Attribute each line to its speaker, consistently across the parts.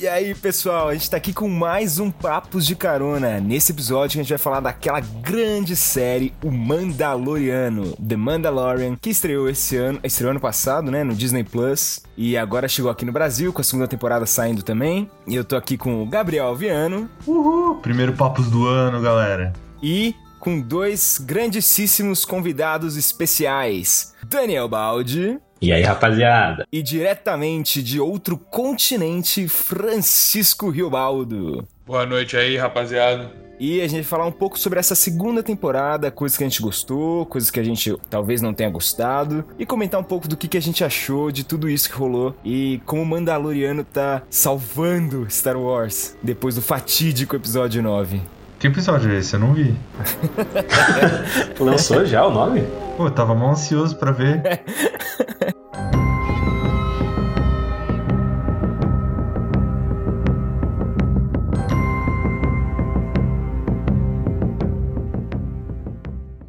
Speaker 1: E aí, pessoal, a gente tá aqui com mais um Papos de Carona. Nesse episódio a gente vai falar daquela grande série, O Mandaloriano, The Mandalorian, que estreou esse ano, estreou ano passado, né, no Disney Plus, e agora chegou aqui no Brasil com a segunda temporada saindo também. E eu tô aqui com o Gabriel Alviano
Speaker 2: Uhul! Primeiro Papos do ano, galera.
Speaker 1: e com dois grandíssimos convidados especiais, Daniel Baldi
Speaker 3: E aí, rapaziada?
Speaker 1: e diretamente de outro continente, Francisco Riobaldo.
Speaker 4: Boa noite aí, rapaziada.
Speaker 1: E a gente vai falar um pouco sobre essa segunda temporada, coisas que a gente gostou, coisas que a gente talvez não tenha gostado, e comentar um pouco do que, que a gente achou de tudo isso que rolou e como o Mandaloriano tá salvando Star Wars depois do fatídico episódio 9.
Speaker 2: Que episódio é esse? Eu não vi.
Speaker 3: Lançou já o nome?
Speaker 2: Pô, eu tava mal ansioso pra ver.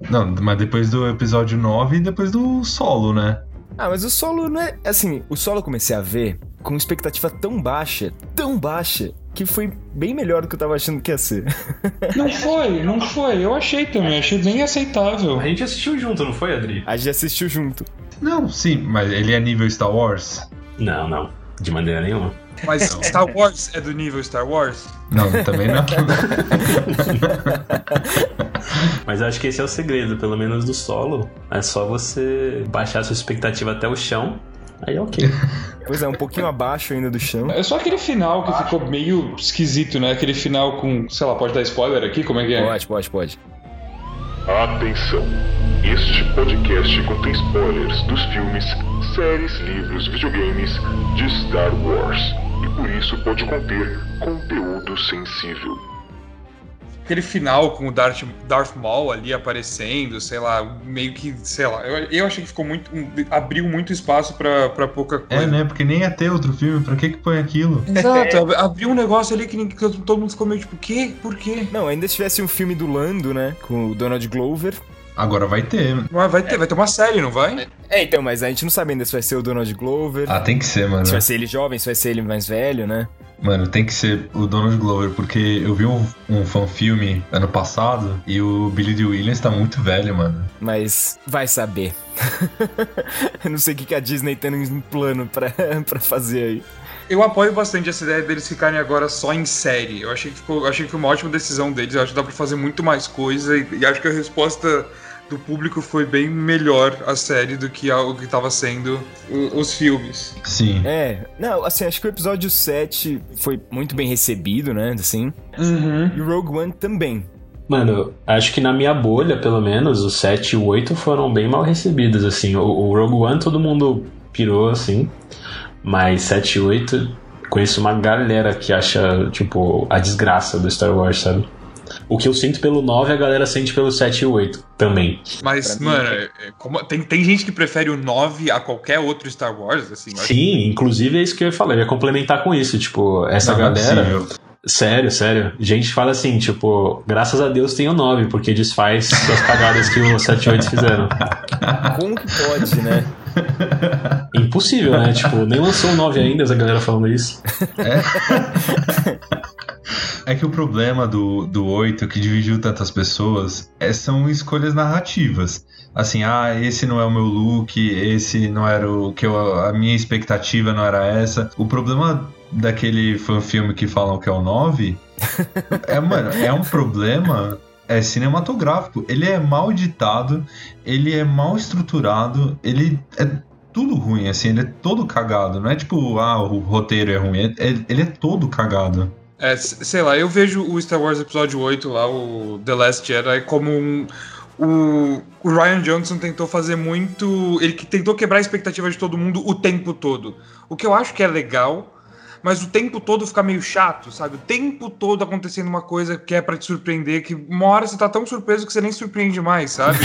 Speaker 2: Não, mas depois do episódio 9 e depois do solo, né?
Speaker 1: Ah, mas o solo não é. Assim, o solo eu comecei a ver com expectativa tão baixa, tão baixa, que foi bem melhor do que eu tava achando que ia ser.
Speaker 4: Não foi, não foi. Eu achei também, achei bem aceitável.
Speaker 3: A gente assistiu junto, não foi, Adri?
Speaker 1: A gente assistiu junto.
Speaker 2: Não, sim, mas ele é nível Star Wars?
Speaker 3: Não, não. De maneira nenhuma.
Speaker 4: Mas Star Wars é do nível Star Wars?
Speaker 2: Não, também não.
Speaker 3: Mas eu acho que esse é o segredo, pelo menos do solo. É só você baixar a sua expectativa até o chão. Aí é ok.
Speaker 1: Pois é, um pouquinho abaixo ainda do chão.
Speaker 4: É só aquele final que ficou meio esquisito, né? Aquele final com, sei lá, pode dar spoiler aqui? Como é que é?
Speaker 1: Pode, pode, pode.
Speaker 5: Atenção! Este podcast contém spoilers dos filmes, séries, livros, videogames de Star Wars e por isso pode conter conteúdo sensível.
Speaker 4: Aquele final com o Darth, Darth Maul ali aparecendo, sei lá, meio que, sei lá. Eu, eu achei que ficou muito. um- abriu muito espaço pra, pra pouca coisa.
Speaker 2: é, né? Porque nem ia ter outro filme, pra que que põe aquilo?
Speaker 4: Exato, ab- abriu um negócio ali que, ninguém- que todo mundo ficou meio tipo, quê? Por quê?
Speaker 1: Não, ainda se tivesse um filme do Lando, né? Com o Donald Glover.
Speaker 2: Agora vai ter.
Speaker 4: Mas vai ter, vai ter uma série, não vai?
Speaker 1: É, então, mas a gente não sabe ainda se vai ser o Donald Glover,
Speaker 2: Ah, tem que ser, mano.
Speaker 1: se vai ser ele jovem, se vai ser ele mais velho, né?
Speaker 2: Mano, tem que ser o Donald Glover, porque eu vi um, um fanfilme ano passado e o Billy Dee Williams tá muito velho, mano.
Speaker 1: Mas vai saber. Eu não sei o que que a Disney tem um plano pra, pra fazer aí.
Speaker 4: Eu apoio bastante essa ideia deles ficarem agora só em série. Eu achei que, ficou, achei que foi uma ótima decisão deles. Eu acho que dá pra fazer muito mais coisa. E, e acho que a resposta do público foi bem melhor a série do que a- o que tava sendo o- os filmes.
Speaker 2: Sim.
Speaker 1: É, não, assim, acho que o episódio 7 foi muito bem recebido, né? Assim.
Speaker 4: Uhum.
Speaker 1: E o Rogue One também.
Speaker 3: Mano, acho que na minha bolha, pelo menos, o 7 e o 8 foram bem mal recebidos, assim. O, o Rogue One todo mundo pirou, assim. Mas 7 e 8, conheço uma galera que acha, tipo, a desgraça do Star Wars, sabe? O que eu sinto pelo 9, a galera sente pelo 7 e 8 também.
Speaker 4: Mas,
Speaker 1: Pra mim,
Speaker 4: mano, é- é como- tem, tem gente que prefere o 9 a qualquer outro Star Wars, assim. eu acho.
Speaker 3: Sim, inclusive é isso que eu ia falar, eu ia complementar com isso, tipo, essa
Speaker 2: Não, não é
Speaker 3: galera.
Speaker 2: possível.
Speaker 3: Sério, sério. Gente fala assim, tipo, graças a Deus tem o 9, porque desfaz as cagadas que o 7 e 8 fizeram.
Speaker 1: Como que pode, né?
Speaker 3: Impossível, né? Tipo, nem lançou o 9 ainda, essa galera falando isso.
Speaker 2: É que o problema do, do 8, que dividiu tantas pessoas, é, são escolhas narrativas. Assim, ah, esse não é o meu look, esse não era o que eu. A minha expectativa não era essa. O problema daquele fanfilme que falam que é o 9 é, mano, é um problema. É cinematográfico. Ele é mal editado, ele é mal estruturado, ele é tudo ruim, assim, ele é todo cagado. Não é tipo, ah, o roteiro é ruim, é- é- ele é todo cagado.
Speaker 4: É, s- sei lá, eu vejo o Star Wars Episódio 8 lá, o The Last Jedi, como um. O, o Ryan Johnson tentou fazer muito. Ele que tentou quebrar a expectativa de todo mundo o tempo todo. O que eu acho que é legal, mas o tempo todo fica meio chato, sabe? O tempo todo acontecendo uma coisa que é pra te surpreender, que uma hora você tá tão surpreso que você nem se surpreende mais, sabe?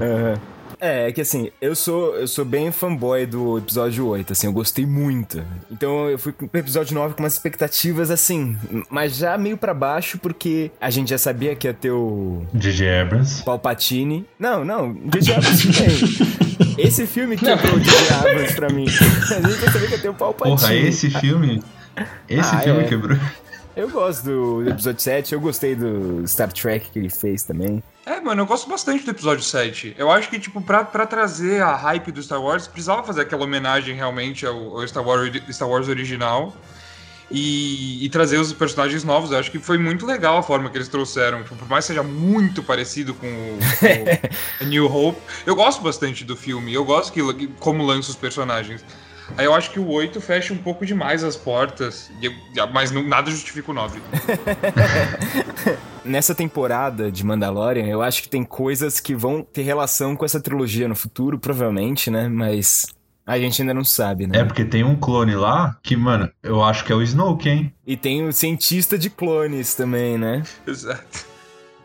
Speaker 1: Aham. É, é que assim, eu sou, eu sou bem fanboy do episódio 8, assim, eu gostei muito. Então eu fui pro episódio 9 com umas expectativas assim, mas já meio pra baixo, porque a gente já sabia que ia ter o
Speaker 2: J.J. Abrams.
Speaker 1: Palpatine. Não, não, o J.J. Abrams tudo bem. Esse filme quebrou de diabos pra mim. A gente percebeu que eu tenho Palpatine.
Speaker 2: Porra, esse filme. Esse
Speaker 1: Ah,
Speaker 2: filme
Speaker 1: é.
Speaker 2: quebrou.
Speaker 1: Eu gosto do episódio 7, eu gostei do Star Trek que ele fez também.
Speaker 4: É, mano, eu gosto bastante do episódio 7. Eu acho que, tipo, pra, pra trazer a hype do Star Wars, precisava fazer aquela homenagem realmente ao, ao Star, Wars, Star Wars original e, e trazer os personagens novos. Eu acho que foi muito legal a forma que eles trouxeram. Tipo, por mais que seja muito parecido com o, com o New Hope, eu gosto bastante do filme. Eu gosto que, como lança os personagens. Aí eu acho que o 8 fecha um pouco demais as portas, e eu- mas não- nada justifica o 9.
Speaker 1: Nessa temporada de Mandalorian, eu acho que tem coisas que vão ter relação com essa trilogia no futuro, provavelmente, né? Mas a gente ainda não sabe, né?
Speaker 2: É porque tem um clone lá que, mano, eu acho que é o Snoke, hein?
Speaker 1: E tem o cientista de clones também, né?
Speaker 4: Exato.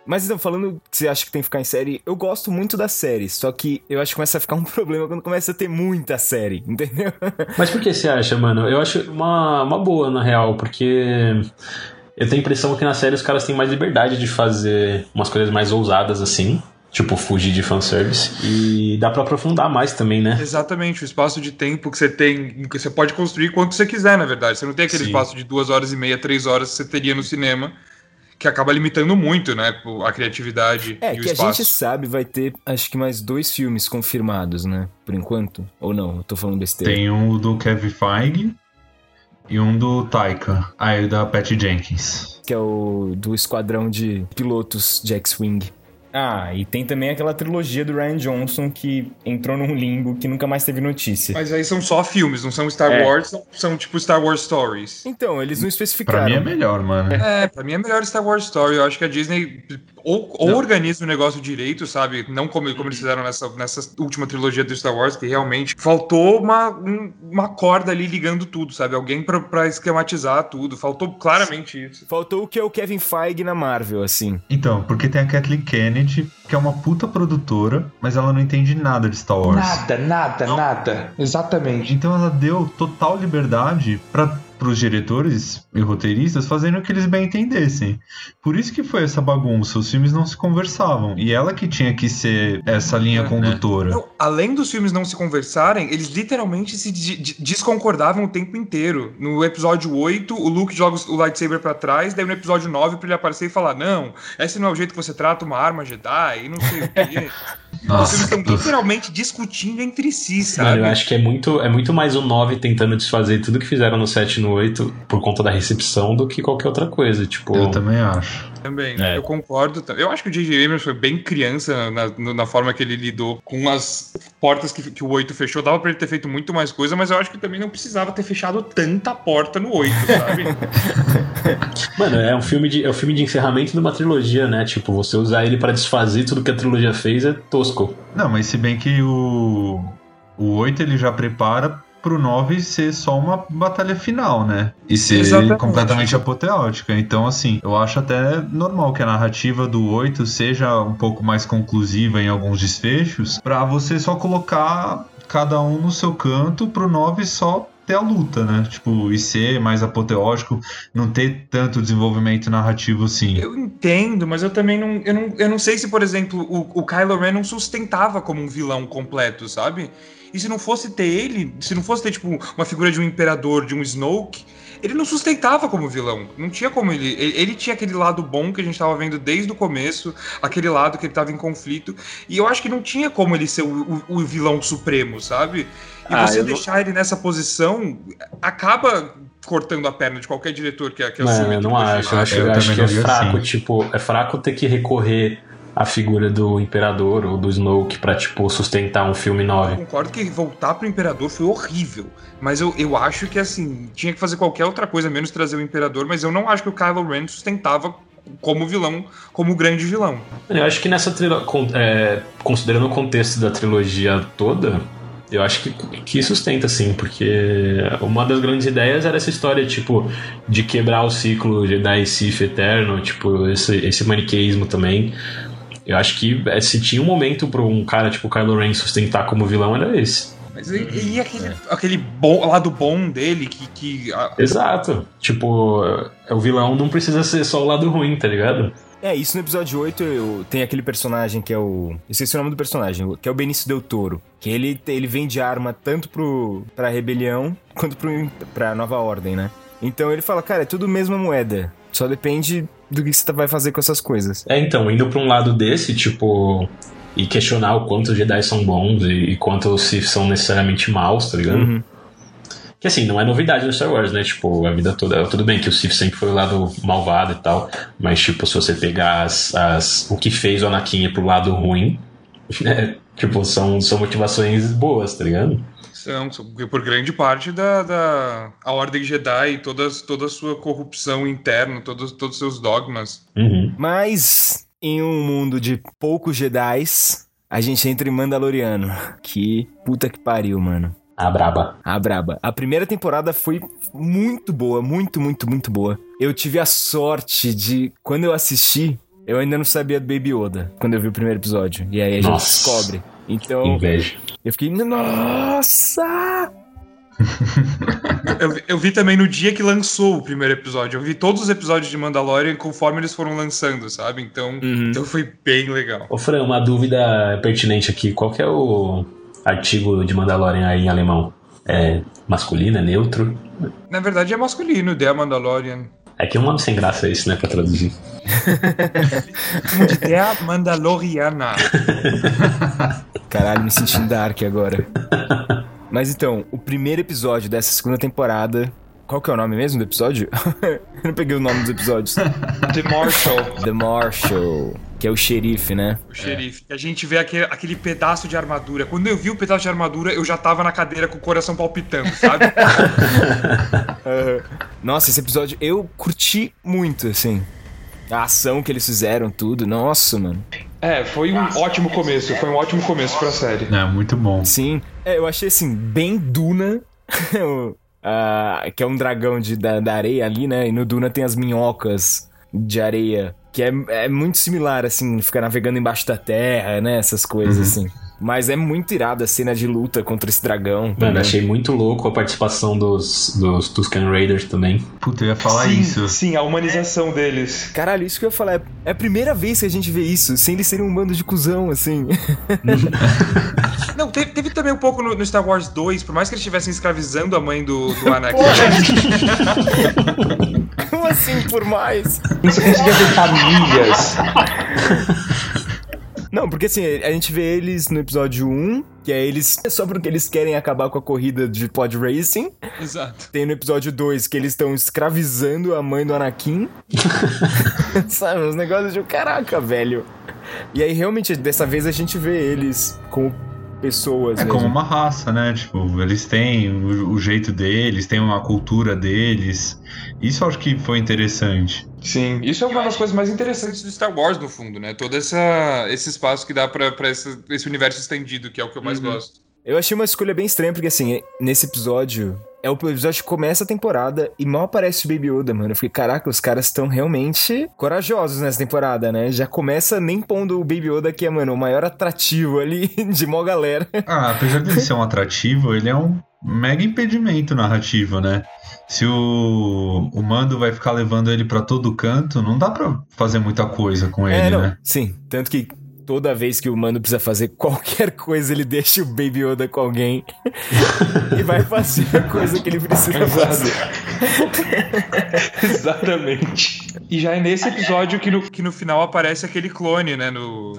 Speaker 1: Mas então, falando que você acha que tem que ficar em série, eu gosto muito da série, só que eu acho que começa a ficar um problema quando começa a ter muita série, entendeu?
Speaker 3: Mas por que você acha, mano? Eu acho uma, uma boa, na real, porque eu tenho a impressão que na série os caras têm mais liberdade de fazer umas coisas mais ousadas assim. Tipo, fugir de fanservice. E dá pra aprofundar mais também, né?
Speaker 4: Exatamente, o espaço de tempo que você tem, que você pode construir quanto você quiser, na verdade. Você não tem aquele
Speaker 2: Sim.
Speaker 4: espaço de duas horas e meia, três horas que você teria no cinema, que acaba limitando muito, né, a criatividade
Speaker 1: É,
Speaker 4: e o
Speaker 1: que a
Speaker 4: espaço.
Speaker 1: gente sabe vai ter, acho que mais dois filmes confirmados, né? Por enquanto. Ou não, eu tô falando besteira.
Speaker 2: Tem um do Kevin Feige e um do Taika. Aí o da Patty Jenkins.
Speaker 1: Que é o do esquadrão de pilotos de X-Wing. Ah, e tem também aquela trilogia do Ryan Johnson que entrou num limbo que nunca mais teve notícia.
Speaker 4: Mas aí são só filmes, não são Star
Speaker 3: É.
Speaker 4: Wars, são, são tipo Star Wars Stories.
Speaker 1: Então, eles não
Speaker 2: Pra
Speaker 1: especificaram.
Speaker 2: mim é melhor, mano.
Speaker 4: É, pra mim é melhor Star Wars Story. Eu acho que a Disney ou, ou organiza o negócio direito, sabe? Não como, como eles fizeram nessa, nessa última trilogia do Star Wars, que realmente faltou uma, um- uma corda ali ligando tudo, sabe? Alguém pra, pra esquematizar tudo. Faltou claramente isso.
Speaker 1: Faltou o que é o Kevin Feige na Marvel, assim.
Speaker 2: Então, porque tem a Kathleen Kennedy, que é uma puta produtora, mas ela não entende nada de Star Wars.
Speaker 4: nada, nada. Exatamente.
Speaker 2: Então ela deu total liberdade para os diretores e roteiristas fazerem o que eles bem entendessem. Por isso que foi essa bagunça, os filmes não se conversavam. E ela que tinha que ser essa linha
Speaker 4: É,
Speaker 2: condutora.
Speaker 4: além dos filmes não se conversarem, eles literalmente se de- de- desconcordavam o tempo inteiro. No episódio 8, o Luke joga o lightsaber pra trás, daí no episódio 9 pra ele aparecer e falar: Não, esse não é o jeito que você trata uma arma Jedi, e não sei o quê. Os filmes
Speaker 2: Nossa,
Speaker 4: estão literalmente discutindo entre si,
Speaker 3: Mano,
Speaker 4: sabe?
Speaker 3: eu acho que é muito, é muito mais o 9 tentando desfazer tudo que fizeram no 7 e no 8 por conta da recepção do que qualquer outra coisa. Tipo,
Speaker 2: eu também acho.
Speaker 4: Também,
Speaker 3: É.
Speaker 4: eu concordo. tam- Eu acho que o J.J. Abrams foi bem criança na, na- na forma que ele lidou com as portas que, que o 8 fechou. Dava pra ele ter feito muito mais coisa, mas eu acho que também não precisava ter fechado tanta porta no 8, sabe?
Speaker 3: Mano, é um filme de, é um filme de encerramento de uma trilogia, né? Tipo, você usar ele pra desfazer tudo que a trilogia fez é tosco.
Speaker 2: Não, mas se bem que o, o 8 ele já prepara pro 9 ser só uma batalha final, né? E ser
Speaker 4: Exatamente.
Speaker 2: completamente apoteótica. Então, assim, eu acho até normal que a narrativa do 8 seja um pouco mais conclusiva em alguns desfechos, pra você só colocar cada um no seu canto, pro 9 só ter a luta, né? Tipo, e ser mais apoteótico, não ter tanto desenvolvimento narrativo assim.
Speaker 4: Eu entendo, mas eu também não. Eu não, eu não sei se, por exemplo, o, o Kylo Ren não sustentava como um vilão completo, sabe? E se não fosse ter ele, se não fosse ter, tipo, uma figura de um imperador, de um Snoke, ele não sustentava como vilão. Não tinha como ele. Ele, ele tinha aquele lado bom que a gente tava vendo desde o começo, aquele lado que ele tava em conflito. E eu acho que não tinha como ele ser o, o- o vilão supremo, sabe? E
Speaker 3: Ah,
Speaker 4: você
Speaker 3: eu não-
Speaker 4: deixar ele nessa posição acaba cortando a perna de qualquer diretor que, que
Speaker 3: Mano,
Speaker 4: assume.
Speaker 3: É, eu
Speaker 4: a
Speaker 3: não
Speaker 4: trilogia.
Speaker 3: acho. Eu acho,
Speaker 2: Eu
Speaker 3: eu acho
Speaker 2: também
Speaker 3: que
Speaker 2: não
Speaker 3: é
Speaker 2: vi
Speaker 3: fraco,
Speaker 2: assim.
Speaker 3: tipo, é fraco ter que recorrer à figura do imperador ou do Snoke pra, tipo, sustentar um filme 9.
Speaker 4: Concordo que voltar pro Imperador foi horrível. Mas eu, eu acho que, assim, tinha que fazer qualquer outra coisa, menos trazer o Imperador. Mas eu não acho que o Kylo Ren sustentava como vilão, como grande vilão.
Speaker 3: Mano, eu acho que nessa trilogia. considerando o contexto da trilogia toda, eu acho que, que sustenta, sim, porque uma das grandes ideias era essa história, tipo, de quebrar o ciclo Jedi e Sith eterno, tipo, esse, esse maniqueísmo também. Eu acho que eh, se tinha um momento pra um cara tipo Kylo Ren sustentar como vilão, era esse.
Speaker 4: Mas e, e aquele, aquele bom, lado bom dele, que. que a-
Speaker 3: Exato. Tipo, eh, o vilão não precisa ser só o lado ruim, tá ligado?
Speaker 1: É, isso no episódio 8 eu, tem aquele personagem que é o. Esqueci o nome do personagem, que é o Benício Del Toro. Que ele, ele vem de arma tanto pro, pra rebelião quanto pro, pra nova ordem, né? Então ele fala, cara, é tudo mesma moeda. Só depende do que você tá, vai fazer com essas coisas.
Speaker 3: É, então, indo pra um lado desse, tipo. E questionar o quanto os Jedi são bons e, e quanto se são necessariamente maus, tá ligado?
Speaker 1: Uhum.
Speaker 3: Que assim, não é novidade no Star Wars, né? Tipo, a vida toda. Tudo bem que o Sith sempre foi o lado malvado e tal. Mas, tipo, se você pegar as, as- o que fez o Anakin ir pro lado ruim, né? Tipo, são, são motivações boas, tá ligado?
Speaker 4: São, são- por grande parte da, da a Ordem Jedi, todas, toda a sua corrupção interna, todos, todos os seus dogmas.
Speaker 3: Uhum.
Speaker 1: Mas em um mundo de poucos Jedis, a gente entra em Mandaloriano. Que puta que pariu, mano.
Speaker 3: A Ah, braba.
Speaker 1: A braba. A primeira temporada foi muito boa, muito, muito, muito boa. Eu tive a sorte de, quando eu assisti, eu ainda não sabia do Baby Yoda, quando eu vi o primeiro episódio. E aí a gente
Speaker 3: Nossa.
Speaker 1: descobre. Então,
Speaker 3: Inveja.
Speaker 1: eu fiquei, nossa!
Speaker 4: Eu, vi- eu vi também no dia que lançou o primeiro episódio. Eu vi todos os episódios de Mandalorian conforme eles foram lançando, sabe? Então,
Speaker 1: Uhum.
Speaker 4: então foi bem legal.
Speaker 3: Ô, Fran, uma dúvida pertinente aqui. Qual que é o artigo de Mandalorian aí em alemão? É masculino, é neutro?
Speaker 4: Na verdade é masculino, The Mandalorian.
Speaker 3: É que é um nome sem graça isso, né, pra traduzir.
Speaker 4: De The Mandaloriana.
Speaker 1: Caralho, me sentindo dark agora. Mas então, o primeiro episódio dessa segunda temporada. Qual que é o nome mesmo do episódio? eu não peguei o nome dos episódios.
Speaker 4: The Marshal.
Speaker 1: The Marshal, que é o xerife, né?
Speaker 4: O xerife. que A gente vê aquele, aquele pedaço de armadura. Quando eu vi o pedaço de armadura, eu já tava na cadeira com o coração palpitando, sabe?
Speaker 1: Nossa, esse episódio eu curti muito, assim. A ação que eles fizeram, tudo. Nossa, mano.
Speaker 4: é, foi um ótimo começo. Foi um ótimo começo pra série.
Speaker 2: É, muito bom.
Speaker 1: Sim. É, eu achei, assim, bem Duna. o- ah, que é um dragão de, da, da areia ali, né? E no Duna tem as minhocas de areia. Que é, é muito similar, assim, ficar navegando embaixo da terra, né? Essas coisas,
Speaker 3: Uhum.
Speaker 1: assim. Mas é muito irada a cena de luta contra esse dragão.
Speaker 3: Mano,
Speaker 1: também.
Speaker 3: achei muito louco a participação dos, dos Tusken Raiders também.
Speaker 2: Puta, eu ia falar isso.
Speaker 4: sim, a humanização deles.
Speaker 1: Caralho, isso que eu ia falar. é- É a primeira vez que a gente vê isso, sem eles serem um bando de cuzão, assim.
Speaker 4: Não, teve, teve também um pouco no, no Star Wars 2, por mais que eles estivessem escravizando a mãe do, do Anakin.
Speaker 1: Como assim, por mais?
Speaker 4: Você conseguia ver famílias.
Speaker 1: Não, porque assim, a gente vê eles no episódio 1, que é eles é só porque eles querem acabar com a corrida de pod racing.
Speaker 4: Exato.
Speaker 1: Tem no episódio 2 que eles estão escravizando a mãe do Anakin. Sabe, uns negócios de caraca, velho. E aí realmente dessa vez a gente vê eles como pessoas
Speaker 2: É
Speaker 1: mesmo.
Speaker 2: como uma raça, né? Tipo, eles têm o, o jeito deles, têm uma cultura deles. Isso eu acho que foi interessante.
Speaker 4: Sim. Isso é uma das coisas mais interessantes do Star Wars, no fundo, né? Todo essa, esse espaço que dá pra, pra esse, esse universo estendido, que é o que eu mais gosto.
Speaker 1: Eu achei uma escolha bem estranha, porque assim, nesse episódio. É o episódio que começa a temporada e mal aparece o Baby Yoda, mano. Eu fiquei, caraca, os caras estão realmente corajosos nessa temporada, né? Já começa nem pondo o Baby Yoda, que é, mano, o maior atrativo ali de mó galera.
Speaker 2: Ah, apesar dele ser um atrativo, ele é um mega impedimento narrativo, né? Se o, o Mando vai ficar levando ele pra todo canto, não dá pra fazer muita coisa com ele,
Speaker 1: é, não.
Speaker 2: né?
Speaker 1: Sim, tanto que toda vez que o Mando precisa fazer qualquer coisa, ele deixa o Baby Yoda com alguém e vai fazer a coisa que ele precisa fazer.
Speaker 4: Exatamente. E já é nesse episódio que no, que no final aparece aquele clone, né? No,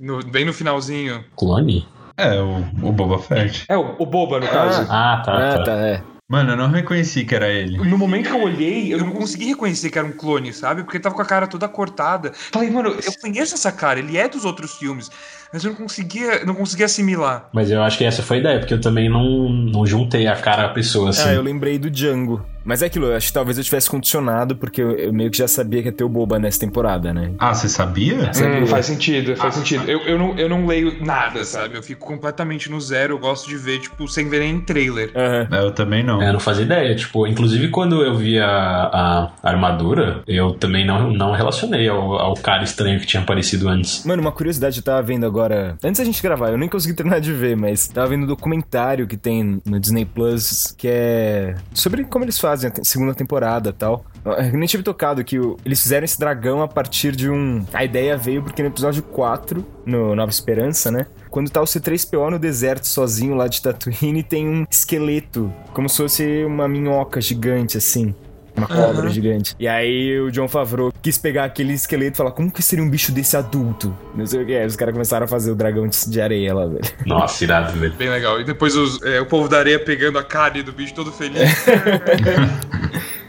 Speaker 4: no- bem no finalzinho.
Speaker 3: Clone?
Speaker 2: É, o, o Boba Fett.
Speaker 4: É, o, Boba, no
Speaker 1: caso.
Speaker 3: Ah, tá,
Speaker 1: Ah,
Speaker 3: tá.
Speaker 1: tá, é.
Speaker 2: Mano, eu não reconheci que era ele.
Speaker 4: No momento que eu olhei, eu não consegui reconhecer que era um clone, sabe? Porque ele tava com a cara toda cortada. Falei, mano, eu conheço essa cara, ele é dos outros filmes. Mas eu não conseguia, não conseguia assimilar.
Speaker 3: Mas eu acho que essa foi a ideia, porque eu também não, não juntei a cara à pessoa, assim.
Speaker 1: Ah, eu lembrei do Django. Mas é aquilo, eu acho que talvez eu tivesse condicionado, porque eu, eu meio que já sabia que ia ter o Boba nessa temporada, né?
Speaker 2: Ah, você sabia?
Speaker 6: Hum.
Speaker 1: Sabia.
Speaker 4: faz sentido, faz sentido. Eu, não, eu não leio nada, sabe? Eu fico completamente no zero, eu gosto de ver, tipo, sem ver nem trailer.
Speaker 1: Aham.
Speaker 2: É, eu também não.
Speaker 3: É, Eu não fazia ideia, tipo, inclusive quando eu vi a, a armadura, eu também não, não relacionei ao, ao cara estranho que tinha aparecido antes.
Speaker 1: Mano, uma curiosidade, eu tava vendo agora. Antes da gente gravar, eu nem consegui terminar de ver, mas tava vendo um documentário que tem no Disney Plus que é sobre como eles fazem a segunda temporada tal. Eu nem tive tocado que o- eles fizeram esse dragão a partir de um. A ideia veio porque no episódio 4, no Nova Esperança, né? Quando tá o C3PO no deserto sozinho lá de Tatooine, tem um esqueleto, como se fosse uma minhoca gigante, assim. Uma cobra
Speaker 4: Aham.
Speaker 1: gigante. E aí o John Favreau quis pegar aquele esqueleto e falar: como que seria um bicho desse adulto? Não sei o que. Aí os caras começaram a fazer o dragão de de areia lá, velho.
Speaker 3: Nossa, irado, velho.
Speaker 4: Bem legal. E depois os- é, o povo da areia pegando a carne do bicho todo feliz.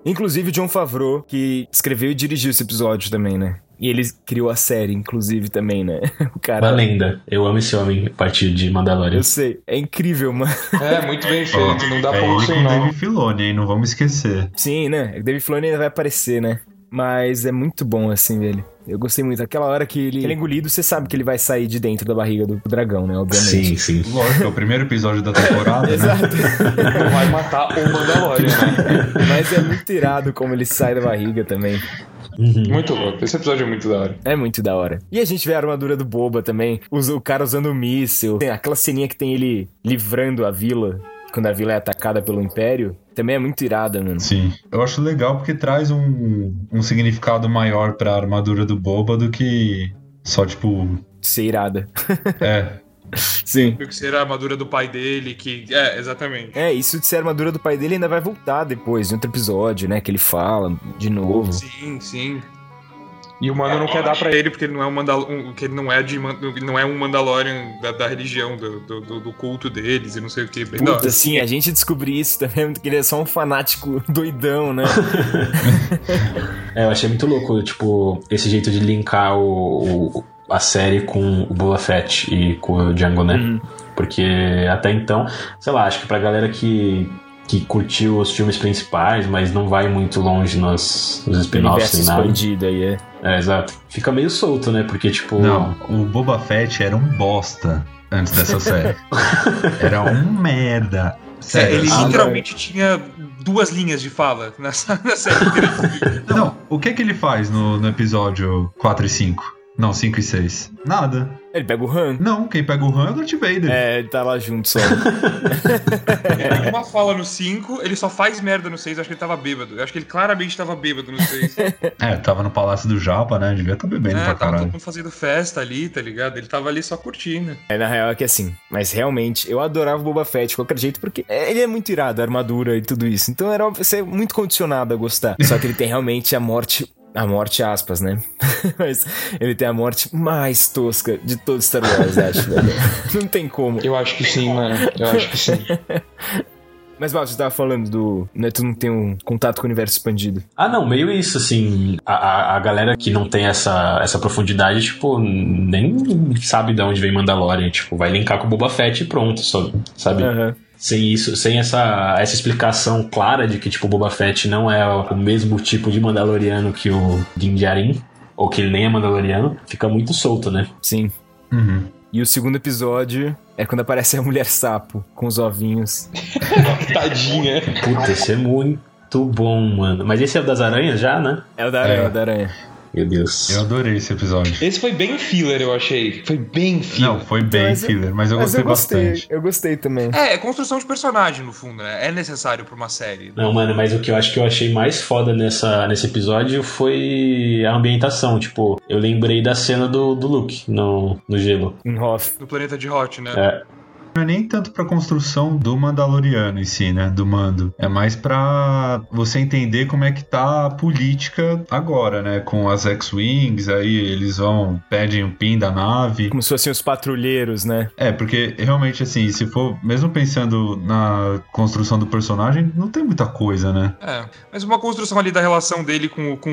Speaker 1: Inclusive o John Favreau, que escreveu e dirigiu esse episódio também, né? E ele criou a série, inclusive, também, né? O
Speaker 3: Uma
Speaker 1: cara.
Speaker 3: lenda. Eu amo esse homem a partir de Mandalorian.
Speaker 1: Eu sei, é incrível, mano.
Speaker 6: É, muito bem
Speaker 2: Ó,
Speaker 6: feito, não dá
Speaker 2: é
Speaker 6: pra
Speaker 2: ele com o
Speaker 6: funcionar.
Speaker 2: Dave Filoni, hein? Não vamos esquecer.
Speaker 1: Sim, né? O David Filoni ainda vai aparecer, né? Mas é muito bom, assim, velho. Eu gostei muito. Aquela hora que ele, que ele é engolido, você sabe que ele vai sair de dentro da barriga do dragão, né? Obviamente.
Speaker 3: Sim, sim.
Speaker 2: Lógico, é o primeiro episódio da temporada, né?
Speaker 6: Não vai matar o Mandalorian, né?
Speaker 1: Mas é muito irado como ele sai da barriga também.
Speaker 3: Uhum.
Speaker 6: Muito louco. Esse episódio é muito da hora.
Speaker 1: É muito da hora. E a gente vê a armadura do Boba também. os- o cara usando o míssil. Tem aquela ceninha que tem ele livrando a vila. Quando a vila é atacada pelo Império. Também é muito irada, mano.
Speaker 2: Sim. Eu acho legal porque traz um, um significado maior pra armadura do Boba do que só, tipo.
Speaker 1: Ser irada.
Speaker 2: É.
Speaker 1: Sim.
Speaker 4: Meio que será a armadura do pai dele, que. É, exatamente.
Speaker 1: É, isso de ser a armadura do pai dele ainda vai voltar depois, em outro episódio, né? Que ele fala de novo.
Speaker 4: Sim, sim.
Speaker 6: E o Mano não quer dar pra
Speaker 4: pra ele porque ele não é um Mandal um, que ele não é de Man- ele não é um Mandalorian da, da religião do, do, do- do culto deles e não sei o que. Bem da hora.
Speaker 1: Puta, assim, a gente descobrir isso também, que ele é só um fanático doidão, né?
Speaker 3: É, eu achei muito louco, tipo, esse jeito de linkar o, o- a série com o Boba Fett e com o Django, né?
Speaker 1: Uhum.
Speaker 3: Porque até então, sei lá, acho que pra galera que, que curtiu os filmes principais, mas não vai muito longe nos, nos spin-offs
Speaker 1: Universo
Speaker 3: nem nada.
Speaker 1: expandido aí, é.
Speaker 3: É, exato. Fica meio solto, né? Porque, tipo.
Speaker 2: Não, o Boba Fett era um bosta antes dessa série. Era um merda.
Speaker 4: É,
Speaker 2: Sério.
Speaker 4: ele
Speaker 2: a-
Speaker 4: literalmente tinha duas linhas de fala na, na série inteira.
Speaker 2: Não, o que é que ele faz no, no episódio 4 e 5? Não, 5 e 6. Nada.
Speaker 1: Ele pega o Han.
Speaker 2: Não, quem pega o Han é o Darth Vader.
Speaker 1: É, ele tá lá junto só.
Speaker 4: Ele tem uma fala no 5, ele só faz merda no 6, acho que ele tava bêbado. Eu Acho que ele claramente tava bêbado no 6.
Speaker 2: É, tava no Palácio do Japa, né? Devia tá bebendo
Speaker 4: É,
Speaker 2: pra
Speaker 4: tava todo
Speaker 2: caralho.
Speaker 4: mundo fazendo festa ali, tá ligado? Ele tava ali só curtindo.
Speaker 1: É, na real é que assim, mas realmente, eu adorava o Boba Fett de qualquer jeito, porque é- ele é muito irado, a armadura e tudo isso. Então era óbvio, você é muito condicionado a gostar. Só que ele tem realmente a morte. A morte, aspas, né? Mas ele tem a morte mais tosca de todo Star Wars, acho, velho. Não tem como.
Speaker 6: Eu acho que sim, mano. Eu acho que sim.
Speaker 1: Mas, Val, você tava falando do. Né, tu não tem um contato com o universo expandido.
Speaker 3: Ah, não, meio isso, assim. A, a, a galera que não tem essa, essa profundidade, tipo, nem sabe de onde vem Mandalorian. Tipo, vai linkar com o Boba Fett e pronto, só, sabe?
Speaker 1: Aham.
Speaker 3: Sem isso, sem essa, essa explicação clara de que, tipo, o Boba Fett não é o mesmo tipo de Mandaloriano que o Din Djarin, ou que ele nem é Mandaloriano, fica muito solto, né?
Speaker 1: Sim.
Speaker 2: Uhum.
Speaker 1: E o segundo episódio é quando aparece a mulher sapo com os ovinhos.
Speaker 6: Tadinha.
Speaker 3: Puta, esse é muito bom, mano. Mas esse é o das aranhas já, né?
Speaker 1: É o da aranha,
Speaker 2: É.
Speaker 1: é o da aranha.
Speaker 3: Meu Deus.
Speaker 2: Eu adorei esse episódio.
Speaker 6: Esse foi bem filler, eu achei. Foi bem filler.
Speaker 2: Não, foi bem
Speaker 1: mas eu-
Speaker 2: filler, mas eu gostei bastante.
Speaker 1: eu gostei também.
Speaker 4: É, é construção de personagem, no fundo, né? É necessário pra uma série.
Speaker 3: Não, mano, mas o que eu acho que eu achei mais foda nessa, nesse episódio foi a ambientação. Tipo, eu lembrei da cena do, do Luke no, no gelo.
Speaker 1: Em Hoff.
Speaker 4: No planeta de Hot, né?
Speaker 3: É,
Speaker 2: Não é nem tanto pra construção do Mandaloriano em si, né? Do mando. É mais pra você entender como é que tá a política agora, né? Com as X-Wings, aí eles vão, pedem o PIN da nave.
Speaker 1: Como se fossem os patrulheiros, né?
Speaker 2: É, porque realmente, assim, se for, mesmo pensando na construção do personagem, não tem muita coisa, né?
Speaker 4: É, mas uma construção ali da relação dele com, o- com,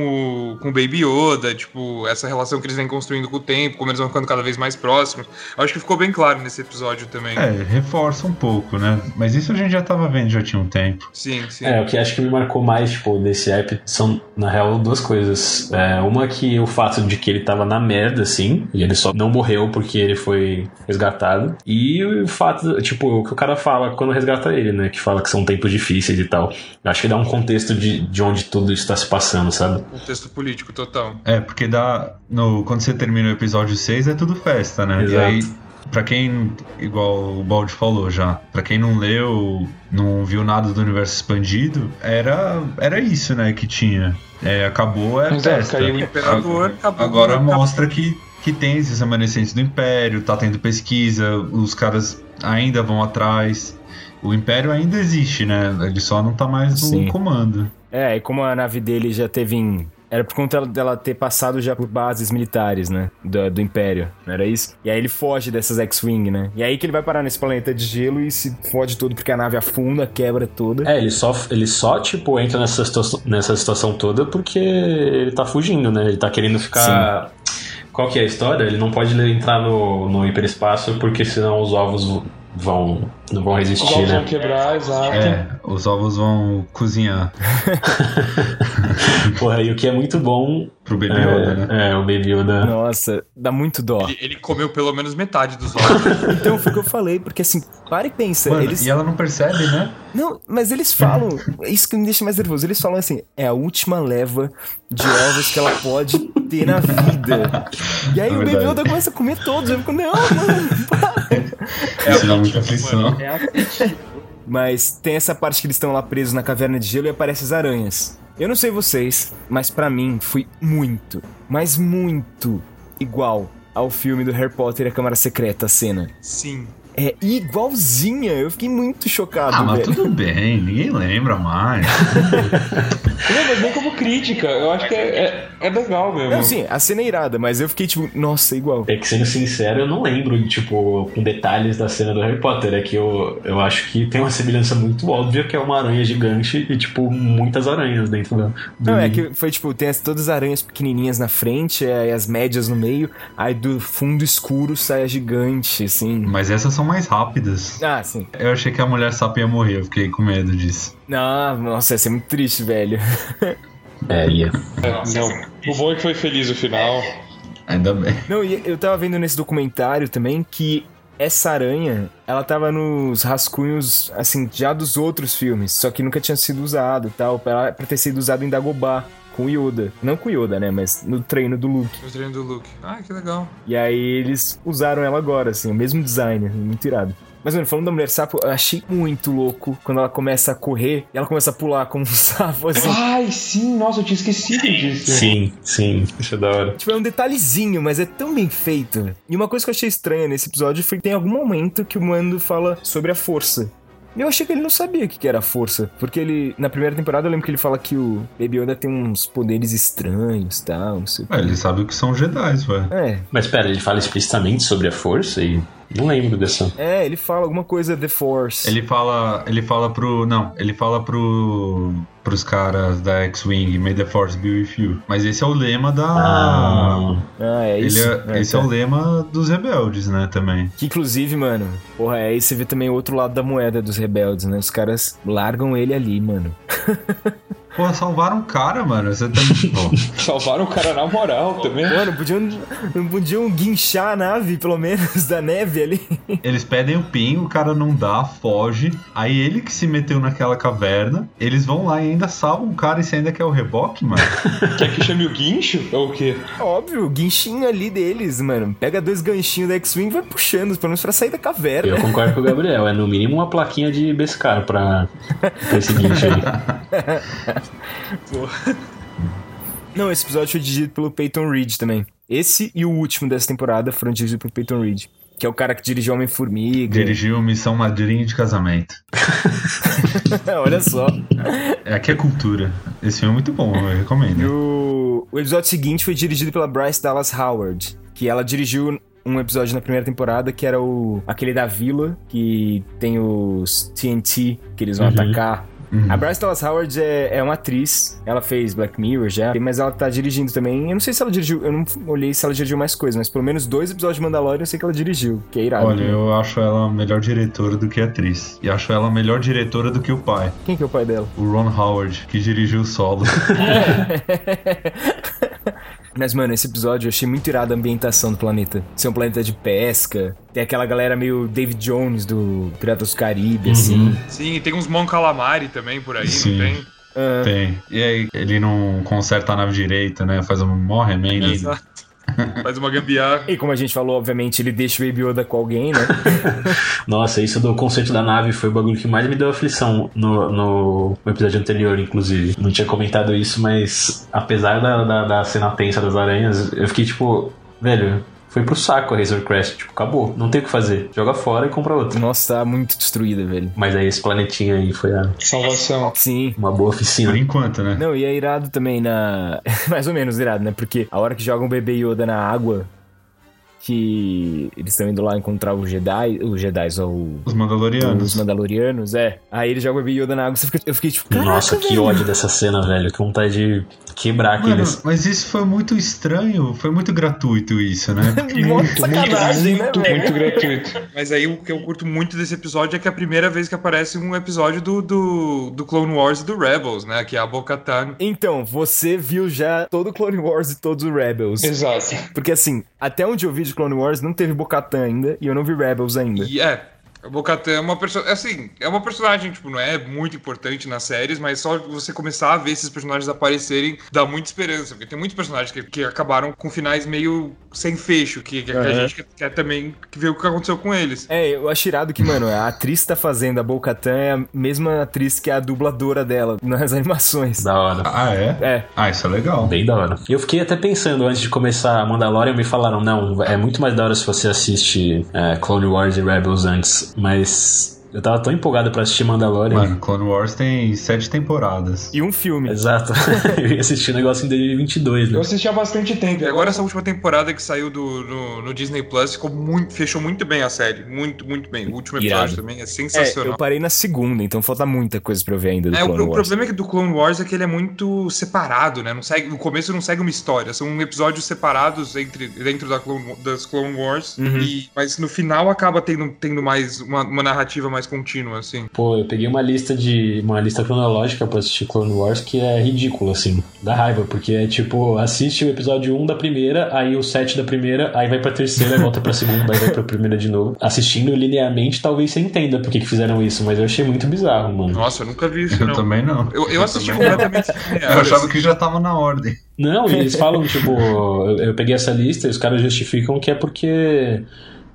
Speaker 4: o, com o Baby Yoda, tipo, essa relação que eles vêm construindo com o tempo, como eles vão ficando cada vez mais próximos. Acho que ficou bem claro nesse episódio também.
Speaker 2: É, reforça um pouco, né? Mas isso a gente já tava vendo já tinha um tempo.
Speaker 4: Sim, sim.
Speaker 3: é, o que acho que me marcou mais, tipo, desse app são, na real, duas coisas. É, uma que o fato de que ele tava na merda, assim, e ele só não morreu porque ele foi resgatado. E o fato, tipo, o que o cara fala quando resgata ele, né? Que fala que são tempos difíceis e tal. Eu acho que dá um contexto de, de onde tudo isso tá se passando, sabe?
Speaker 4: Contexto político total.
Speaker 2: É, porque dá. No, quando você termina o episódio 6, é tudo festa, né? E
Speaker 3: Exato.
Speaker 2: aí Pra quem, igual o Baldi falou já, pra quem não leu, não viu nada do universo expandido, era, era isso, né, que tinha. É, acabou, é
Speaker 6: Exato,
Speaker 2: festa.
Speaker 6: caiu o
Speaker 4: imperador, acabou.
Speaker 2: Agora
Speaker 4: Acabou.
Speaker 2: mostra que, que tem esses remanescentes do Império, tá tendo pesquisa, os caras ainda vão atrás. O Império ainda existe, né? Ele só não tá mais no
Speaker 1: Sim.
Speaker 2: comando.
Speaker 1: É, e como a nave dele já teve em. Era por conta dela ter passado já por bases militares, né? Do, do Império, não era isso? E aí ele foge dessas X-Wing, né? E aí que ele vai parar nesse planeta de gelo e se fode todo porque a nave afunda, quebra toda.
Speaker 3: É, ele só, ele só tipo, entra nessa, situa- nessa situação toda porque ele tá fugindo, né? Ele tá querendo ficar. Qual que é a história? Ele não pode entrar no, no hiperespaço porque senão os ovos vão. não vão
Speaker 6: Os
Speaker 3: resistir,
Speaker 6: ovos vão
Speaker 3: né?
Speaker 6: quebrar, exato.
Speaker 2: É, os ovos vão cozinhar
Speaker 3: Porra, e o que é muito bom
Speaker 2: pro
Speaker 3: é,
Speaker 2: bebê Yoda, né?
Speaker 3: é o Baby Yoda.
Speaker 1: Nossa, dá muito dó.
Speaker 4: Ele, ele comeu pelo menos metade dos ovos.
Speaker 1: Então foi o que eu falei, porque assim, para e pensa.
Speaker 2: Mano,
Speaker 1: eles...
Speaker 2: E ela não percebe, né?
Speaker 1: Não, mas eles falam. Isso que me deixa mais nervoso. Eles falam assim: é a última leva de ovos que ela pode ter na vida. E aí
Speaker 2: É
Speaker 1: o bebê
Speaker 2: verdade.
Speaker 1: Yoda começa a comer todos. Eu fico, não, mano.
Speaker 3: É
Speaker 2: Isso dá muita aflição.
Speaker 1: É apetite. Mas tem essa parte que eles estão lá presos na caverna de gelo e aparecem as aranhas. Eu não sei vocês, mas pra mim foi muito, mas muito igual ao filme do Harry Potter e a Câmara Secreta, a cena.
Speaker 4: Sim.
Speaker 1: É igualzinha, eu fiquei muito chocado,
Speaker 2: Ah, mas
Speaker 1: velho.
Speaker 2: tudo bem, ninguém lembra mais.
Speaker 6: Não, mas nem como crítica, eu acho que é, é, é legal mesmo.
Speaker 1: Não, sim, a cena é irada, mas eu fiquei tipo, nossa, igual.
Speaker 3: É que sendo sincero, eu não lembro, tipo, com detalhes da cena do Harry Potter. É que eu, eu acho que tem uma semelhança muito óbvia, que é uma aranha gigante e, tipo, muitas aranhas dentro do. do
Speaker 1: Não, é
Speaker 3: ninho.
Speaker 1: que foi tipo, tem as, todas as aranhas pequenininhas na frente, é, e as médias no meio, aí do fundo escuro sai a gigante, assim.
Speaker 2: Mas essas são mais rápidas.
Speaker 1: Ah, sim.
Speaker 2: Eu achei que a mulher sapo ia morrer, eu fiquei com medo disso.
Speaker 1: Ah, nossa, ia ser muito triste, velho.
Speaker 3: É, ia.
Speaker 6: Não. O bom é que foi feliz o final.
Speaker 2: Ainda bem.
Speaker 1: Não, e eu tava vendo nesse documentário também que essa aranha, ela tava nos rascunhos, assim, já dos outros filmes, só que nunca tinha sido usado e tal, pra, pra ter sido usado em Dagobah, com o Yoda. Não com o Yoda, né, mas no treino do Luke.
Speaker 4: No treino do Luke. Ah, que legal.
Speaker 1: E aí eles usaram ela agora, assim, o mesmo design, muito irado. Mas, mano, falando da mulher sapo, eu achei muito louco quando ela começa a correr e ela começa a pular como um sapo, assim.
Speaker 6: Ai, sim, nossa, eu tinha esquecido disso.
Speaker 3: Sim, sim. Isso é da hora.
Speaker 1: Tipo, é um detalhezinho, mas é tão bem feito. E uma coisa que eu achei estranha nesse episódio foi que tem algum momento que o Mando fala sobre a força. E eu achei que ele não sabia o que que era a força. Porque ele, na primeira temporada, eu lembro que ele fala que o Baby Yoda tem uns poderes estranhos e tal, não sei o quê.
Speaker 2: Ué, ele sabe o que são Jedi, velho.
Speaker 1: É,
Speaker 3: Mas pera, ele fala explicitamente sobre a força e. Não lembro dessa.
Speaker 1: é, ele fala alguma coisa The Force.
Speaker 2: Ele fala, ele fala pro, não, ele fala pro pros caras da X-Wing, May the Force be with you. Mas esse é o lema da
Speaker 3: Ah.
Speaker 1: Ah, é
Speaker 2: ele
Speaker 1: isso.
Speaker 2: é- esse é o lema dos rebeldes, né, também.
Speaker 1: Que inclusive, mano, porra, aí você vê também o outro lado da moeda dos rebeldes, né? Os caras largam ele ali, mano.
Speaker 2: Pô, salvaram o cara, mano. Você tá... Pô,
Speaker 6: Salvaram o cara na moral também.
Speaker 1: Mano, podiam, não podiam guinchar a nave, pelo menos, da neve ali.
Speaker 2: Eles pedem o PIN, o cara não dá, foge. Aí ele que se meteu naquela caverna, eles vão lá e ainda salvam o cara e você ainda quer o reboque, mano.
Speaker 6: Quer que chame o guincho? Ou o quê?
Speaker 1: Óbvio, o guinchinho ali deles, mano. Pega dois ganchinhos da X-Wing e vai puxando, pelo menos pra sair da caverna.
Speaker 3: Eu concordo com o Gabriel, é no mínimo uma plaquinha de Bescar pra, pra esse guincho aí.
Speaker 1: Não, esse episódio foi dirigido pelo Peyton Reed também. Esse e o último dessa temporada foram dirigidos pelo Peyton Reed, que é o cara que dirigiu Homem-Formiga.
Speaker 2: Dirigiu Missão Madrinha de Casamento.
Speaker 1: Olha só.
Speaker 2: É, Aqui é cultura. Esse filme é muito bom, eu
Speaker 1: E
Speaker 2: recomendo.
Speaker 1: o, o episódio seguinte foi dirigido pela Bryce Dallas Howard, que ela dirigiu um episódio na primeira temporada que era o aquele da vila que tem os TNT que eles vão
Speaker 3: Uhum.
Speaker 1: atacar.
Speaker 2: Uhum.
Speaker 1: A Bryce Dallas Howard é, é uma atriz, ela fez Black Mirror já, mas ela tá dirigindo também. Eu não sei se ela dirigiu, eu não olhei se ela dirigiu mais coisas, mas pelo menos dois episódios de Mandalorian eu sei que ela dirigiu, que é irado.
Speaker 2: Olha, eu acho ela melhor diretora do que atriz. E acho ela melhor diretora do que o pai,
Speaker 1: Quem que é o pai dela?
Speaker 2: o Ron Howard, que dirigiu o solo.
Speaker 1: Mas, mano, esse episódio eu achei muito irado a ambientação do planeta. Ser um planeta de pesca, tem aquela galera meio David Jones do Piratas do
Speaker 3: Uhum.
Speaker 1: Caribe, assim.
Speaker 4: Sim, e tem uns Mon Calamari também por aí,
Speaker 2: Sim.
Speaker 4: não tem?
Speaker 1: Ah,
Speaker 2: Tem. E aí ele não conserta a nave direita, né? Faz um mó remendo.
Speaker 4: Exato. Faz uma gambiarra.
Speaker 1: E como a gente falou, obviamente, ele deixa o Baby Yoda com alguém, né?
Speaker 3: Nossa, isso do conceito da nave foi o bagulho que mais me deu aflição no, no episódio anterior, inclusive. Não tinha comentado isso, mas apesar da, da, da cena tensa das aranhas, eu fiquei tipo, velho. Foi pro saco a Razor Crest, tipo, acabou, não tem o que fazer. Joga fora e compra outra.
Speaker 1: Nossa, tá muito destruída, velho.
Speaker 3: Mas aí esse planetinha aí foi a-
Speaker 6: Salvação.
Speaker 1: Sim.
Speaker 3: uma boa
Speaker 2: Por
Speaker 3: oficina.
Speaker 2: enquanto, né?
Speaker 1: Não, e é irado também na. Mais ou menos irado, né? Porque a hora que jogam o bebê Yoda na água, que eles estão indo lá encontrar o Jedi. Os Jedi, ó, o.
Speaker 2: Os
Speaker 1: Os
Speaker 2: Mandalorianos.
Speaker 1: Mandalorianos, é. Aí eles jogam o bebê Yoda na água, você fica- eu fiquei tipo, caraca,
Speaker 3: Nossa, que
Speaker 1: velho.
Speaker 3: ódio dessa cena, velho. Que vontade de quebrar
Speaker 2: Mano,
Speaker 3: aqueles.
Speaker 2: mas isso foi muito estranho, foi muito gratuito isso, né? Porque
Speaker 1: Mó
Speaker 6: Muito,
Speaker 1: sacanagem, né,
Speaker 6: muito,
Speaker 1: velho?
Speaker 6: muito gratuito.
Speaker 4: Mas aí o que eu curto muito desse episódio é que é a primeira vez que aparece um episódio do, do, do Clone Wars e do Rebels, né? Que é a Bo-Katan.
Speaker 1: Então, você viu já todo o Clone Wars e todos os Rebels.
Speaker 6: Exato.
Speaker 1: Porque assim, até onde eu vi de Clone Wars não teve Bocatan ainda e eu não vi Rebels ainda.
Speaker 4: E é, a Bo-Katan é uma personagem. Assim, é uma personagem, tipo, não é muito importante nas séries, mas só você começar a ver esses personagens aparecerem dá muita esperança. Porque tem muitos personagens que, que acabaram com finais meio sem fecho, que, que a
Speaker 1: Aham.
Speaker 4: gente quer, quer também ver o que aconteceu com eles.
Speaker 1: É, eu acho irado que, mano, a atriz que tá fazendo a Bocatan é a mesma atriz que é a dubladora dela nas animações.
Speaker 3: Da hora.
Speaker 2: Ah, é?
Speaker 1: É.
Speaker 2: Ah, isso é legal.
Speaker 3: Bem da hora. E eu fiquei até pensando antes de começar a Mandalorian, me falaram, não, é muito mais da hora se você assiste é, Clone Wars e Rebels antes, mas eu tava tão empolgado pra assistir Mandalorian.
Speaker 2: Mano, Clone Wars tem sete temporadas.
Speaker 1: E um
Speaker 4: É
Speaker 1: filme.
Speaker 3: Exato. eu ia assistir o negócio em 2022, né?
Speaker 6: Eu assisti há bastante tempo.
Speaker 4: E agora essa última temporada que saiu do, no, no Disney Plus ficou muito, fechou muito bem a série. Muito, muito bem. O último episódio
Speaker 1: Irado.
Speaker 4: também é
Speaker 1: É,
Speaker 4: sensacional.
Speaker 1: eu parei na segunda, então falta muita coisa pra eu ver ainda do
Speaker 4: É, o,
Speaker 1: Clone
Speaker 4: o
Speaker 1: Wars.
Speaker 4: problema é que do Clone Wars é que ele é muito separado, né? Não segue, no começo não segue uma história, são episódios separados entre, dentro da Clone, das Clone Wars,
Speaker 1: Uhum.
Speaker 4: e, mas no final acaba tendo, tendo mais uma, uma narrativa mais contínua, assim.
Speaker 3: Pô, eu peguei uma lista de. uma lista cronológica pra assistir Clone Wars que é ridícula, assim. Dá raiva, porque é tipo, assiste o episódio 1 da primeira, aí o 7 da primeira, aí vai pra terceira, aí volta pra segunda, aí vai pra primeira de novo. Assistindo linearmente, talvez você entenda por que, que fizeram isso, mas eu achei muito bizarro, mano.
Speaker 4: Nossa, eu nunca vi isso,
Speaker 2: Eu
Speaker 4: não.
Speaker 2: também não.
Speaker 4: Eu, eu assisti
Speaker 2: também não.
Speaker 4: completamente.
Speaker 6: É,
Speaker 4: É,
Speaker 2: Eu achava que já tava na ordem.
Speaker 3: Não, e eles falam, tipo, eu, eu peguei essa lista e os caras justificam que é porque.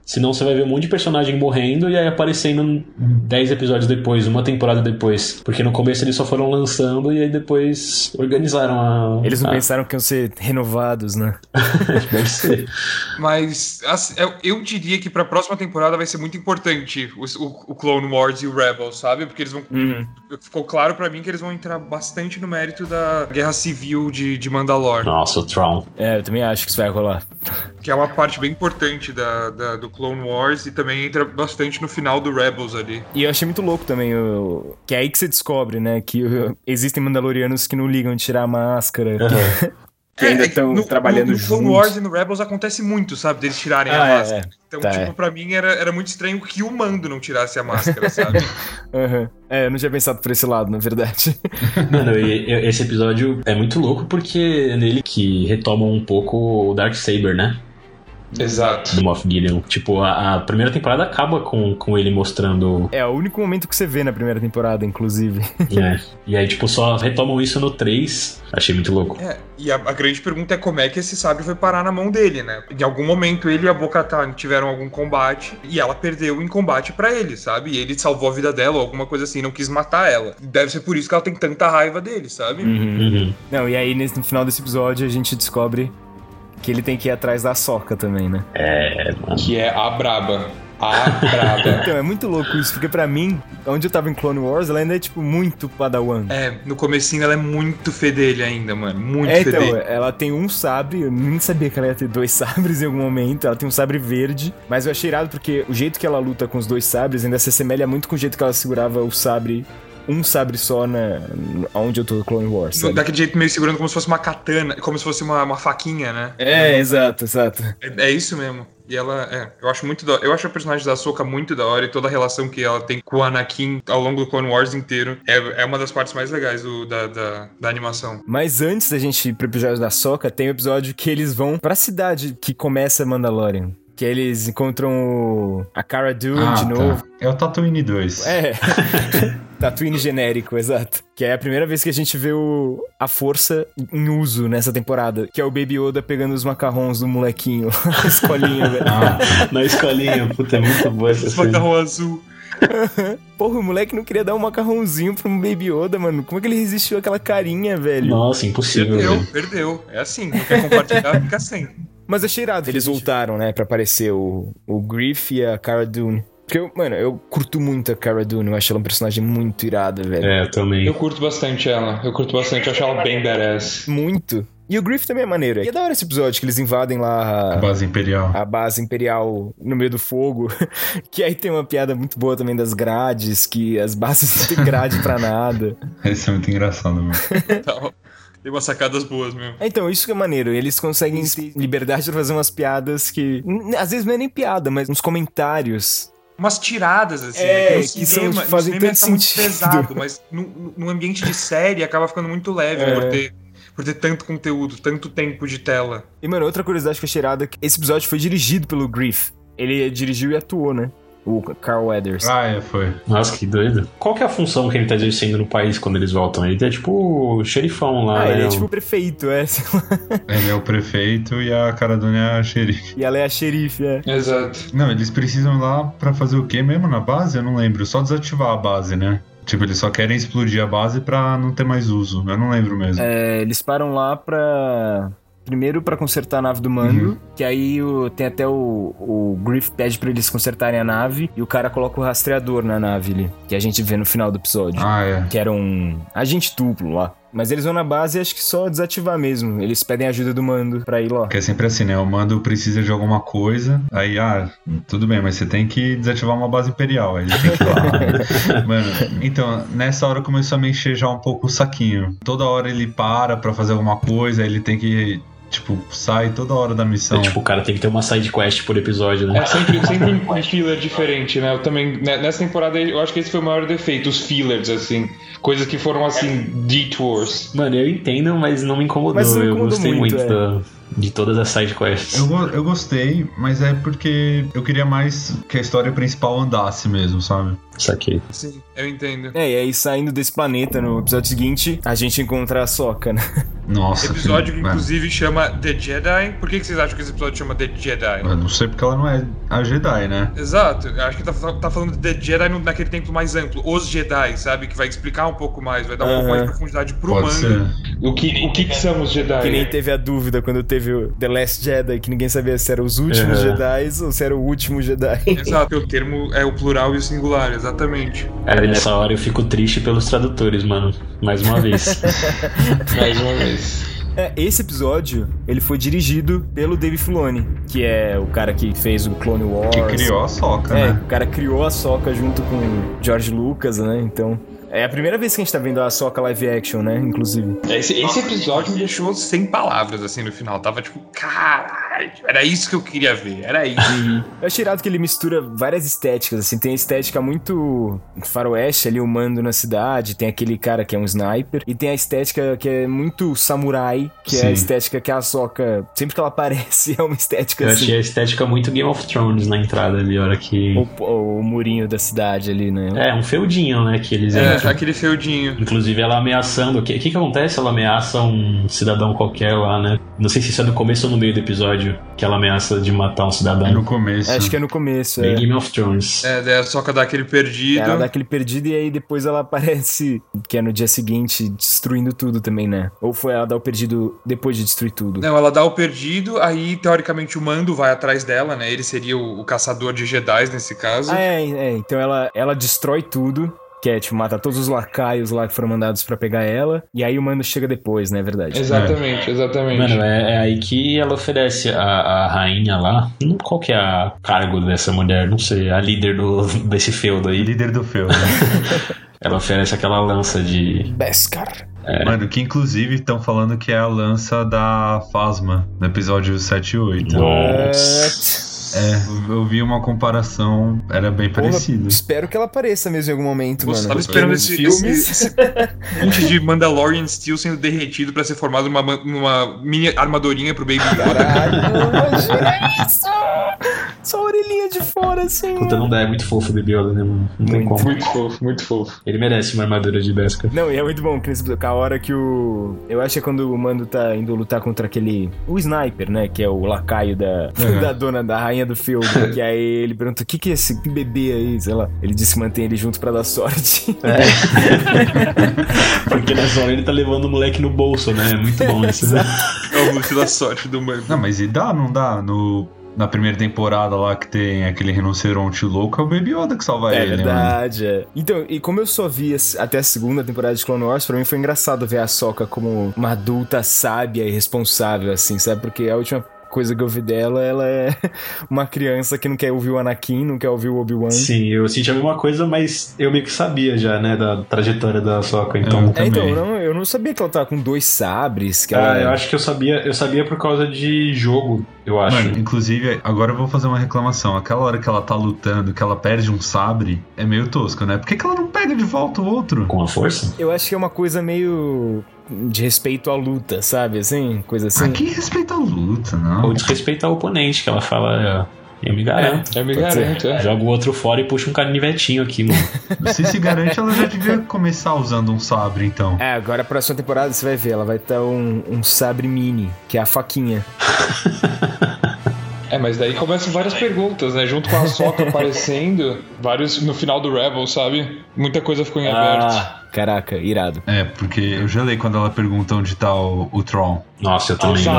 Speaker 3: Senão você vai ver um monte de personagem morrendo e aí aparecendo 10 episódios depois, uma temporada depois. Porque no começo eles só foram lançando e aí depois organizaram a.
Speaker 6: Ah.
Speaker 1: Eles não
Speaker 3: a-
Speaker 1: pensaram que iam ser renovados, né?
Speaker 3: Deve ser.
Speaker 4: Mas assim, eu, eu diria que pra próxima temporada vai ser muito importante o, o- o Clone Wars e o Rebels, sabe? Porque eles vão.
Speaker 1: Uhum.
Speaker 4: Ficou claro pra mim que eles vão entrar bastante no mérito da guerra civil de, de Mandalore.
Speaker 1: Tá.
Speaker 3: Nossa, o Tron.
Speaker 1: É, eu também acho que isso vai rolar.
Speaker 4: que é uma parte bem importante da, da- do Clone Wars e também entra bastante no final do Rebels ali.
Speaker 1: E eu achei muito louco também, o... que é aí que você descobre, né? Que uh, existem mandalorianos que não ligam de tirar a máscara. Que ainda
Speaker 4: É, é que
Speaker 1: tão
Speaker 4: no-
Speaker 1: trabalhando
Speaker 4: no, no Clone
Speaker 1: juntos.
Speaker 4: Wars e no Rebels acontece muito, sabe? Deles tirarem
Speaker 1: Ah,
Speaker 4: a
Speaker 1: é,
Speaker 4: máscara.
Speaker 1: é.
Speaker 4: Então,
Speaker 1: Tá, é.
Speaker 4: tipo, pra mim era, era muito estranho que o Mando não tirasse a máscara, sabe?
Speaker 1: Aham. É, eu não tinha pensado por esse lado, na verdade.
Speaker 3: Mano, e- e- esse episódio é muito louco porque é nele que retomam um pouco o Dark Saber, né?
Speaker 6: Exato.
Speaker 3: Do Moff Gideon. Tipo, a, a primeira temporada acaba com, com ele mostrando
Speaker 1: É o único momento que você vê na primeira temporada, inclusive.
Speaker 3: É. E aí, tipo, só retomam isso no 3. Achei muito louco.
Speaker 4: É, e a, a grande pergunta é como é que esse sabre foi parar na mão dele, né? Em algum momento ele e a Bo-Katan tiveram algum combate e ela perdeu em combate pra ele, sabe? E ele salvou a vida dela ou alguma coisa assim, não quis matar ela. Deve ser por isso que ela tem tanta raiva dele, sabe?
Speaker 6: Hum.
Speaker 3: Uhum.
Speaker 1: Não, e aí nesse- no final desse episódio a gente descobre que ele tem que ir atrás da soca também, né?
Speaker 3: É, mano.
Speaker 6: Que é a braba. A braba.
Speaker 1: Então, é muito louco isso, porque pra mim, onde eu tava em Clone Wars, ela ainda é, tipo, muito padawan.
Speaker 4: É, no comecinho ela é muito fedelha ainda, mano. Muito
Speaker 1: É, então,
Speaker 4: fedelha.
Speaker 1: ela tem um sabre, eu nem sabia que ela ia ter dois sabres em algum momento, ela tem um sabre verde, mas eu achei irado porque o jeito que ela luta com os dois sabres ainda se assemelha muito com o jeito que ela segurava o sabre, um sabre só na onde eu tô no Clone Wars,
Speaker 4: No-
Speaker 1: sabe?
Speaker 4: Daquele jeito meio segurando como se fosse uma katana, como se fosse uma, uma faquinha, né?
Speaker 1: É, exato, exato.
Speaker 4: É, é isso mesmo. E ela, é, eu acho muito da Eu acho a personagem da Soca muito da hora e toda a relação que ela tem com o Anakin ao longo do Clone Wars inteiro é, é uma das partes mais legais do- da, da, da animação.
Speaker 1: Mas antes da gente ir pro episódio da Soca, tem o episódio que eles vão pra cidade que começa Mandalorian. Que eles encontram o... a Cara Dune
Speaker 2: Ah,
Speaker 1: de É.
Speaker 2: tá.
Speaker 1: novo.
Speaker 2: É o Tatooine 2.
Speaker 1: É. Tatooine genérico, exato. Que é a primeira vez que a gente vê o- a força em uso nessa temporada. Que é o Baby Yoda pegando os macarrons do molequinho. A escolinha, velho.
Speaker 2: Ah.
Speaker 3: Na escolinha, puta, é muito boa essa
Speaker 4: Esse
Speaker 3: cena.
Speaker 4: macarrão azul.
Speaker 1: Porra, o moleque não queria dar um macarrãozinho pra um Baby Yoda, mano. Como é que ele resistiu àquela carinha, velho?
Speaker 3: Nossa, impossível,
Speaker 4: Perdeu,
Speaker 3: velho.
Speaker 4: perdeu. É assim, não quer compartilhar, fica sem.
Speaker 1: Mas achei irado. Eles voltaram, né, pra aparecer o, o Griff e a Cara Dune. Porque, eu, mano, eu curto muito a Cara Dune. Eu acho ela um personagem muito irada, velho.
Speaker 3: É, eu também.
Speaker 6: Eu curto bastante ela. Eu curto bastante, eu acho ela bem badass.
Speaker 1: Muito. E o Griff também é maneiro. E é da hora esse episódio que eles invadem lá
Speaker 2: A
Speaker 1: a-
Speaker 2: base imperial.
Speaker 1: a base imperial no meio do fogo. que aí tem uma piada muito boa também das grades, que as bases não tem grade pra nada.
Speaker 2: Esse é muito engraçado, mano.
Speaker 4: Tá, Tem umas sacadas boas mesmo.
Speaker 1: É, Então, isso que é maneiro. Eles conseguem ter liberdade pra fazer umas piadas que. n- Às vezes não é nem piada, mas uns comentários.
Speaker 4: Umas tiradas, assim.
Speaker 1: É,
Speaker 4: né? No
Speaker 1: que são,
Speaker 4: cinema-
Speaker 1: tipo,
Speaker 4: no
Speaker 1: fazem
Speaker 4: cinema
Speaker 1: tanto
Speaker 4: tá muito
Speaker 1: sentido.
Speaker 4: pesado, mas num num ambiente de série acaba ficando muito leve né,
Speaker 1: É.
Speaker 4: por, ter, por ter tanto conteúdo, tanto tempo de tela.
Speaker 1: E, mano, outra curiosidade que eu cheirada é que esse episódio foi dirigido pelo Griff. Ele dirigiu e atuou, né? O Carl Weathers.
Speaker 2: Ah, é, foi.
Speaker 3: Nossa, que doido. Qual que é a função que ele tá exercendo no país quando eles voltam? Ele é tipo o xerifão lá,
Speaker 1: Ah,
Speaker 3: né?
Speaker 1: ele é tipo o prefeito, é. sei lá.
Speaker 2: Ele é o prefeito e a cara do é a xerife.
Speaker 1: E ela é a xerife, é.
Speaker 6: Exato.
Speaker 2: Não, eles precisam ir lá pra fazer o quê mesmo na base? Eu não lembro. Só desativar a base, né? Tipo, eles só querem explodir a base pra não ter mais uso. Eu não lembro mesmo.
Speaker 1: É, eles param lá pra. Primeiro pra consertar a nave do Mando, que aí o- tem até o, o Griff pede pra eles consertarem a nave e o cara coloca o rastreador na nave ali, que a gente vê no final do episódio.
Speaker 2: Ah, é.
Speaker 1: Que era um agente duplo lá. Mas eles vão na base e acho que só desativar mesmo. Eles pedem ajuda do Mando pra ir lá.
Speaker 2: Porque é sempre assim, né? O mando precisa de alguma coisa, aí, ah, tudo bem, mas você tem que desativar uma base imperial. Aí ele tem que ir lá. Mano, então, nessa hora começou a me encher já um pouco o saquinho. Toda hora ele para pra fazer alguma coisa, aí ele tem que, tipo, sai toda hora da
Speaker 3: É
Speaker 2: missão.
Speaker 3: tipo, o cara tem que ter uma side quest por episódio, né?
Speaker 6: É sempre, sempre um filler diferente, né? Eu também, né, nessa temporada, eu acho que esse foi o maior defeito, os fillers, assim. Coisas que foram, assim, detours.
Speaker 3: Mano, eu entendo, mas não me incomodou.
Speaker 1: É. Mas não
Speaker 3: eu
Speaker 1: incomodou
Speaker 3: gostei
Speaker 1: muito,
Speaker 3: muito,
Speaker 1: é.
Speaker 3: da- de todas as side quests.
Speaker 2: Eu, go- eu gostei, mas é porque eu queria mais que a história principal andasse mesmo, sabe?
Speaker 3: Isso aqui.
Speaker 4: Sim. Eu entendo.
Speaker 1: É, e aí saindo desse planeta no episódio seguinte, a gente encontra a Soca, né?
Speaker 2: Nossa.
Speaker 4: Episódio que,
Speaker 2: mano.
Speaker 4: inclusive, chama The Jedi. Por que, que vocês acham que esse episódio chama The Jedi?
Speaker 2: Eu não sei porque ela não é a Jedi, né?
Speaker 4: Exato, eu acho que tá, tá falando de Jedi no- naquele tempo mais amplo, os Jedi, sabe? Que vai explicar um pouco mais, vai dar um pouco
Speaker 1: Aham.
Speaker 4: mais de profundidade pro
Speaker 2: Pode
Speaker 4: manga.
Speaker 2: ser.
Speaker 6: O que, o que, que são os Jedi?
Speaker 1: Que nem teve a dúvida quando teve o The Last Jedi, que ninguém sabia se eram os últimos
Speaker 3: É.
Speaker 1: Jedi ou se era o último Jedi.
Speaker 4: Exato, porque o termo é o plural e o singular, exatamente.
Speaker 3: Cara, É, nessa hora eu fico triste pelos tradutores, mano. Mais uma vez.
Speaker 6: Mais uma vez.
Speaker 1: É, esse episódio, ele foi dirigido pelo Dave Filoni, que é o cara que fez o Clone Wars.
Speaker 2: Que criou a soca,
Speaker 1: É,
Speaker 2: né?
Speaker 1: o cara criou a Soca junto com o George Lucas, né? Então, é a primeira vez que a gente tá vendo a Soca live action, né? Inclusive.
Speaker 6: É, Esse, esse episódio
Speaker 4: me
Speaker 6: me
Speaker 4: deixou sem palavras, assim, no final. Tava tipo, caralho, era isso que eu queria ver, era isso.
Speaker 6: Uhum.
Speaker 1: Eu achei irado que ele mistura várias estéticas, assim, tem a estética muito faroeste ali, o mando na cidade, tem aquele cara que é um sniper, e tem a estética que é muito samurai, que é a
Speaker 2: Sim.
Speaker 1: estética que a Soca, sempre que ela aparece, é uma estética
Speaker 3: eu
Speaker 1: assim.
Speaker 3: achei a estética muito Game of Thrones na entrada é ali, a hora que.
Speaker 1: O, o- o murinho da cidade ali, né?
Speaker 3: É, um feudinho, né? Que eles
Speaker 4: é,
Speaker 3: entram.
Speaker 4: aquele feudinho.
Speaker 3: Inclusive ela ameaçando. O que, o que que acontece? Ela ameaça um cidadão qualquer lá, né? Não sei se isso é no começo ou no meio do episódio que ela ameaça de matar um cidadão.
Speaker 2: No começo.
Speaker 1: Acho que é no começo,
Speaker 3: Bem
Speaker 1: é.
Speaker 3: Game of Thrones.
Speaker 4: É, daí a soca dá aquele
Speaker 1: Ela
Speaker 4: perdido.
Speaker 1: dá aquele perdido e aí depois ela aparece, que é no dia seguinte, destruindo tudo também, né? Ou foi ela dar o perdido depois de destruir tudo?
Speaker 4: Não, ela dá o perdido, aí teoricamente o Mando vai atrás dela, né? Ele seria o, o caçador de Jedi nesse caso.
Speaker 1: Ah, é, é. Então ela, ela destrói tudo. Que é, tipo, mata todos os lacaios lá que foram mandados pra pegar ela. E aí o mando chega depois, né? É verdade.
Speaker 6: Exatamente, exatamente.
Speaker 3: Mano, é, é aí que ela oferece a, a rainha lá. Não- Qual que é a cargo dessa mulher? Não sei, a líder do, desse feudo
Speaker 1: é.
Speaker 3: aí.
Speaker 2: Líder do feudo.
Speaker 3: Ela oferece aquela lança de.
Speaker 1: Beskar.
Speaker 2: Mano, que inclusive estão falando que é a lança da Fasma, no episódio 7 e 8. É, eu vi uma comparação, era bem
Speaker 1: Porra,
Speaker 2: parecida.
Speaker 1: espero que ela apareça mesmo em algum momento, mano.
Speaker 4: Você tava
Speaker 1: Porque
Speaker 4: esperando
Speaker 1: nos
Speaker 4: esse, esse,
Speaker 1: filmes.
Speaker 4: esse monte de Mandalorian Steel sendo derretido pra ser formado numa, ma- numa mini armadorinha pro Baby Yoda.
Speaker 1: Caralho, imagina isso! Só a orelhinha de fora, assim.
Speaker 3: Puta, não dá, é muito fofo o Bebiola, né, mano? Não tem
Speaker 1: Muito.
Speaker 3: como.
Speaker 6: Muito fofo, muito
Speaker 1: tipo,
Speaker 6: fofo.
Speaker 3: Ele merece uma armadura de Beskar.
Speaker 1: Não, e é muito bom que nesse episódio, a hora que o. Eu acho que é quando o Mando tá indo lutar contra aquele. O sniper, né? Que é o lacaio da,
Speaker 2: Uhum.
Speaker 1: da dona, da rainha do filme. que aí ele pergunta: o que, que é esse bebê aí? Sei lá. Ele disse que mantém ele junto pra dar sorte.
Speaker 2: É,
Speaker 3: Porque nessa hora ele tá levando o moleque no bolso, né? É muito bom isso, né?
Speaker 4: É o look da sorte do mano.
Speaker 2: Não, mas e dá, não dá? No, na primeira temporada lá que tem aquele rinoceronte louco, é o Baby Yoda que salva
Speaker 1: É
Speaker 2: ele, né, mano.
Speaker 1: verdade, é. Então, e como eu só vi as- até a segunda temporada de Clone Wars, pra mim foi engraçado ver a Soca como uma adulta sábia e responsável, assim, sabe? Porque a última coisa que eu vi dela, ela é uma criança que não quer ouvir o Anakin, não quer ouvir o Obi-Wan.
Speaker 3: Sim, eu senti a mesma coisa, mas eu meio que sabia já, né, da trajetória da Soca, então.
Speaker 1: É, então,
Speaker 2: também.
Speaker 1: não, eu não sabia que ela tava com dois sabres, que ela...
Speaker 3: Ah, eu acho que eu sabia, eu sabia por causa de jogo, eu acho.
Speaker 2: Mano, inclusive, agora eu vou fazer uma reclamação. Aquela hora que ela tá lutando, que ela perde um sabre, é meio tosco, né? Por que, que ela não pega de volta o outro?
Speaker 3: Com a força?
Speaker 1: eu acho que é uma coisa meio de respeito à luta, sabe? Assim, coisa assim.
Speaker 2: Ah, quem respeita a luta,
Speaker 3: Ou
Speaker 2: não?
Speaker 3: desrespeitar o oponente, que ela fala, "É, eu me garanto.
Speaker 6: Eu me
Speaker 1: Pode ser.
Speaker 6: garanto, é.
Speaker 3: Joga o outro fora e puxa um canivetinho aqui, mano.
Speaker 2: Se se garante, ela já devia começar usando um sabre, então.
Speaker 1: É, agora a próxima temporada você vai ver, ela vai ter um, um sabre mini, que é a faquinha.
Speaker 6: É, mas daí começam várias perguntas, né? Junto com a Soca aparecendo, vários no final do Rebel, sabe? Muita coisa ficou em
Speaker 4: É
Speaker 6: aberto.
Speaker 1: Ah, caraca, irado.
Speaker 2: É, porque eu já gelei quando ela pergunta onde tá o, o Tron.
Speaker 3: Nossa, eu também. mano.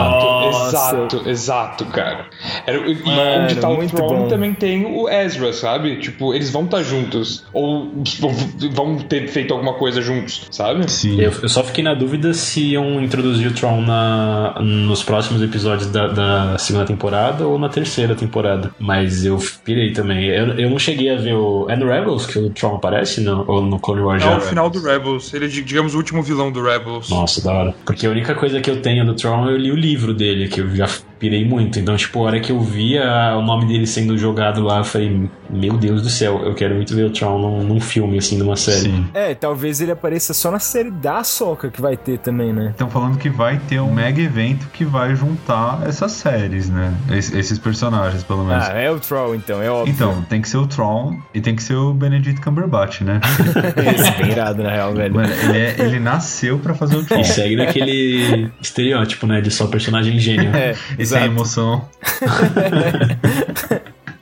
Speaker 6: Exato,
Speaker 1: Nossa.
Speaker 6: exato, exato, cara. Era, e
Speaker 1: Mano,
Speaker 6: onde tá o
Speaker 1: muito
Speaker 6: Tron
Speaker 1: bom.
Speaker 6: também tem o Ezra, sabe? Tipo, eles vão estar juntos. Ou tipo, vão ter feito alguma coisa juntos, sabe?
Speaker 2: Sim.
Speaker 3: Eu, eu só fiquei na dúvida se iam introduzir o Tron na, nos próximos episódios da, da segunda temporada ou na terceira temporada. Mas eu pirei também. Eu, eu não cheguei a ver o. É no Rebels que o Tron aparece? Não, ou no Clone Wars
Speaker 4: É
Speaker 3: já?
Speaker 4: o final do Rebels. Ele é, di- digamos, o último vilão do Rebels.
Speaker 3: Nossa, da hora. Porque a única coisa que eu tenho do Tron, eu li o livro dele, que eu já pirei muito. Então, tipo, a hora que eu via o nome dele sendo jogado lá, eu falei, meu Deus do céu, eu quero muito ver o Tron num, num filme, assim, numa série.
Speaker 2: Sim.
Speaker 1: É, talvez ele apareça só na série da Soca que vai ter também, né?
Speaker 2: Estão falando que vai ter um mega evento que vai juntar essas séries, né? Es- esses personagens, pelo menos.
Speaker 1: Ah, é o Troll então, é óbvio.
Speaker 2: então, tem que ser o Tron e tem que ser o Benedict Cumberbatch, né?
Speaker 1: Esse é bem irado, na real, velho.
Speaker 2: Mano, ele, é- ele nasceu pra fazer o Tron.
Speaker 3: E
Speaker 6: é
Speaker 3: segue naquele estereótipo, né? De só personagem gênio.
Speaker 1: É,
Speaker 2: E sem
Speaker 1: exato.
Speaker 2: emoção.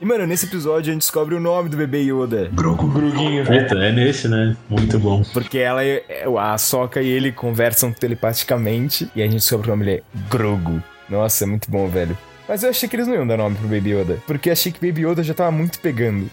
Speaker 1: E, mano, nesse episódio a gente descobre o nome do bebê Yoda.
Speaker 2: Grogu.
Speaker 6: Bruguinho.
Speaker 3: Puta, é nesse, né? Muito bom.
Speaker 1: Porque ela, e- é, a Soca e ele conversam telepaticamente e a gente descobre que o nome dele é Grogu. Nossa, é muito bom, velho. Mas eu achei que eles não iam dar nome pro Baby Yoda. Porque achei que Baby Yoda já tava muito pegando.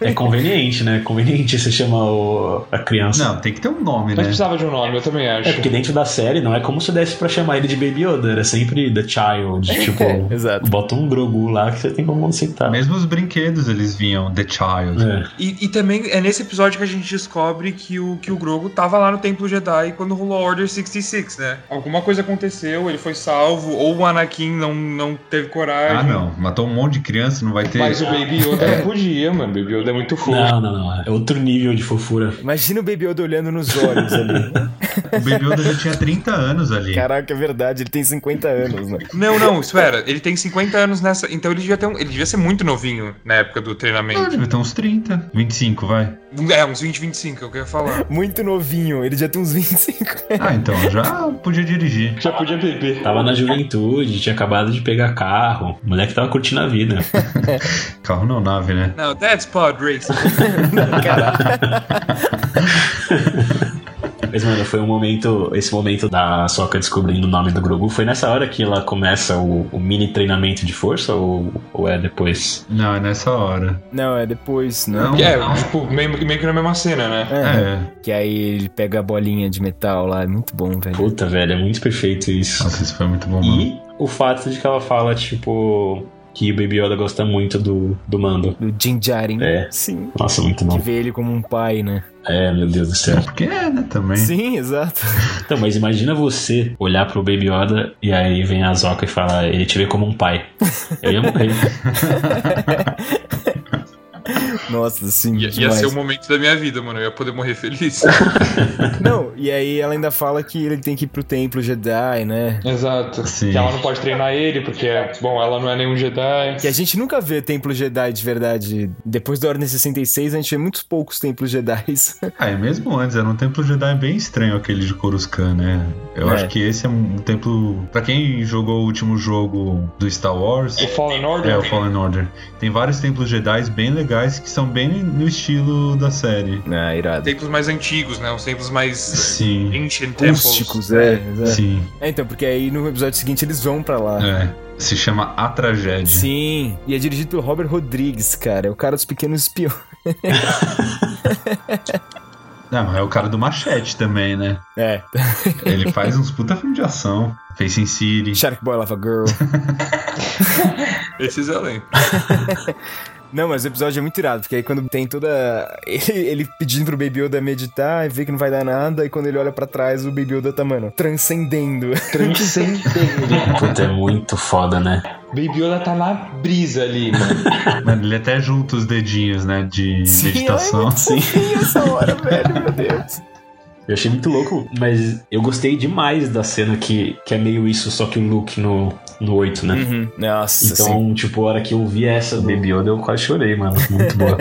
Speaker 3: É conveniente, né? É Conveniente você chamar o- a criança.
Speaker 2: Não, tem que ter um nome,
Speaker 6: Mas
Speaker 2: né?
Speaker 6: precisava de um nome, eu também
Speaker 3: É
Speaker 6: acho.
Speaker 3: porque dentro da série não é como se desse pra chamar ele de Baby Yoda, era sempre The Child, tipo,
Speaker 1: Exato.
Speaker 3: bota um Grogu lá que você tem como aceitar.
Speaker 2: Mesmo os brinquedos eles vinham The Child.
Speaker 3: É.
Speaker 4: E, e também é nesse episódio que a gente descobre que o, que o Grogu tava lá no Templo Jedi quando rolou a Order 66, né? Alguma coisa aconteceu, ele foi salvo, ou o Anakin não, não teve coragem.
Speaker 2: Ah, não. Matou um monte de criança, não vai ter.
Speaker 6: É. Mas o Baby Yoda não podia, mano. Baby Yoda é muito fofo.
Speaker 3: Não, não, não. É outro nível de fofura.
Speaker 1: Imagina o Baby Yoda olhando nos olhos ali.
Speaker 2: O Baby Yoda já tinha 30 anos ali.
Speaker 1: Caraca, é verdade, ele tem 50 anos, né?
Speaker 4: Não, não, espera. Ele tem 50 anos nessa. Então ele devia, ter um- ele devia ser muito novinho na época do
Speaker 2: Ah,
Speaker 4: treinamento.
Speaker 2: devia ter uns 30, 25, vai.
Speaker 4: É, uns 20, 25, é o que eu ia falar.
Speaker 1: Muito novinho, ele já tem uns 25
Speaker 2: Ah, então, já podia dirigir.
Speaker 6: Já podia beber.
Speaker 3: Tava na juventude, tinha acabado de pegar carro. O moleque tava curtindo a vida.
Speaker 2: Carro não, nave, né?
Speaker 4: Não, that's pod race.
Speaker 1: né,
Speaker 3: Mas, mano, foi um momento. Esse momento da Soca descobrindo o nome do Grogu foi nessa hora que ela começa o, o mini treinamento de força ou, ou é depois?
Speaker 2: Não, é nessa hora.
Speaker 1: Não, é depois, né?
Speaker 2: Não.
Speaker 6: É, tipo, meio, meio que na mesma cena, né?
Speaker 1: É.
Speaker 2: É.
Speaker 1: Que aí ele pega a bolinha de metal lá, é muito bom, velho.
Speaker 3: Puta, velho, é muito perfeito isso.
Speaker 2: Nossa, isso foi muito bom, mano.
Speaker 3: E o fato de que ela fala, tipo, que o Baby Yoda gosta muito do, do Mando.
Speaker 1: Do Jinjarin.
Speaker 3: É.
Speaker 1: Sim.
Speaker 3: Nossa,
Speaker 1: Que
Speaker 3: muito bom.
Speaker 1: vê ele como um pai, né?
Speaker 3: É, meu Deus do céu.
Speaker 2: Porque é, né, também.
Speaker 1: Sim, exato.
Speaker 3: Então, mas imagina você olhar pro Baby Yoda e aí vem a Zoka e fala, ele te vê como um pai. Eu ia morrer.
Speaker 1: Nossa, assim.
Speaker 4: Ia, ia
Speaker 1: demais.
Speaker 4: ser o momento da minha vida, mano. Eu ia poder morrer feliz.
Speaker 1: Não, e aí ela ainda fala que ele tem que ir pro templo Jedi, né?
Speaker 6: Exato.
Speaker 2: Sim.
Speaker 6: Que ela não pode treinar ele, porque, bom, ela não é nenhum Jedi.
Speaker 1: Que a gente nunca vê templo Jedi de verdade. Depois da Ordem 66, a gente vê muitos poucos templos Jedi.
Speaker 2: Ah, e mesmo antes, era um templo Jedi bem estranho aquele de Coruscant, né? Eu
Speaker 1: É.
Speaker 2: acho que esse é um templo. Pra quem jogou o último jogo do Star Wars.
Speaker 6: O Fallen Order?
Speaker 2: É, o Fallen Order. Tem vários templos Jedi bem legais que são bem no estilo da série.
Speaker 1: Ah, irado.
Speaker 4: templos mais antigos, né? Os templos mais
Speaker 2: Sim.
Speaker 4: ancient temples.
Speaker 1: Acústicos, é, é.
Speaker 2: Sim,
Speaker 1: É, então, porque aí no episódio seguinte eles vão pra lá.
Speaker 2: é. Se chama A Tragédia.
Speaker 1: Sim, e é dirigido pelo Robert Rodrigues, cara. É o cara dos pequenos espiões.
Speaker 2: Não, é o cara do Machete também, né?
Speaker 1: É,
Speaker 2: Ele faz uns puta filme de ação. Face in City.
Speaker 1: Shark Boy Lava Girl.
Speaker 4: Esses é eu lembro.
Speaker 1: Não, mas o episódio é muito irado, porque aí quando tem toda. Ele, ele pedindo pro Baby Yoda meditar e vê que não vai dar nada, e quando ele olha pra trás, o Baby Yoda tá, mano, transcendendo.
Speaker 3: Puta, é muito foda, né?
Speaker 6: Baby Yoda tá na brisa ali, mano.
Speaker 2: Mano, ele até junta os dedinhos, né? De meditação.
Speaker 1: Sim, sim, essa hora, velho, meu Deus.
Speaker 3: Eu achei muito louco, mas eu gostei demais da cena que, que é meio isso, só que o Luke no, no 8, né?
Speaker 1: Uhum. Nossa,
Speaker 3: Então, tipo, a hora que eu vi essa do Baby Yoda, eu quase chorei, mano. Muito boa.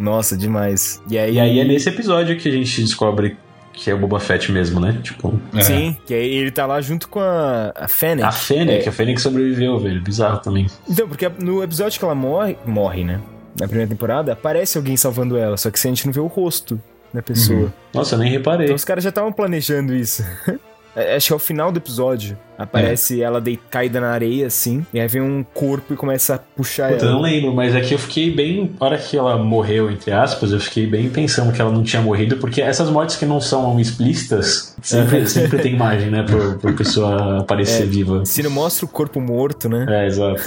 Speaker 1: Nossa, demais. E aí,
Speaker 3: E aí é nesse episódio que a gente descobre que é o Boba Fett mesmo, né? Tipo,
Speaker 2: É.
Speaker 1: Sim, que aí ele tá lá junto com a, a Fennec.
Speaker 3: a Fênix,
Speaker 1: É.
Speaker 3: a Fênix sobreviveu, velho. Bizarro também.
Speaker 1: Então, porque no episódio que ela morre, morre, né? Na primeira temporada, aparece alguém salvando ela, só que a gente não vê o rosto da pessoa.
Speaker 3: Nossa, eu nem
Speaker 1: Então
Speaker 3: reparei.
Speaker 1: os caras já estavam planejando isso. É, Acho que é o final do episódio. Aparece
Speaker 3: É.
Speaker 1: ela dei, caída na areia, assim, e aí vem um corpo e começa a puxar
Speaker 3: Puta, eu
Speaker 1: ela.
Speaker 3: não lembro, mas é que eu fiquei bem. A hora que ela morreu, entre aspas, eu fiquei bem pensando que ela não tinha morrido, porque essas mortes que não são explícitas sempre, sempre tem imagem, né? Pra, pra pessoa aparecer viva.
Speaker 1: É, tipo, Se não mostra o corpo morto, né?
Speaker 3: É, exato.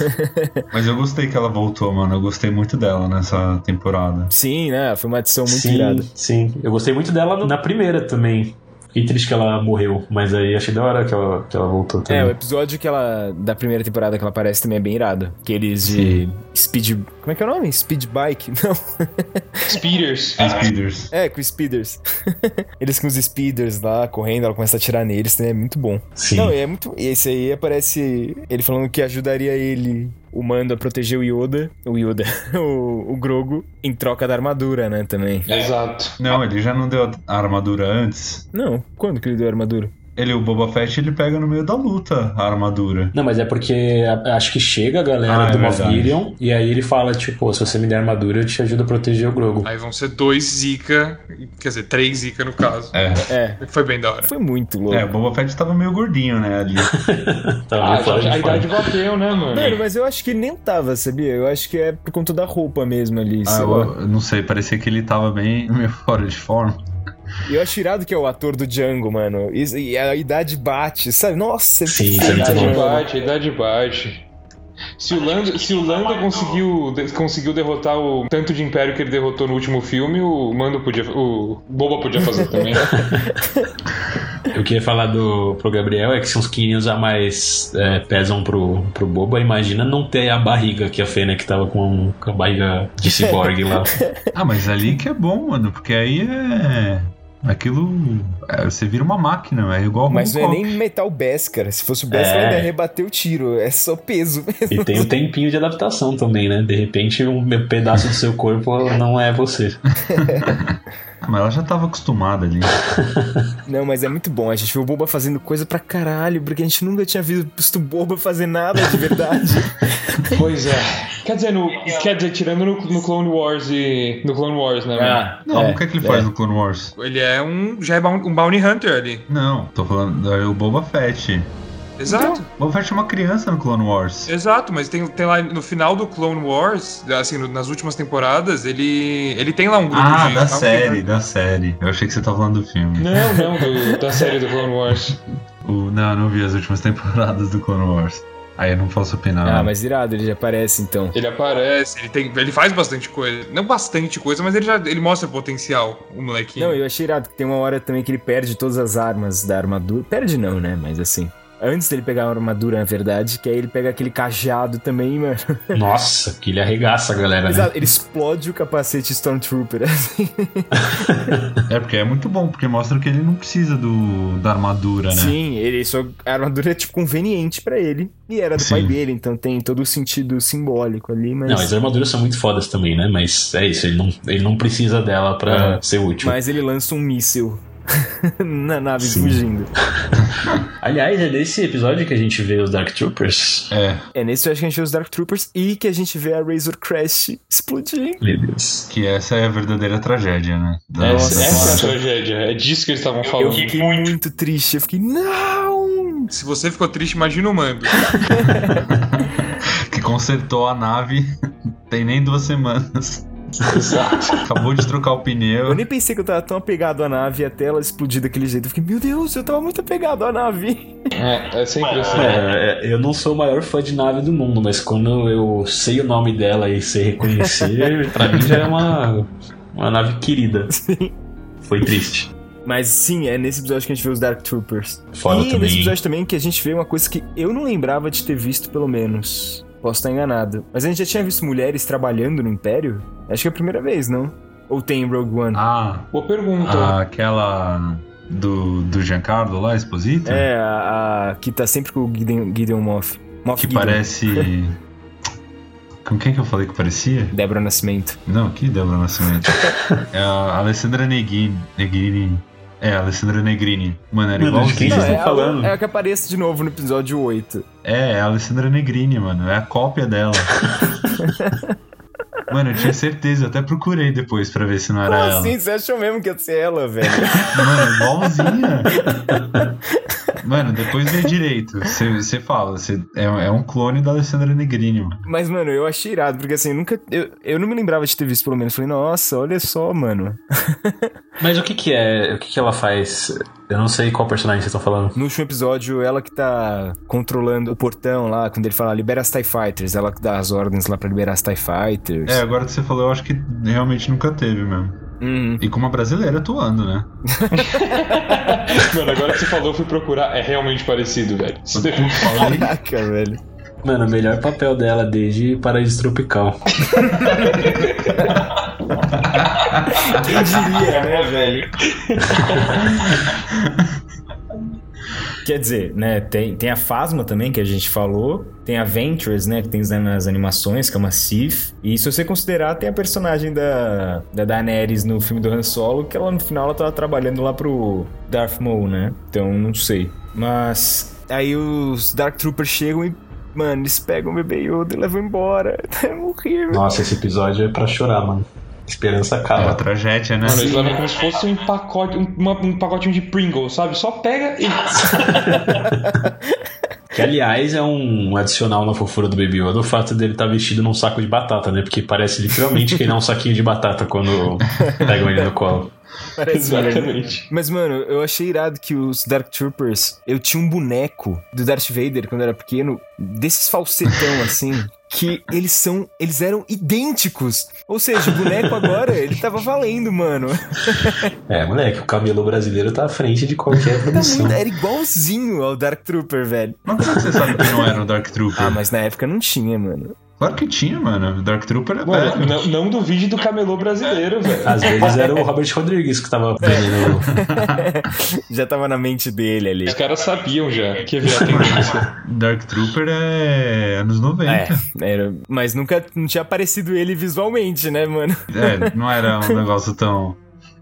Speaker 2: Mas eu gostei que ela voltou, mano. Eu gostei muito dela nessa temporada.
Speaker 1: Sim, né? Foi uma edição muito
Speaker 3: sim,
Speaker 1: irada.
Speaker 3: sim. Eu gostei muito dela na primeira também. Fiquei triste que ela morreu, mas aí achei da hora que ela, que ela voltou
Speaker 1: É, o
Speaker 3: também.
Speaker 1: episódio que ela. Da primeira temporada que ela aparece também é bem irado. Que eles de. Speed. Como é que é o nome? Speed Bike? Não.
Speaker 6: Speeders.
Speaker 2: Face Peters.
Speaker 1: É, com speeders. eles com os speeders lá, correndo, ela começa a atirar neles, né? É muito bom.
Speaker 3: Sim.
Speaker 1: Não, e é muito. E esse aí aparece ele falando que ajudaria ele, o Mando, a proteger o Yoda. O Yoda. o, o Grogo, em troca da armadura, né? Também.
Speaker 6: Exato.
Speaker 2: Não, ele já não deu a armadura antes.
Speaker 1: Não, quando que ele deu a armadura?
Speaker 2: Ele, o Boba Fett, ele pega no meio da luta a armadura.
Speaker 3: Não, mas é porque a- acho que chega a galera
Speaker 2: Ah, é
Speaker 3: do Moff
Speaker 2: verdade.
Speaker 3: Gideon e aí ele fala, tipo, se você me der armadura, eu te ajudo a proteger o Grogu.
Speaker 4: Aí vão ser dois Zika, quer dizer, três Zika no caso.
Speaker 2: É.
Speaker 1: É.
Speaker 4: Foi bem da hora.
Speaker 1: Foi muito louco.
Speaker 2: É, o Boba Fett tava meio gordinho, né, ali.
Speaker 4: então,
Speaker 3: Tá,
Speaker 6: Ah,
Speaker 3: meio fora de
Speaker 6: a, a
Speaker 3: forma.
Speaker 6: idade bateu, né,
Speaker 1: Mano,
Speaker 6: mano?
Speaker 1: mas eu acho que ele nem tava, sabia? Eu acho que é por conta da roupa mesmo ali.
Speaker 2: Ah,
Speaker 1: sei
Speaker 2: eu,
Speaker 1: lá.
Speaker 2: eu não sei, parecia que ele tava bem meio fora de forma.
Speaker 1: E eu acho irado que é o ator do Django, mano. E, e a idade bate, sabe? Nossa, é
Speaker 3: Sim,
Speaker 1: muito
Speaker 3: isso
Speaker 6: A
Speaker 3: é muito
Speaker 1: irado,
Speaker 6: idade
Speaker 3: bom.
Speaker 1: mano.
Speaker 6: bate, a idade bate. Se o Lando, se o Lando conseguiu, de- conseguiu derrotar o tanto de império que ele derrotou no último filme, o Mando podia. O Boba podia fazer também.
Speaker 3: Eu queria falar do, pro Gabriel é que se uns quilinhos a mais é, pesam pro, pro Boba, imagina não ter a barriga que a Fennec tava com, com a barriga de ciborgue lá.
Speaker 2: Ah, mas ali que é bom, mano, porque aí é. Aquilo. é, você vira uma máquina, é igual
Speaker 1: Mas não é
Speaker 2: Robocop.
Speaker 1: nem metal Bass, cara. Se fosse o Bass,
Speaker 3: É.
Speaker 1: ele ainda rebateu o tiro. É só peso.
Speaker 3: E tem o tempinho de adaptação também, né? De repente um pedaço do seu corpo não é você.
Speaker 2: Ah, mas ela já tava acostumada ali.
Speaker 1: Não, mas é muito bom. A gente viu o Boba fazendo coisa pra caralho, porque a gente nunca tinha visto o Boba fazer nada de verdade.
Speaker 6: pois é. Quer dizer, no, quer
Speaker 4: um
Speaker 6: dizer tirando no, no Clone Wars e. No Clone Wars, né, mano?
Speaker 2: Não,
Speaker 1: É,
Speaker 2: o que é que ele
Speaker 1: é.
Speaker 2: faz no Clone Wars?
Speaker 4: Ele é um. Já é baun- um Bounty Hunter ali.
Speaker 2: Não, tô falando é o Boba Fett.
Speaker 4: Exato,
Speaker 6: Então.
Speaker 2: O Boba Fett é uma criança no Clone Wars.
Speaker 4: exato, mas tem, tem lá no final do Clone Wars, assim, no- nas últimas temporadas, ele. ele tem lá um grupo
Speaker 2: Ah,
Speaker 4: de.
Speaker 2: da
Speaker 4: tá um-
Speaker 2: série, da série. Eu achei que você tava falando do filme.
Speaker 6: Não, não, do- da série do Clone Wars.
Speaker 2: O, não, eu não vi as últimas temporadas do Clone Wars. Aí eu não posso opinar.
Speaker 1: ah, mas irado, ele já aparece então.
Speaker 6: Ele aparece.
Speaker 4: Parece, ele, tem, ele faz bastante coisa. Não bastante coisa, mas ele já ele mostra potencial, o molequinho.
Speaker 1: Não, eu achei irado que tem uma hora também que ele perde todas as armas da armadura. Perde não, né? Mas assim. Antes dele pegar a armadura, na verdade, que aí ele pega aquele cajado também, mano.
Speaker 3: Nossa, que ele arregaça a galera, né?
Speaker 1: Exato, ele explode o capacete Stormtrooper, assim.
Speaker 2: É porque é muito bom, porque mostra que ele não precisa do, da armadura, né?
Speaker 1: Sim, ele só, a armadura é, tipo, conveniente pra ele. E era do
Speaker 2: Sim.
Speaker 1: pai dele, então tem todo o sentido simbólico ali, mas...
Speaker 3: Não, as armaduras são muito fodas também, né? Mas é isso, ele não, ele não precisa dela pra ser útil.
Speaker 1: Mas ele lança um míssil na nave
Speaker 3: Tipo- Sim.
Speaker 1: fugindo.
Speaker 3: Aliás, é desse episódio que a gente vê os Dark Troopers.
Speaker 2: É,
Speaker 1: É nesse eu acho que a gente vê os Dark Troopers e que a gente vê a Razor Crest explodir.
Speaker 3: Meu Deus.
Speaker 2: que essa é a verdadeira tragédia, né? Da-
Speaker 6: Essa,
Speaker 2: da
Speaker 6: essa é a
Speaker 2: classe.
Speaker 6: tragédia. É disso que eles estavam
Speaker 1: Eu
Speaker 6: falando.
Speaker 1: fiquei muito triste. Eu fiquei, não!
Speaker 4: Se você ficou triste, imagina o Mando.
Speaker 2: que consertou a nave tem nem duas semanas.
Speaker 6: Exato.
Speaker 2: Acabou de trocar o
Speaker 1: Eu
Speaker 2: pneu.
Speaker 1: nem pensei que eu tava tão apegado à nave até ela explodir daquele jeito. Eu fiquei, meu Deus, eu tava muito apegado à nave.
Speaker 6: É, é sempre assim.
Speaker 3: É, é, eu não sou o maior fã de nave do mundo, mas quando eu sei o nome dela e sei reconhecer, pra mim já é uma, uma nave querida. Foi triste.
Speaker 1: Mas sim, é nesse episódio que a gente vê os Dark Troopers.
Speaker 3: Foda
Speaker 1: e nesse
Speaker 3: também.
Speaker 1: episódio também que a gente vê uma coisa que eu não lembrava de ter visto, pelo menos. Posso estar enganado. Mas a gente já tinha visto mulheres trabalhando no Império? Acho que é a primeira vez, não? Ou tem em Rogue One?
Speaker 2: Ah,
Speaker 6: Boa pergunta.
Speaker 2: a- aquela do, do Giancarlo lá, Exposito?
Speaker 1: É, a, a que tá sempre com o Gideon, Gideon Moff. Moff
Speaker 2: Que
Speaker 1: Gideon.
Speaker 2: parece. Com quem que eu falei que parecia?
Speaker 1: Débora Nascimento.
Speaker 2: Não, que Débora Nascimento. É a Alessandra Negrini. Negrini. É, a Alessandra Negrini. Mano, era
Speaker 3: Meu Deus, quem
Speaker 2: igualzinho.
Speaker 3: vocês
Speaker 1: Não,
Speaker 3: estão
Speaker 1: é a-
Speaker 3: falando?
Speaker 1: É a que aparece de novo no episódio 8.
Speaker 2: É, é a Alessandra Negrini, mano. É a cópia dela. mano, eu tinha certeza. Eu até procurei depois pra ver se não era
Speaker 1: Como
Speaker 2: ela.
Speaker 1: assim? Você achou mesmo que ia ser ela, velho?
Speaker 2: Mano, igualzinha. mano, depois vê direito. Você você fala. você é, é um clone da Alessandra Negrini, mano.
Speaker 1: Mas, mano, eu achei irado, porque assim, eu nunca. Eu, eu não me lembrava de ter visto, pelo menos. Falei, nossa, olha só, mano.
Speaker 3: Mas o que que é? O que que ela faz? Eu não sei qual personagem vocês estão falando.
Speaker 1: No último episódio, ela que tá controlando o portão lá, quando ele fala libera as TIE Fighters, ela que dá as ordens lá pra liberar as TIE Fighters.
Speaker 2: É, agora que você falou, eu acho que realmente nunca teve mesmo.
Speaker 1: Hum,
Speaker 2: E com uma brasileira atuando, né?
Speaker 6: Mano, agora que você falou, eu fui procurar. É realmente parecido, velho. Você-
Speaker 2: Falei.
Speaker 1: caraca, velho.
Speaker 3: Mano, o melhor papel dela desde Paraíso Tropical.
Speaker 1: Quem diria, né, velho?
Speaker 7: Quer dizer, né, tem, tem a Phasma também, que a gente falou, tem a Ventress, né, que tem nas animações, que é uma Sith, e se você considerar, tem a personagem da, da Daenerys no filme do Han Solo, que ela no final ela tava trabalhando lá pro Darth Maul, né, então não sei. Mas,
Speaker 1: Aí os Dark Troopers chegam e, mano, eles pegam o bebê Yoda e levam embora. É horrível.
Speaker 3: Nossa, esse episódio é pra chorar, mano. Esperança
Speaker 2: É uma
Speaker 3: acaba.
Speaker 2: tragédia, né?
Speaker 6: Mano, eles levam como se fosse um pacote, um, uma- um pacotinho de Pringles, sabe? Só pega e.
Speaker 3: Que, aliás, é um adicional na fofura do Baby Yoda, o fato dele estar vestido num saco de batata, né? Porque parece literalmente que ele é um saquinho de batata quando pegam ele no colo.
Speaker 1: Parece mesmo.
Speaker 6: Exatamente.
Speaker 1: Mas, mano, eu achei irado que os Dark Troopers. Eu tinha um boneco do Darth Vader quando eu era pequeno, desses falsetão assim. Que eles são. Eles eram idênticos. Ou seja, o boneco agora, ele tava valendo, mano.
Speaker 3: É, moleque, o cabelo brasileiro tá à frente de qualquer
Speaker 1: Tá
Speaker 3: produção.
Speaker 1: muito- era igualzinho ao Dark Trooper, velho.
Speaker 2: Mas como é que você sabe que não era o Dark Trooper?
Speaker 1: Ah, mas na época não tinha, mano.
Speaker 2: Claro que tinha, mano. O Dark Trooper é
Speaker 6: Mano,
Speaker 2: velho.
Speaker 6: não, não duvide do camelô brasileiro, velho.
Speaker 3: Às vezes era o Robert Rodrigues que tava vendendo.
Speaker 1: Já tava na mente dele ali.
Speaker 6: Os caras sabiam já que ia virar tendência.
Speaker 2: Dark Trooper é anos 90. É.
Speaker 1: Era, mas nunca não tinha aparecido ele visualmente, né, mano?
Speaker 2: não era um negócio tão.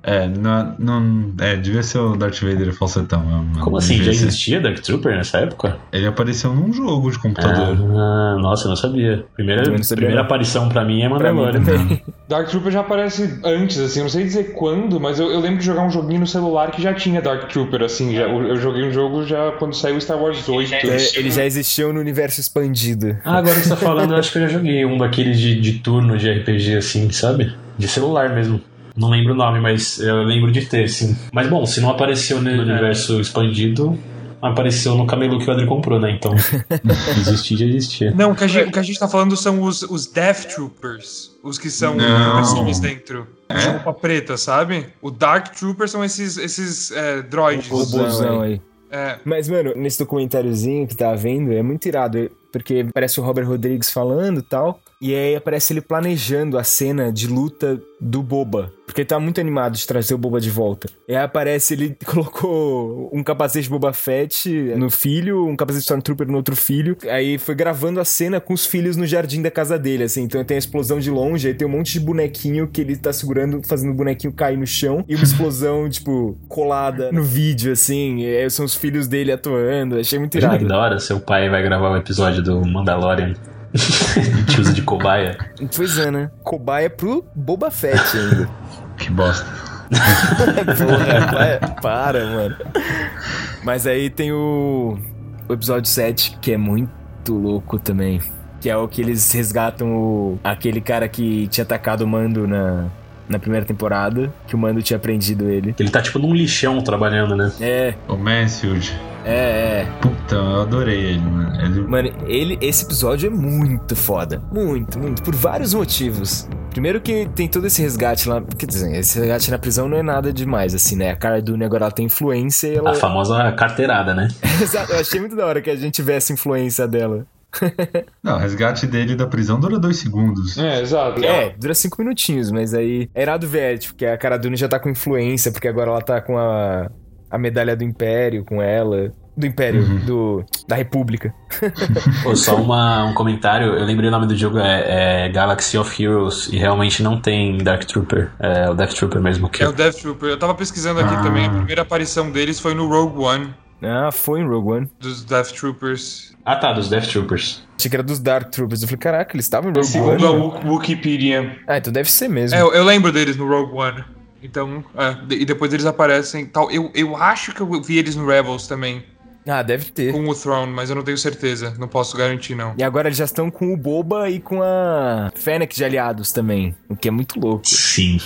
Speaker 2: É, não, não- é, devia ser o Darth Vader falsetão. mano.
Speaker 3: Como assim? Já
Speaker 2: Devia ser.
Speaker 3: existia Dark Trooper nessa época?
Speaker 2: Ele apareceu num jogo de computador.
Speaker 3: Ah, nossa, eu não sabia. Primeira,
Speaker 1: Eu não sabia,
Speaker 3: primeira
Speaker 1: não.
Speaker 3: aparição pra mim é
Speaker 1: Pra mim
Speaker 3: Mandalorian.
Speaker 1: também.
Speaker 6: Dark Trooper já aparece antes, assim, eu não sei dizer quando, mas eu, eu lembro de jogar um joguinho no celular que já tinha Dark Trooper, assim. Já, eu, eu joguei um jogo já quando saiu Star Wars 8.
Speaker 1: É, Eles já existiam no universo expandido.
Speaker 3: Ah, agora que você tá falando, eu acho que eu já joguei um daqueles de, de turno de RPG, assim, sabe? De celular mesmo. Não lembro o nome, mas eu lembro de ter, sim. Mas bom, se não apareceu no universo expandido, apareceu no camelo que o Adri comprou, né? Então, existir já existia.
Speaker 4: Não, o que a gente, o que a gente tá falando são os, os Death Troopers. Os que são
Speaker 2: Não.
Speaker 4: inversíveis dentro. De roupa preta, sabe? O Dark Troopers são esses, esses é, droids.
Speaker 1: Robôzão aí.
Speaker 4: É.
Speaker 1: Mas, mano, nesse documentáriozinho que tá vendo, é muito irado, porque parece o Robert Rodrigues falando e tal, e aí aparece ele planejando a cena de luta do Boba, porque ele tá muito animado de trazer o Boba de volta. E aí aparece, ele colocou um capacete de Boba Fett no filho, um capacete de Stormtrooper no outro filho, aí foi gravando a cena com os filhos no jardim da casa dele, assim, então tem a explosão de longe, aí tem um monte de bonequinho que ele tá segurando, fazendo o bonequinho cair no chão, e uma explosão, tipo, colada no vídeo, assim, e aí são os filhos dele atuando, achei muito
Speaker 3: Imagina
Speaker 1: irado.
Speaker 3: que da hora seu pai vai gravar o episódio do Mandalorian. e te usa de cobaia.
Speaker 1: Pois é, né? Cobaia pro Boba Fett ainda.
Speaker 3: Ah.
Speaker 2: Que bosta.
Speaker 1: Porra, vai- para, mano. Mas aí tem o, o episódio 7, que é muito louco também. Que é o que eles resgatam o, aquele cara que tinha atacado o Mando na, na primeira temporada, que o Mando tinha prendido ele.
Speaker 3: Ele tá tipo num lixão trabalhando, né?
Speaker 1: É,
Speaker 2: O Mansfield.
Speaker 1: é, é.
Speaker 2: Puta, eu adorei ele, mano. Ele-
Speaker 1: Mano, ele, esse episódio é muito foda. Muito, muito. Por vários motivos. Primeiro que tem todo esse resgate lá. Quer dizer, esse resgate na prisão não é nada demais, assim, né? A cara do agora ela tem influência e ela.
Speaker 3: A famosa carteirada, né?
Speaker 1: Exato, eu achei muito da hora que a gente tivesse influência dela.
Speaker 2: Não, o resgate dele da prisão dura dois segundos.
Speaker 6: É, exato.
Speaker 1: É, dura cinco minutinhos, mas aí é irado ver, tipo, que a cara Dune já tá com influência, porque agora ela tá com a, a medalha do Império, com ela. Do Império,
Speaker 4: Uhum.
Speaker 1: do, da República.
Speaker 3: Pô, só uma- um comentário. Eu lembrei o nome do jogo é, é Galaxy of Heroes e realmente não tem Dark Trooper. É o Death Trooper mesmo. Que
Speaker 4: É o Death Trooper. Eu tava pesquisando aqui
Speaker 2: Ah.
Speaker 4: também. A primeira aparição deles foi no Rogue One
Speaker 1: Ah, foi em Rogue One.
Speaker 4: dos Death Troopers.
Speaker 3: Ah, tá, dos Death Troopers.
Speaker 1: Achei que era dos Dark Troopers. Eu falei, caraca, eles estavam em Rogue One.
Speaker 6: Segundo a Wik- Wikipedia.
Speaker 1: Ah, então deve ser mesmo.
Speaker 4: É, eu, eu lembro deles no Rogue One. Então, é, de- e depois eles aparecem tal. Eu, eu acho que eu vi eles no Rebels também,
Speaker 1: Ah, deve ter.
Speaker 4: com o Throne, mas eu não tenho certeza. Não posso garantir, não.
Speaker 1: E agora eles já estão com o Boba e com a Fennec de aliados também, o que é muito louco.
Speaker 3: Sim.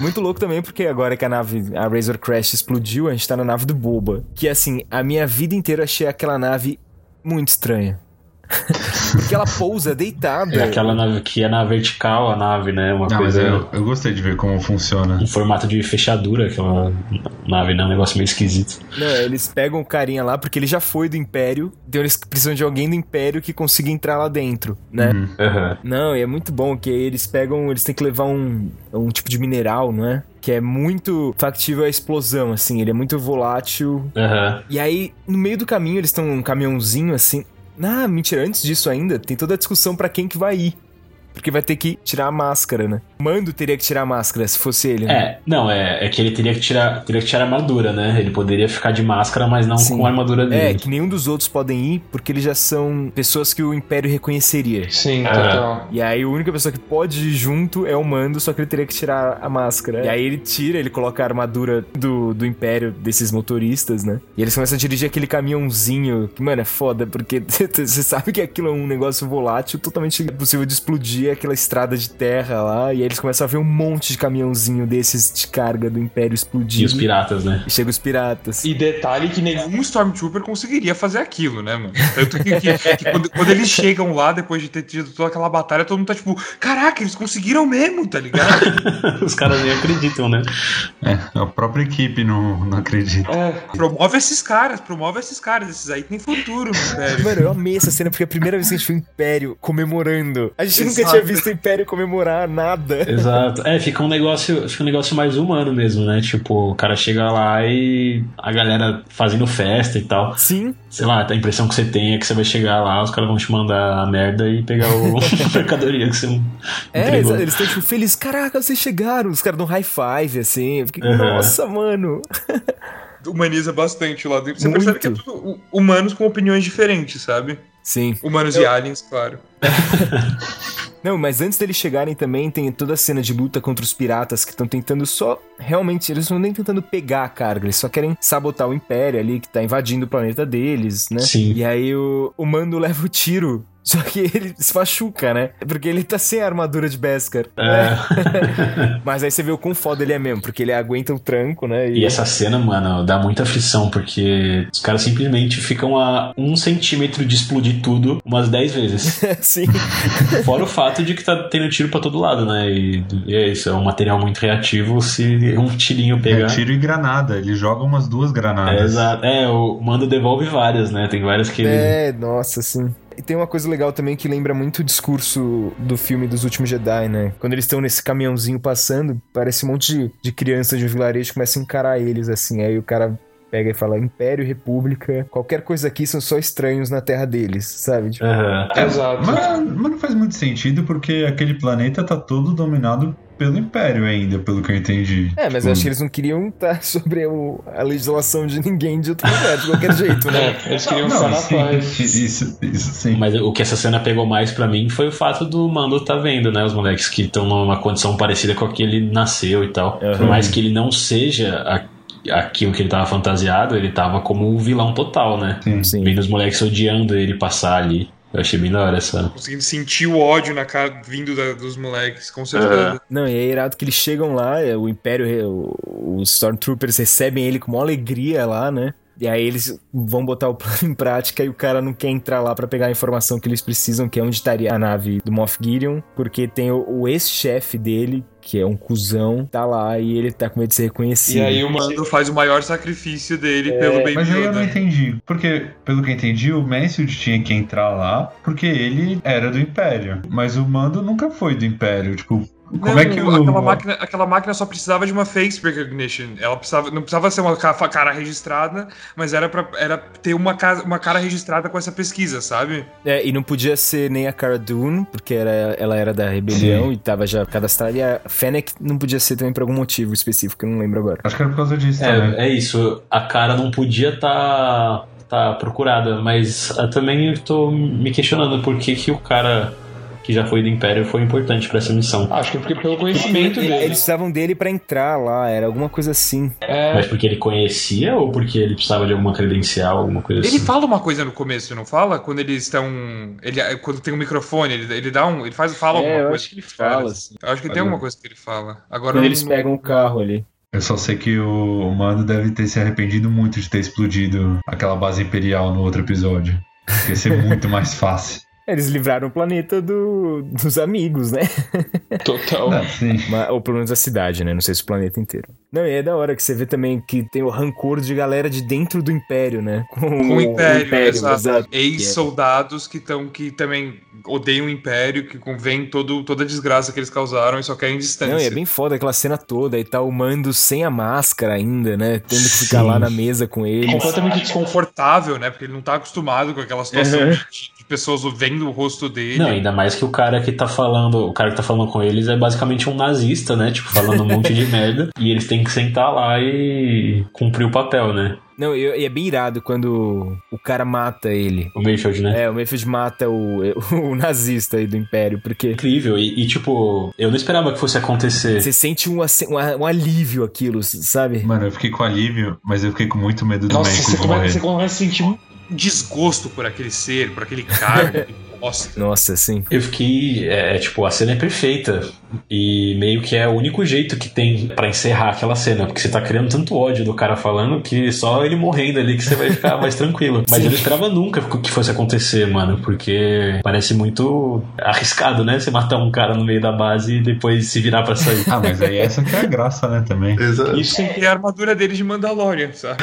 Speaker 1: Muito louco também, porque agora que a nave, a Razor Crash explodiu, a gente tá na nave do Boba. Que assim, a minha vida inteira eu achei aquela nave muito estranha. porque ela pousa deitada.
Speaker 3: É aquela nave que é na vertical, a nave, né? Uma
Speaker 2: Não, mas é
Speaker 3: coisa.
Speaker 6: é.
Speaker 2: eu, eu gostei de ver como funciona.
Speaker 3: Um formato de fechadura, aquela nave, né? Um negócio meio esquisito.
Speaker 1: Não, eles pegam o carinha lá, porque ele já foi do Império. Então eles precisam de alguém do Império que consiga entrar lá dentro, né?
Speaker 3: Aham.
Speaker 1: Não, e é muito bom que eles pegam, eles têm que levar um, um tipo de mineral, não é? Que é muito factível à explosão, assim. Ele é muito volátil,
Speaker 3: Aham.
Speaker 1: E aí, no meio do caminho, eles estão num caminhãozinho assim. Ah, mentira, antes disso ainda, tem toda a discussão pra quem que vai ir. Porque vai ter que tirar a máscara, né? Mando teria que tirar a máscara se fosse ele, né?
Speaker 3: É, não, é, é que ele teria que tirar teria que tirar a armadura, né? Ele poderia ficar de máscara, mas não
Speaker 1: Sim.
Speaker 3: com a armadura
Speaker 1: É,
Speaker 3: dele.
Speaker 1: que nenhum dos outros podem ir porque eles já são pessoas que o Império reconheceria.
Speaker 6: Sim,
Speaker 3: Ah.
Speaker 6: total.
Speaker 1: E aí, a única pessoa que pode ir junto é o Mando, só que ele teria que tirar a máscara. E aí, ele tira, ele coloca a armadura do, do Império, desses motoristas, né? E eles começam a dirigir aquele caminhãozinho, que, mano, é foda, porque você sabe que aquilo é um negócio volátil, totalmente impossível de explodir é aquela estrada de terra lá. E aí, eles começam a ver um monte de caminhãozinho desses de carga do Império
Speaker 3: E os
Speaker 1: explodindo.
Speaker 3: piratas, né?
Speaker 1: E chega os piratas.
Speaker 6: E detalhe que nem.
Speaker 4: Um Stormtrooper conseguiria fazer aquilo, né, mano? Tanto que, que- que quando, quando eles chegam lá, depois de ter tido toda aquela batalha, todo mundo tá tipo, caraca, eles conseguiram mesmo, tá ligado?
Speaker 3: Os caras nem acreditam, né?
Speaker 2: É, a própria equipe não, não acredita.
Speaker 6: É,
Speaker 4: Promove esses caras, promove esses caras, esses aí tem futuro, meu velho.
Speaker 1: Mano, eu amei essa cena porque é a primeira vez que a gente viu o Império comemorando. A gente nunca
Speaker 4: Exato.
Speaker 1: tinha visto o Império comemorar nada.
Speaker 3: Exato. É, fica um negócio, fica um negócio mais humano mesmo, né? Tipo, o cara chega lá e a galera fazendo festa e tal.
Speaker 1: Sim,
Speaker 3: Sei lá, a impressão que você tem é que você vai chegar lá, os caras vão te mandar a merda e pegar o a mercadoria que você
Speaker 1: É, eles,
Speaker 3: entregou.
Speaker 1: eles estão tipo felizes. Caraca, vocês chegaram. Os caras dão high five, assim. Eu fiquei,
Speaker 3: Uhum.
Speaker 1: nossa, mano.
Speaker 4: Humaniza bastante o lado. Você
Speaker 1: Muito.
Speaker 4: percebe que é tudo hu- humanos com opiniões diferentes, sabe?
Speaker 1: Sim.
Speaker 4: Humanos e aliens, claro.
Speaker 1: Não, mas antes deles chegarem também, tem toda a cena de luta contra os piratas que estão tentando só. Realmente, eles não nem tentando pegar a carga, eles só querem sabotar o Império ali que tá invadindo o planeta deles, né?
Speaker 3: Sim.
Speaker 1: E aí o, o Mando leva o tiro Só que ele se machuca, né? Porque ele tá sem a armadura de Beskar.
Speaker 3: É.
Speaker 1: Mas aí você vê o quão foda ele é mesmo, porque ele aguenta o tranco, né?
Speaker 3: E essa cena, mano, dá muita aflição, porque os caras simplesmente ficam a um centímetro de explodir tudo umas 10 vezes.
Speaker 1: Sim.
Speaker 3: Fora o fato de que tá tendo tiro pra todo lado, né? E, e é isso, é um material muito reativo se um tirinho
Speaker 2: É
Speaker 3: pegar.
Speaker 2: tiro e granada, ele joga umas duas
Speaker 3: É,
Speaker 2: granadas.
Speaker 3: exato. É, o mando devolve várias, né? Tem várias que ele.
Speaker 1: É, nossa, sim. E tem uma coisa legal também que lembra muito o discurso do filme dos últimos Jedi, né? Quando eles estão nesse caminhãozinho passando, parece um monte de, de criança de um vilarejo que começa a encarar eles, assim. Aí o cara pega e fala: Império, República, qualquer coisa aqui são só estranhos na terra deles, sabe? Tipo,
Speaker 3: Aham.
Speaker 6: Exato.
Speaker 2: Mas, mas não faz muito sentido porque aquele planeta tá todo dominado pelo Império ainda, pelo que eu entendi.
Speaker 1: É, mas eu acho que eles não queriam estar sobre o- a legislação de ninguém de outro lugar, de qualquer jeito, né?
Speaker 6: É, eles queriam
Speaker 2: não,
Speaker 6: ficar na
Speaker 2: isso,
Speaker 6: paz.
Speaker 2: isso, isso sim.
Speaker 3: Mas o que essa cena pegou mais pra mim foi o fato do Mando tá vendo, né? Os moleques que estão numa condição parecida com a que ele nasceu e tal.
Speaker 7: Uhum.
Speaker 3: Por mais que ele não seja a- aquilo que ele tava fantasiado, ele tava como o vilão total, né?
Speaker 7: Sim.
Speaker 3: Vendo os moleques odiando ele passar ali. Eu achei bem da hora essa.
Speaker 4: Conseguindo sentir o ódio na cara vindo da- dos moleques, com certeza.
Speaker 1: Não, e é irado que eles chegam lá, é, o Império, re- o- os Stormtroopers recebem ele com maior alegria lá, né? E aí eles vão botar o plano em prática e o cara não quer entrar lá pra pegar a informação que eles precisam, que é onde estaria a nave do Moff Gideon, porque tem o, o ex-chefe dele, que é um cuzão, tá lá e ele tá com medo de ser reconhecido.
Speaker 6: E aí o
Speaker 4: O
Speaker 6: mano
Speaker 4: Mando faz o maior sacrifício
Speaker 2: É,
Speaker 4: dele pelo né? bem
Speaker 2: Mas
Speaker 4: de
Speaker 2: aí eu não
Speaker 4: Yoda.
Speaker 2: entendi, porque, pelo que eu entendi, o Mansfield tinha que entrar lá porque ele era do Império. Mas o Mando nunca foi do Império. Tipo, como é que o.
Speaker 4: aquela, máquina, aquela máquina só precisava de uma face recognition. Ela precisava, não precisava ser uma ca- cara registrada, mas era para era ter uma, casa, uma cara registrada com essa pesquisa, sabe?
Speaker 1: É, e não podia ser nem a Cara Dune, porque era, ela era da rebelião e tava já cadastrada. E a Fennec não podia ser também por algum motivo específico, que eu não lembro agora.
Speaker 2: Acho que era por causa disso também.
Speaker 3: É, é isso. A cara não podia tá, tá procurada, mas ah, também eu tô me questionando por que, que o cara que já foi do Império foi importante pra essa missão.
Speaker 6: Acho que porque pelo conhecimento
Speaker 1: Eles
Speaker 6: deles.
Speaker 1: precisavam dele pra entrar lá, era alguma coisa assim.
Speaker 6: É,
Speaker 3: Mas porque ele conhecia ou porque ele precisava de alguma credencial, alguma coisa
Speaker 4: Ele
Speaker 3: assim?
Speaker 4: fala uma coisa no começo, não fala? Quando eles estão. Ele, quando tem um microfone, ele, ele dá um. Ele faz, fala
Speaker 1: É,
Speaker 4: alguma coisa. pros caras. Eu acho que tem
Speaker 2: Olha.
Speaker 4: alguma coisa que ele fala. Agora
Speaker 1: Quando
Speaker 4: eu
Speaker 1: eles
Speaker 4: não-
Speaker 1: pegam o carro ali.
Speaker 2: Eu só sei que o o Mando deve ter se arrependido muito de ter explodido aquela base imperial no outro episódio. Porque ia ser muito mais fácil.
Speaker 1: Eles livraram o planeta do- dos amigos, né?
Speaker 6: total.
Speaker 2: Ah, sim.
Speaker 1: Mas- Ou pelo menos a cidade, né? Não sei se o planeta inteiro. Não, e é da hora que você vê também que tem o rancor de galera de dentro do Império, né? Com,
Speaker 4: Com o Império, exato.
Speaker 1: exato.
Speaker 4: Ex-soldados que estão que também odeiam o Império, que convém todo, toda a desgraça que eles causaram e só querem distância.
Speaker 1: Não, e é bem foda aquela cena toda e tal, o Mando sem a máscara ainda, né? Tendo que ficar
Speaker 3: Sim.
Speaker 1: lá na mesa com ele.
Speaker 6: Completamente desconfortável.
Speaker 4: desconfortável, né? Porque ele não tá acostumado com aquela situação
Speaker 1: Uhum.
Speaker 4: de, de pessoas vendo o rosto dele.
Speaker 3: Não, ainda mais que o cara que tá falando, o cara que tá falando com eles é basicamente um nazista, né? Tipo, falando um monte de merda. E eles têm que sentar lá e cumprir o papel, né?
Speaker 1: Não, e e é bem irado quando o cara mata ele.
Speaker 3: O Mayfield, né?
Speaker 1: É, o Mayfield mata o, o nazista aí do Império, porque
Speaker 3: Incrível. E, e, tipo, eu não esperava que fosse acontecer.
Speaker 1: Você sente um, ace- um a- um alívio aquilo, sabe?
Speaker 2: Mano, eu fiquei com alívio, mas eu fiquei com muito medo do
Speaker 6: Nossa,
Speaker 2: Mansfield
Speaker 6: você
Speaker 2: morrer.
Speaker 6: começa, você começa a sentir um
Speaker 4: Desgosto por aquele ser, por aquele cargo. que bosta.
Speaker 1: Nossa, assim. sim.
Speaker 3: Eu fiquei, é, é, tipo, a cena é perfeita e meio que é o único jeito que tem pra encerrar aquela cena, porque você tá criando tanto ódio do cara falando que só ele morrendo ali que você vai ficar mais tranquilo. Mas
Speaker 1: Sim.
Speaker 3: eu não esperava nunca que fosse acontecer, mano, porque parece muito arriscado, né? Você matar um cara no meio da base e depois se virar pra sair.
Speaker 2: Ah, mas aí essa que é a graça, né, também.
Speaker 3: Exato.
Speaker 6: isso sem
Speaker 4: E a armadura dele de Mandalorian, sabe?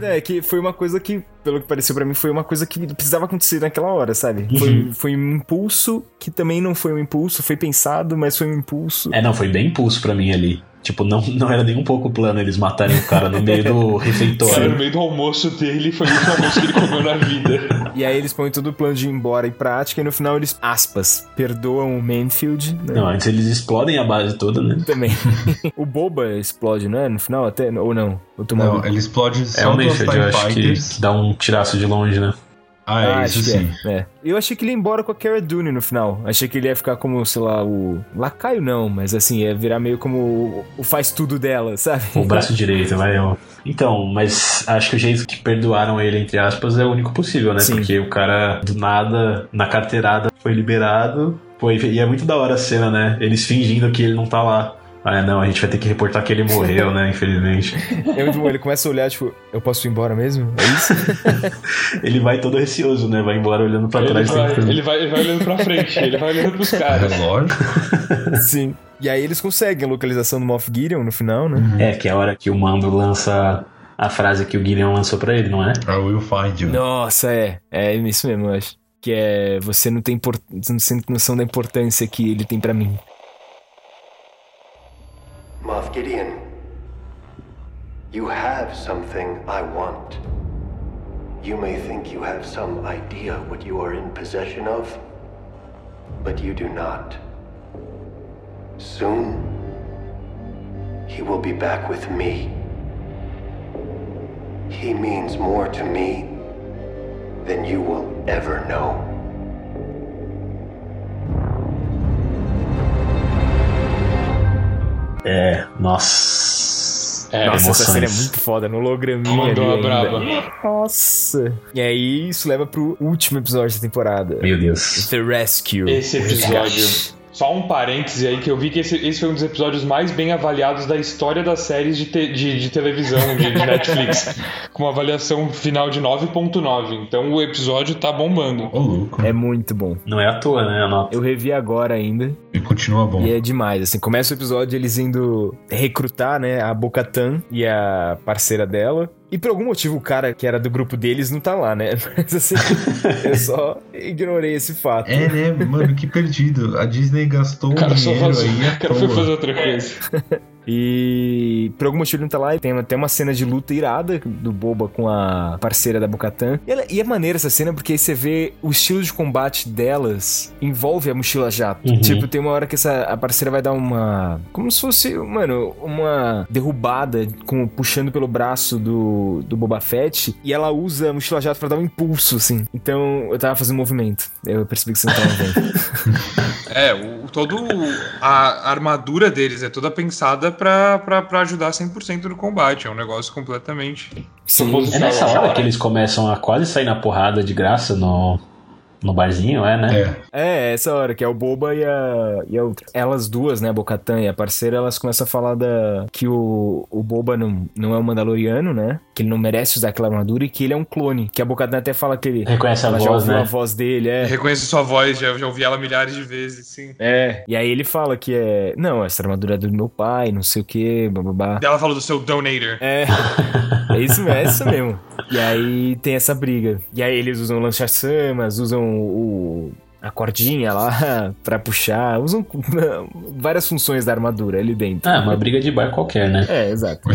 Speaker 1: É, que foi uma coisa que, pelo que pareceu pra mim, foi uma coisa que precisava acontecer naquela hora, sabe? Foi, foi um impulso que também não foi um impulso, foi pensado, mas foi um impulso.
Speaker 3: É, não, foi bem impulso pra mim ali. Tipo, não, não era nem um pouco plano eles matarem o cara no meio do
Speaker 6: Cara,
Speaker 3: refeitório.
Speaker 6: no meio do almoço dele foi o último almoço que ele comeu na vida.
Speaker 1: E aí eles põem todo o plano de ir embora em prática e no final eles, aspas, perdoam o Manfield, né?
Speaker 3: Não, antes eles explodem a base toda, né?
Speaker 1: Também. o Boba explode, não é? No final até? Ou não? Outro
Speaker 2: Não,
Speaker 1: maluco.
Speaker 2: ele explode
Speaker 3: É
Speaker 2: só
Speaker 3: o
Speaker 6: um
Speaker 2: duas
Speaker 3: Mayfield, eu
Speaker 2: TIE
Speaker 3: acho que,
Speaker 2: Fighters.
Speaker 3: que dá um tiraço de longe, né?
Speaker 2: Ah, é
Speaker 1: acho
Speaker 2: isso
Speaker 1: que
Speaker 2: sim.
Speaker 1: É. É. Eu achei que ele ia embora com a Cara Dune no final. Achei que ele ia ficar como, sei lá, o. Lacaio não, mas assim, ia virar meio como o- o faz tudo dela, sabe?
Speaker 3: O braço direito, vai. ó. Então, mas acho que o jeito que perdoaram ele, entre aspas, é o único possível, né?
Speaker 1: Sim.
Speaker 3: Porque o cara, do nada, na carteirada, foi liberado. Pô, e e é muito da hora a cena, né? Eles fingindo que ele não tá lá. Ah, não, a gente vai ter que reportar que ele morreu, né? Infelizmente.
Speaker 1: É muito bom, ele começa a olhar, tipo, eu posso ir embora mesmo? É isso?
Speaker 3: Ele vai todo receoso, né? Vai embora olhando pra
Speaker 6: Ele
Speaker 3: trás.
Speaker 6: vai,
Speaker 3: tentando-
Speaker 6: ele, vai, ele vai olhando pra frente, ele vai olhando pros
Speaker 2: É
Speaker 6: caras.
Speaker 2: lógico.
Speaker 1: Sim. E aí eles conseguem a localização do Moff Gideon no final, né?
Speaker 3: É, que é a hora que o Mando lança a frase que o Guilherme lançou pra ele, não é?
Speaker 2: I will find you.
Speaker 1: Nossa, é. É isso mesmo, eu acho. Que é. Você não tem, import... você não tem noção da importância que ele tem pra mim.
Speaker 8: Moff Gideon, you have something I want. You may think you have some idea what you are in possession of, but you do not. Soon, he will be back with me. He means more to me than you will ever know.
Speaker 3: É, nossa.
Speaker 6: É,
Speaker 1: Nossa, essa cena é
Speaker 3: Emoções.
Speaker 1: muito foda, no holograminha.
Speaker 6: Mandou
Speaker 1: ali
Speaker 6: a
Speaker 1: ainda.
Speaker 6: braba.
Speaker 1: Nossa. E aí isso leva pro último episódio da temporada.
Speaker 3: Meu Deus.
Speaker 1: The Rescue.
Speaker 6: Esse episódio. Só um parêntese aí que eu vi que esse, esse foi um dos episódios mais bem avaliados da história das séries de, te- de, de televisão de, de Netflix. com uma avaliação final de 9.9. Então o episódio tá bombando.
Speaker 2: Ô, louco.
Speaker 1: É muito bom.
Speaker 3: Não é à toa, né? A nota.
Speaker 1: Eu revi agora ainda
Speaker 2: E continua bom.
Speaker 1: e é demais. Assim, começa o episódio eles indo recrutar, né, a Bocatan e a parceira dela. E por algum motivo o cara que era do grupo deles não tá lá, né? Mas assim, eu só ignorei esse fato.
Speaker 2: É, né, mano, que perdido. A Disney gastou
Speaker 6: O
Speaker 2: um
Speaker 6: cara só
Speaker 2: dinheiro
Speaker 6: vazou.
Speaker 2: aí à
Speaker 6: O cara foi
Speaker 2: toa.
Speaker 6: fazer outra coisa.
Speaker 1: E por algum motivo ele não tá lá e tem até uma cena de luta irada do Boba com a parceira da Bocatan. E, ela- e é maneira essa cena porque aí você vê o estilo de combate delas envolve a mochila jato.
Speaker 3: Uhum.
Speaker 1: Tipo, tem uma hora que essa, a parceira vai dar uma. Como se fosse, mano, uma derrubada com, puxando pelo braço do, do Boba Fett. E ela usa a mochila jato pra dar um impulso, assim. Então eu tava fazendo movimento. Eu percebi que você não tava vendo.
Speaker 4: É, o, todo o- a armadura deles é toda pensada pra, pra, pra ajudar 100% no combate. É um negócio completamente.
Speaker 3: É nessa hora que eles começam a quase sair na porrada de graça no, no barzinho, é, né?
Speaker 2: É,
Speaker 1: É, essa hora, que é o Boba e a, e a outra. Elas duas, né, a Bocatan e a parceira, elas começam a falar da, que o, o Boba não, não é um Mandaloriano, né? Que ele não merece usar aquela armadura e que ele é um clone. Que a Bocatan até fala que ele.
Speaker 3: Reconhece a
Speaker 1: ela já
Speaker 3: voz,
Speaker 1: ouviu a
Speaker 3: né?
Speaker 1: voz dele, é.
Speaker 4: Reconheço sua voz, já, já ouvi ela milhares de vezes, sim.
Speaker 1: É. E aí ele fala que é. Não, essa armadura é do meu pai, não sei o que, bababá.
Speaker 4: Ela falou do seu donator.
Speaker 1: É. É isso, mesmo, é isso mesmo. E aí tem essa briga. E aí eles usam lancha-chamas, usam o. A cordinha lá pra puxar, usam várias funções da armadura ali dentro.
Speaker 3: Ah, uma briga de bar qualquer, né?
Speaker 1: É, exato.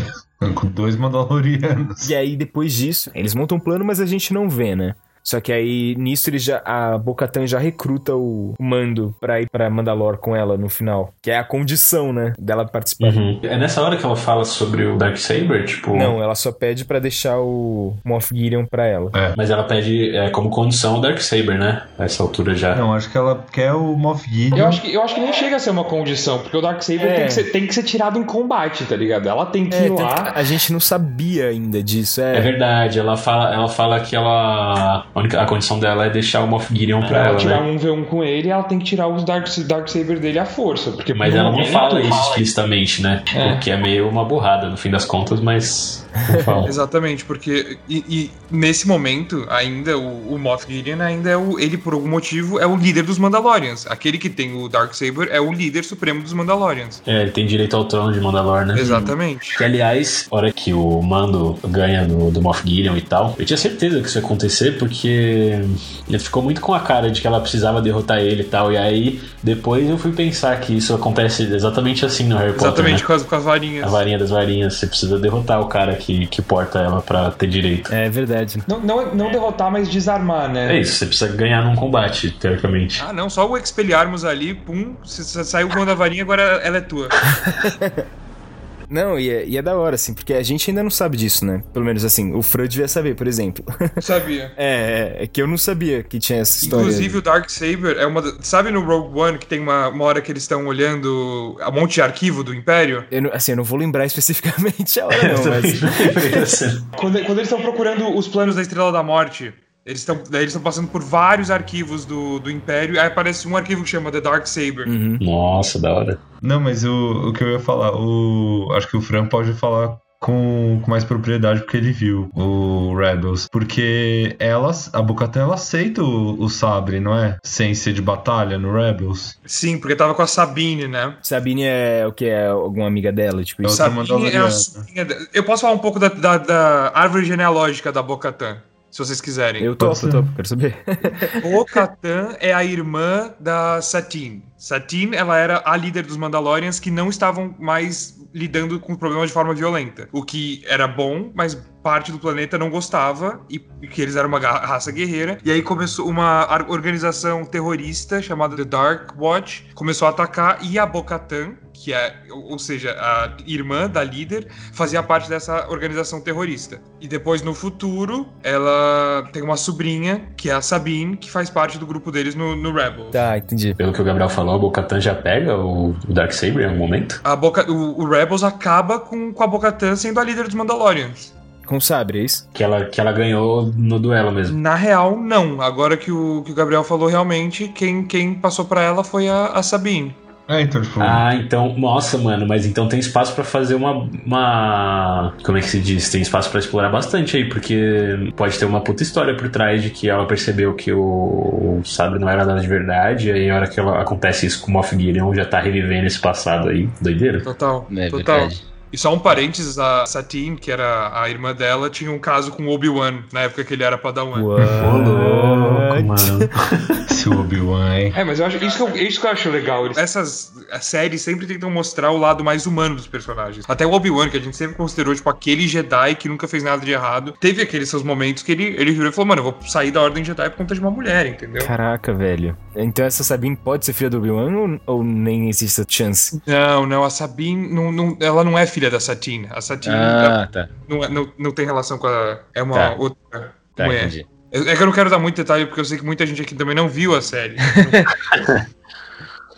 Speaker 2: com dois Mandalorianos.
Speaker 1: E aí depois disso, eles montam um plano, mas a gente não vê, né? Só que aí nisso ele já a Bocatan já recruta o Mando pra ir pra Mandalor com ela no final, que é a condição, né, dela participar.
Speaker 3: Uhum. É nessa hora que ela fala sobre o Dark Saber, tipo.
Speaker 1: Não, ela só pede pra deixar o Moff Gideon pra ela.
Speaker 3: Mas ela pede é, como condição o Dark Saber, né? A essa altura já.
Speaker 2: Não, acho que ela quer o Moff Gideon.
Speaker 6: Eu acho, que, eu acho que nem chega a ser uma condição, porque o Darksaber
Speaker 1: É.
Speaker 6: tem, que ser, tem que ser tirado em combate, tá ligado? Ela tem que
Speaker 1: É,
Speaker 6: ir
Speaker 1: tanto que
Speaker 6: lá.
Speaker 1: a gente não sabia ainda disso,
Speaker 3: É
Speaker 1: é.
Speaker 3: verdade, ela fala, ela fala que ela. A, única, a condição dela é deixar o Moff Gideon pra
Speaker 6: Pra ela
Speaker 3: ela,
Speaker 6: tirar
Speaker 3: né?
Speaker 6: um V1 com ele, ela tem que tirar os Dark, Dark Saber dele à força. Porque
Speaker 3: Mas ela não
Speaker 6: momento-
Speaker 3: fala isso explicitamente, né? O que é meio uma burrada no fim das contas, mas. Não fala.
Speaker 4: Exatamente, porque e, e nesse momento ainda o, o Moff Gideon ainda é o ele por algum motivo é o líder dos Mandalorians. Aquele que tem o Dark Saber é o líder supremo dos Mandalorians.
Speaker 3: é, ele tem direito ao trono de Mandalor, né?
Speaker 4: Exatamente.
Speaker 3: Que, aliás, a hora que o Mando ganha do, do Moff Gideon e tal, eu tinha certeza que isso ia acontecer, porque ele ficou muito com a cara de que ela precisava derrotar ele e tal. E aí, depois eu fui pensar que isso acontece exatamente assim no Harry
Speaker 4: Exatamente
Speaker 3: Potter.
Speaker 4: com as, com as
Speaker 3: Né? A
Speaker 4: varinhas.
Speaker 3: varinha das varinhas, você precisa derrotar o cara que, que porta ela pra ter direito.
Speaker 1: É verdade.
Speaker 6: Não, não, não derrotar, mas
Speaker 3: É
Speaker 6: desarmar, né?
Speaker 3: isso, você precisa ganhar num combate, teoricamente.
Speaker 4: Ah, não, só o expelharmos ali, pum, se- se- saiu o mão da varinha, agora ela é tua.
Speaker 1: Não, e é, e é da hora, assim, porque a gente ainda não sabe disso, né? Pelo menos assim, o Fran devia saber, por exemplo.
Speaker 4: Sabia.
Speaker 1: é, é, é que eu não sabia que tinha essa história.
Speaker 4: Inclusive o Dark Saber é uma. da- Sabe no Rogue One que tem uma, uma hora que eles estão olhando um monte de arquivo do Império?
Speaker 1: Eu não- assim, eu não vou lembrar especificamente a hora, não, mas.
Speaker 3: assim.
Speaker 4: Quando, quando eles estão procurando os planos da Estrela da Morte, eles estão daí eles estão passando por vários arquivos do, do Império, aí aparece um arquivo que chama The Dark Saber.
Speaker 1: Uhum.
Speaker 3: Nossa, da hora.
Speaker 2: Não, mas o, o que eu ia falar, o, acho que o Fran pode falar com, com mais propriedade porque ele viu o Rebels. Porque ela, a Bocatan, ela aceita o, o sabre, não é? Sem ser de batalha no Rebels.
Speaker 4: Sim, porque tava com a Sabine, né?
Speaker 1: Sabine é o que? É alguma amiga dela, tipo
Speaker 2: Eu
Speaker 1: isso.
Speaker 2: Outra
Speaker 4: Sabine é
Speaker 2: Mandaloriana.
Speaker 4: a sobrinha dela. Eu posso falar um pouco da, da, da árvore genealógica da Bocatan, se vocês quiserem.
Speaker 1: Eu topo, eu topo, quero saber.
Speaker 4: Bo-Katan é a irmã da Satine. Satine, ela era a líder dos Mandalorians que não estavam mais lidando com o problema de forma violenta. O que era bom, mas parte do planeta não gostava e e que eles eram uma ga- raça guerreira. E aí começou uma ar- organização terrorista chamada The Dark Watch, começou a atacar e a Bo-Katan, que é, ou ou seja, a irmã da líder, fazia parte dessa organização terrorista. E depois, no futuro, ela tem uma sobrinha, que é a Sabine, que faz parte do grupo deles no, no Rebel.
Speaker 1: Tá, entendi.
Speaker 3: Pelo que o Gabriel falou, a Bocatan já pega o Darksaber em algum momento?
Speaker 4: A Boca, o, o Rebels acaba com, com a Bocatan sendo a líder dos Mandalorians.
Speaker 1: Com sabre, é isso?
Speaker 3: Que ela, que ela ganhou no duelo mesmo.
Speaker 4: Na real, não. Agora que o, que o Gabriel falou, realmente, quem, quem passou pra ela foi a, a Sabine.
Speaker 2: É, então, tipo,
Speaker 3: Ah, então, nossa, mano, mas então tem espaço pra fazer uma, uma. Como é que se diz? Tem espaço pra explorar bastante aí, porque pode ter uma puta história por trás de que ela percebeu que o, o sabre não era nada de verdade, e aí a hora que ela acontece isso com o Moff Gideon já tá revivendo esse passado aí. Doideira.
Speaker 4: Total.
Speaker 9: É
Speaker 4: total.
Speaker 9: verdade.
Speaker 4: E só um parênteses, a Satine, que era a irmã dela, tinha um caso com o Obi-Wan, na época que ele era Padawan.
Speaker 3: Ô, louco, mano.
Speaker 2: se o Obi-Wan, hein?
Speaker 6: É, mas eu acho isso que eu, isso que eu acho legal. Eles
Speaker 4: Essas séries sempre tentam mostrar o lado mais humano dos personagens. Até o Obi-Wan, que a gente sempre considerou, tipo, aquele Jedi que nunca fez nada de errado, teve aqueles seus momentos que ele, ele virou e falou, mano, eu vou sair da Ordem Jedi por conta de uma mulher, entendeu?
Speaker 1: Caraca, velho. Então essa Sabine pode ser filha do Obi-Wan ou, ou nem existe essa chance?
Speaker 4: Não, não, a Sabine, não, não- ela não é filha da Satine. A
Speaker 3: então.
Speaker 4: Satine
Speaker 9: Ah, tá.
Speaker 4: não, é- não, não tem relação com a... É uma
Speaker 9: Tá.
Speaker 4: outra...
Speaker 9: Tá,
Speaker 4: mulher.
Speaker 9: entendi.
Speaker 4: É é que eu não quero dar muito detalhe, porque eu sei que muita gente aqui também não viu a série.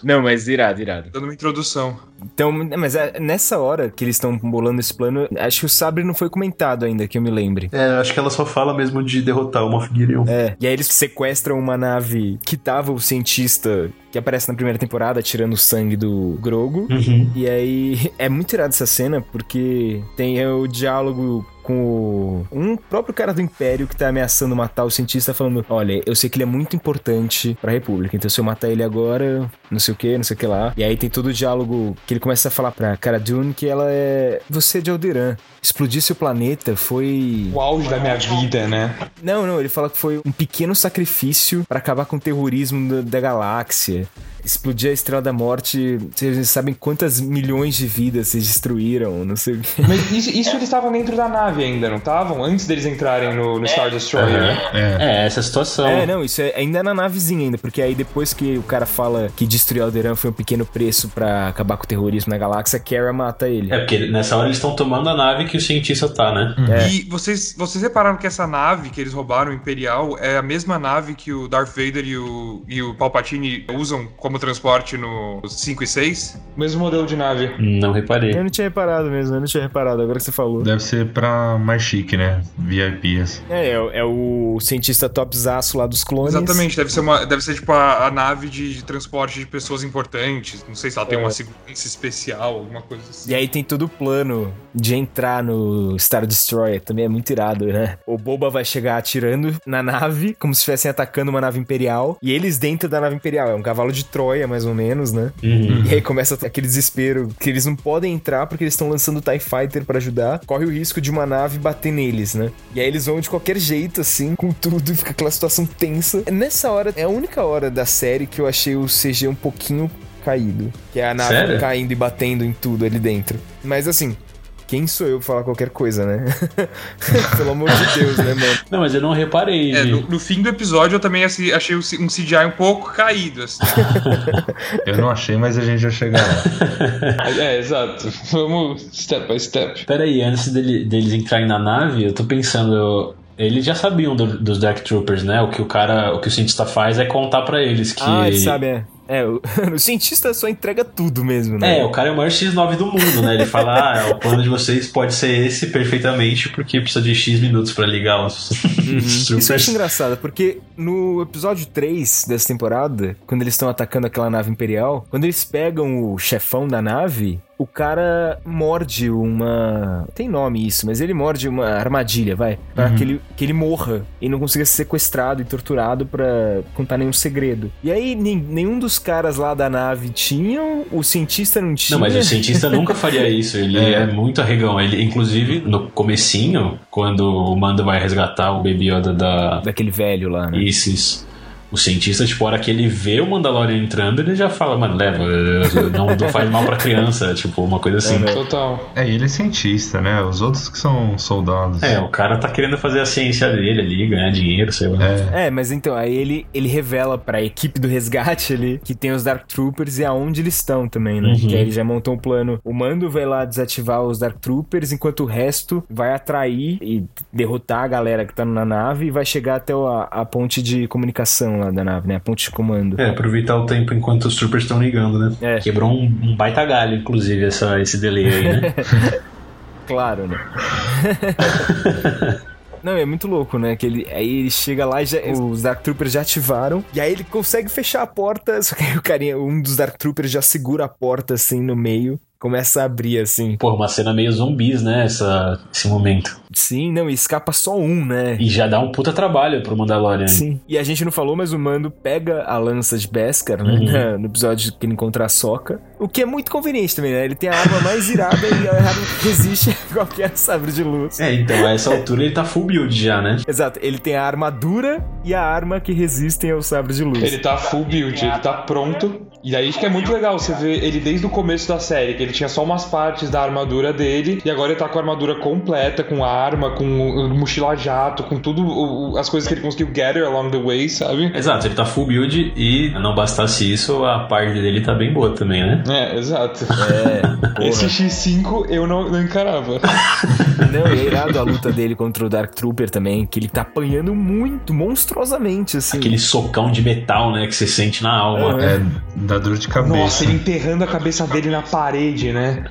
Speaker 9: Não, mas irado, irado.
Speaker 4: Dando uma introdução.
Speaker 1: Então, mas é nessa hora que eles estão bolando esse plano, acho que o sabre não foi comentado ainda, que eu me lembre.
Speaker 10: É, eu acho que ela só fala mesmo de derrotar o Moff Gideon.
Speaker 1: É. E aí eles sequestram uma nave que tava o cientista que aparece na primeira temporada tirando o sangue do Grogo.
Speaker 3: Uhum.
Speaker 1: E aí é muito irado essa cena porque tem é o diálogo com o- um próprio cara do Império que tá ameaçando matar o cientista falando: "Olha, eu sei que ele é muito importante pra República, então se eu matar ele agora, não sei o que, não sei o que lá". E aí tem todo o diálogo que ele começa a falar pra Cara Dune que ela é você é de Alderan. Explodir seu planeta foi
Speaker 6: o auge da minha vida, né?
Speaker 1: não, não, ele fala que foi um pequeno sacrifício pra acabar com o terrorismo da, da galáxia. Explodir a Estrela da Morte, vocês sabem quantas milhões de vidas vocês destruíram, não sei o quê.
Speaker 6: Mas isso, isso eles estavam dentro da nave ainda, não estavam? Antes deles entrarem no, no Star Destroyer. né?
Speaker 2: É.
Speaker 3: É, essa situação.
Speaker 10: né?
Speaker 1: É, não, isso é ainda é na navezinha ainda, porque aí depois que o cara fala que destruir Alderan foi um pequeno preço pra acabar com o terrorismo na galáxia, Kara mata ele.
Speaker 3: É, porque nessa hora eles estão tomando a nave que o cientista tá, né?
Speaker 4: E vocês, vocês repararam que essa nave que eles roubaram, o Imperial, é a mesma nave que o Darth Vader e o, e o Palpatine usam como transporte no 5 e 6?
Speaker 6: Mesmo modelo de nave.
Speaker 3: Não reparei.
Speaker 1: Eu não tinha reparado mesmo, eu não tinha reparado, agora que você falou.
Speaker 2: Deve ser pra mais chique, né? VIP, assim.
Speaker 1: É, é, o- é o cientista topzaço lá dos clones.
Speaker 4: Exatamente, deve ser, uma, deve ser tipo a, a nave de, de transporte de pessoas importantes. Não sei se ela tem uma segurança especial, alguma coisa assim.
Speaker 1: E aí tem todo o plano de entrar no Star Destroyer, também é muito irado, né? O Boba vai chegar atirando na nave, como se estivessem atacando uma nave imperial, e eles dentro da nave imperial, é um cavalo de Troia, mais ou menos, né?
Speaker 3: Uhum.
Speaker 1: E aí começa aquele desespero que eles não podem entrar porque eles estão lançando o TIE Fighter pra ajudar, corre o risco de uma nave bater neles, né? E aí eles vão de qualquer jeito, assim, com tudo, e fica aquela situação tensa. Nessa hora, é a única hora da série que eu achei o CG um pouquinho caído. Que é a nave
Speaker 3: Sério?
Speaker 1: caindo e batendo em tudo ali dentro. Mas assim, Quem sou eu pra falar qualquer coisa, né? Pelo amor de Deus, né, mano?
Speaker 3: Não, mas eu não reparei.
Speaker 4: É,
Speaker 3: Vi.
Speaker 4: no, no fim do episódio eu também assim, achei o C- um CGI um pouco caído. assim.
Speaker 2: Eu não achei, mas a gente já chega lá.
Speaker 6: É, exato. Vamos step by step.
Speaker 3: Pera aí, antes dele- deles entrarem na nave, eu tô pensando. eu- Eles já sabiam do- dos Dark Troopers, né? O que o cara, o que o cientista faz é contar pra eles que.
Speaker 1: Ah, ele sabe, é. É, o, o cientista só entrega tudo mesmo, né?
Speaker 3: É, o cara é o maior X9 do mundo, né? Ele fala, ah, o plano de vocês pode ser esse perfeitamente, porque precisa de X minutos pra ligar os, os
Speaker 1: Uhum. Isso eu acho
Speaker 3: troopers.
Speaker 1: engraçado, porque no episódio 3 dessa temporada, quando eles estão atacando aquela nave imperial, quando eles pegam o chefão da nave, o cara morde uma. Tem nome isso, mas ele morde uma armadilha, vai. Pra
Speaker 3: Uhum.
Speaker 1: que, ele, que ele morra e não consiga ser sequestrado e torturado pra contar nenhum segredo. E aí, nem- nenhum dos caras lá da nave tinham, o cientista não tinha.
Speaker 3: Não, mas o cientista nunca faria isso, ele é, muito arregão. Ele, inclusive, no comecinho, quando o Mando vai resgatar o Baby Yoda da...
Speaker 1: Daquele velho lá, né?
Speaker 3: Isso, isso. O cientista, tipo, a hora que ele vê o Mandalorian entrando, ele já fala, mano, leva, não, não faz mal pra criança, tipo, uma coisa assim.
Speaker 6: Total.
Speaker 2: É, ele é cientista, né? Os outros que são soldados.
Speaker 3: É, o cara tá querendo fazer a ciência dele ali, ganhar dinheiro, sei lá.
Speaker 2: É.
Speaker 1: É, mas então, aí ele, ele revela pra equipe do resgate ali que tem os Dark Troopers e aonde eles estão também, né?
Speaker 3: Uhum.
Speaker 1: Que aí ele já montou um plano. O Mando vai lá desativar os Dark Troopers, enquanto o resto vai atrair e derrotar a galera que tá na nave e vai chegar até o- a, a ponte de comunicação lá da nave, né? A ponte de comando.
Speaker 3: É, aproveitar o tempo enquanto os troopers estão ligando, né?
Speaker 1: É.
Speaker 3: Quebrou um, um baita galho, inclusive, essa, esse delay aí, né?
Speaker 1: Claro, né? Não, é muito louco, né? Que ele, aí ele chega lá e já- os Dark Troopers já ativaram. E aí ele consegue fechar a porta. Só que aí o carinha, um dos Dark Troopers já segura a porta assim no meio. Começa a abrir assim.
Speaker 3: Pô, uma cena meio zumbis, né? Essa, esse momento.
Speaker 1: Sim, não, e escapa só um, né?
Speaker 3: E já dá um puta trabalho pro Mandalorian.
Speaker 1: Sim. E a gente não falou, mas o Mando pega a lança de Beskar, né?
Speaker 3: Uhum.
Speaker 1: Na- No episódio que ele encontra a Soca. O que é muito conveniente também, né? Ele tem a arma mais irada e a arma que resiste a qualquer sabre de luz.
Speaker 3: É, então a essa altura ele tá full build já, né?
Speaker 1: Exato, ele tem a armadura e a arma que resistem ao sabre de luz.
Speaker 6: Ele tá full build, ele tá pronto. E aí isso que é muito legal, você vê ele desde o começo da série, que ele tinha só umas partes da armadura dele, e agora ele tá com a armadura completa, com a arma, com o mochila jato, com tudo o- o- as coisas que ele conseguiu gather along the way, sabe?
Speaker 3: Exato, ele tá full build e não bastasse isso, a parte dele tá bem boa também, né?
Speaker 6: É, exato.
Speaker 1: É,
Speaker 6: Esse
Speaker 1: porra.
Speaker 6: X5 eu não, não encarava.
Speaker 1: Não, e é irado a luta dele contra o Dark Trooper também, que ele tá apanhando muito, monstruosamente, assim.
Speaker 3: Aquele socão de metal, né, que você sente na alma.
Speaker 1: Aham.
Speaker 2: Dá dor de cabeça.
Speaker 6: Nossa, ele enterrando a cabeça dele na parede, né?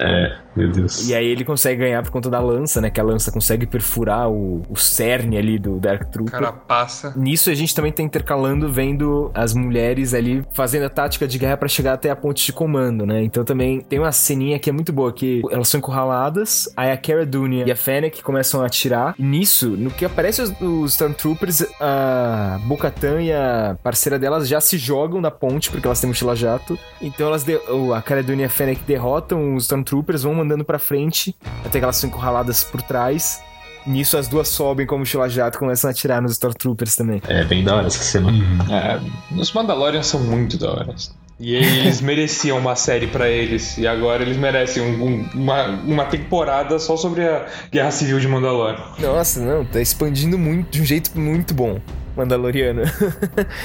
Speaker 3: Meu Deus.
Speaker 1: E é- aí ele consegue ganhar por conta da lança, né? Que a lança consegue perfurar o, o cerne ali do Dark
Speaker 4: O
Speaker 1: Trooper.
Speaker 4: cara passa.
Speaker 1: Nisso a gente também tá intercalando vendo as mulheres ali fazendo a tática de guerra pra chegar até a ponte de comando, né? Então também tem uma ceninha que é muito boa que elas são encurraladas, aí a Cara Dune e a Fennec começam a atirar. E nisso, no que aparece os, os Stormtroopers, a Bocatan e a parceira delas já se jogam da ponte porque elas têm mochila jato. Então elas de- o- a Cara Dune e a Fennec derrotam os Stormtroopers, vão mandando pra frente até que elas são encurraladas por trás. Nisso as duas sobem como mochila jato e começam a atirar nos Stormtroopers também.
Speaker 3: É, bem da hora essa cena.
Speaker 6: É, os Mandalorians são muito da hora. E eles mereciam uma série pra eles. E agora eles merecem um- um- uma, uma temporada só sobre a Guerra Civil de Mandalorian.
Speaker 1: Nossa, não, tá expandindo muito, de um jeito muito bom. Mandaloriano.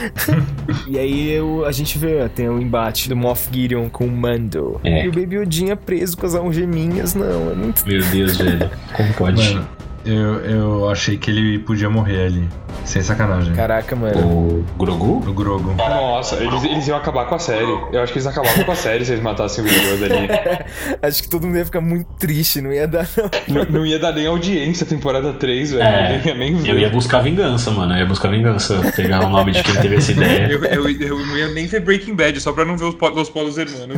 Speaker 1: e aí eu- a gente vê, ó, tem o embate do Moff Gideon com o Mando.
Speaker 3: É.
Speaker 1: E o Baby Odinha preso com as algeminhas, não, é muito...
Speaker 3: Meu Deus, velho. Como pode?
Speaker 2: Mano, eu, eu achei que ele podia morrer ali. Sem sacanagem.
Speaker 1: Caraca, mano.
Speaker 3: O Grogu?
Speaker 2: O Grogo.
Speaker 6: Nossa, eles, eles iam acabar com a série. Eu acho que eles acabavam com a série se eles matassem o Yoda ali.
Speaker 1: Acho que todo mundo ia ficar muito triste, não ia dar não.
Speaker 6: Não, não ia dar nem audiência a temporada 3, velho.
Speaker 3: É,
Speaker 6: Ninguém ia nem ver.
Speaker 3: Eu ia buscar vingança, mano. Eu ia buscar vingança. Pegar o nome de quem teve essa ideia.
Speaker 4: Eu, eu, eu não ia nem ver Breaking Bad, só pra não ver os, po- os polos hermanos.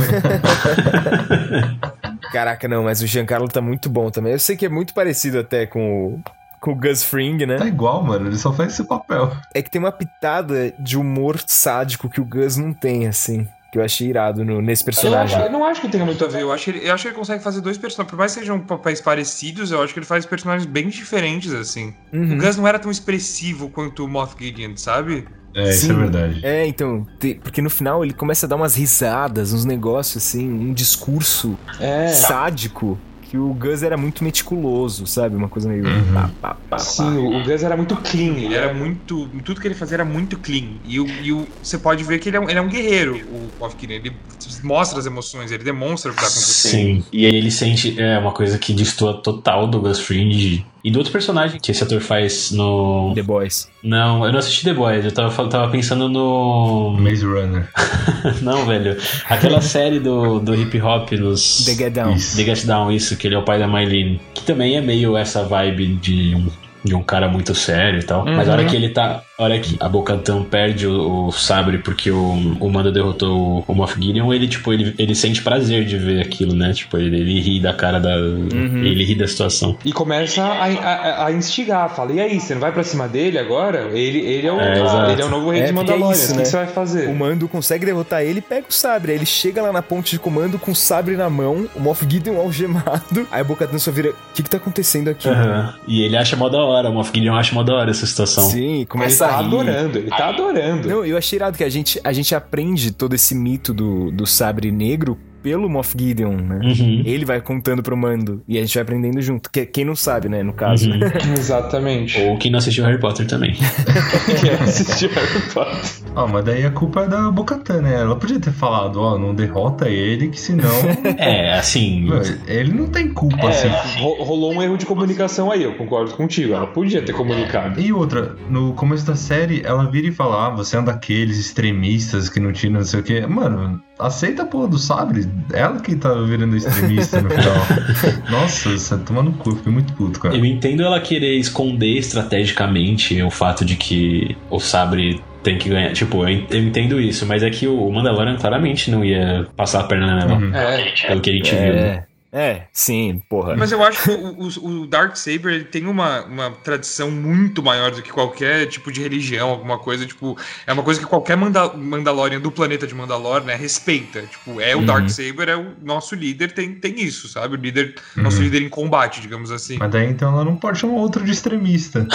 Speaker 1: Caraca, não, mas o Giancarlo tá muito bom também. Eu sei que é muito parecido até com o... Com o Gus Fring, né?
Speaker 2: Tá igual, mano. Ele só faz esse papel.
Speaker 1: É que tem uma pitada de humor sádico que o Gus não tem, assim. Que eu achei irado no- nesse
Speaker 6: Eu não, acho,
Speaker 1: personagem.
Speaker 6: Ah, eu não acho que tenha muito
Speaker 4: Muito a ver, eu acho, que ele, eu acho que ele consegue fazer dois personagens. Por mais que sejam papéis parecidos, eu acho que ele faz personagens bem diferentes, assim.
Speaker 1: Uhum.
Speaker 4: O Gus não era tão expressivo quanto o Moff Gideon, sabe?
Speaker 2: É, isso é
Speaker 1: Sim.
Speaker 2: verdade.
Speaker 1: É, então, te- porque no final ele começa a dar umas risadas, uns negócios assim, um discurso
Speaker 6: É.
Speaker 1: sádico. que o Gus era muito meticuloso, sabe? Uma coisa meio. pá, pá, pá,
Speaker 6: Sim, o o Gus era muito clean.
Speaker 4: Ele era muito. Tudo que ele fazia era muito clean. E, o- e o- você pode ver que ele é um, ele é um guerreiro, o Povkin. Ele mostra as emoções, ele demonstra o que tá acontecendo.
Speaker 3: Sim. E aí ele sente. É uma coisa que destoa total do Gus Fringe. E do outro personagem que esse ator faz no.
Speaker 1: The Boys.
Speaker 3: Não, eu não assisti The Boys, eu tava, fal- tava pensando no.
Speaker 2: Maze Runner.
Speaker 3: Não, velho. Aquela série do, do hip hop nos.
Speaker 1: The Get Down.
Speaker 2: Isso.
Speaker 3: The Get Down, isso, que ele é o pai da Mylene. Que também é meio essa vibe de um, de um cara muito sério e tal. Mas a hora que ele tá. A hora que a Bocantão perde o, o sabre porque o, o Manda derrotou o, o Moff Gideon, ele, tipo, ele, ele sente prazer de ver aquilo, né? Tipo, ele, ele ri da cara da. Ele ri da situação.
Speaker 6: E começa a, a, a instigar, fala, e aí, você não vai pra cima dele agora? Ele, ele, é, o,
Speaker 3: É, exato.
Speaker 6: ele é o novo rei
Speaker 1: É,
Speaker 6: de
Speaker 1: porque é
Speaker 6: Mandalorian, o
Speaker 1: isso,
Speaker 6: que
Speaker 1: né?
Speaker 6: que você vai fazer?
Speaker 1: O Mando consegue derrotar ele e pega o sabre. Aí ele chega lá na ponte de comando com o sabre na mão, o Moff Gideon algemado. Aí a Boca só vira: O que, que tá acontecendo aqui?
Speaker 3: Aham. E ele acha mó da hora, o Moff Gideon acha mó da hora essa situação.
Speaker 1: Sim, e
Speaker 6: Ele
Speaker 1: começa
Speaker 6: tá
Speaker 1: a rir.
Speaker 6: adorando, ele tá adorando.
Speaker 1: Não, eu achei irado que a gente, a gente aprende todo esse mito do, do sabre negro pelo Moff Gideon, né?
Speaker 3: Uhum.
Speaker 1: Ele vai contando pro Mando e a gente vai aprendendo junto. Que, quem não sabe, né, no caso.
Speaker 3: Uhum.
Speaker 6: Exatamente. tipo
Speaker 3: Ou quem não assistiu Harry Potter também.
Speaker 6: Quem assistiu Harry Potter?
Speaker 2: Ah, mas daí a culpa é da Bocatã, né? Ela podia ter falado, ó, não derrota ele, que senão.
Speaker 3: É, assim.
Speaker 2: Meu, ele não tem culpa, assim.
Speaker 6: Ro- Rolou um erro de comunicação aí, eu concordo contigo. Ela podia ter comunicado.
Speaker 2: E outra, no começo da série, ela vira e fala: Ah, você é um daqueles extremistas que não tira não sei o quê. Mano, aceita a porra do sabre. Ela que tá virando extremista no final. Nossa, você toma no cu, eu fiquei muito puto, cara.
Speaker 3: Eu entendo ela querer esconder estrategicamente o fato de que o Sabre tem que ganhar. Tipo, eu en- eu entendo isso, mas é que o Mandalorian claramente não ia passar a perna nela,
Speaker 2: Uhum.
Speaker 6: É,
Speaker 3: pelo que a gente viu. né?
Speaker 1: É, é, sim, porra.
Speaker 4: Mas eu acho que o, o, o Dark Saber ele tem uma, uma tradição muito maior do que qualquer tipo de religião, alguma coisa. Tipo, é uma coisa que qualquer manda Mandalorian do planeta de Mandalor, né, respeita. Tipo, é o
Speaker 6: Uhum.
Speaker 4: Dark Saber, é o nosso líder, tem, tem isso, sabe? O líder, nosso
Speaker 2: Uhum.
Speaker 4: líder em combate, digamos assim.
Speaker 2: Mas daí então ela não pode chamar outro de extremista.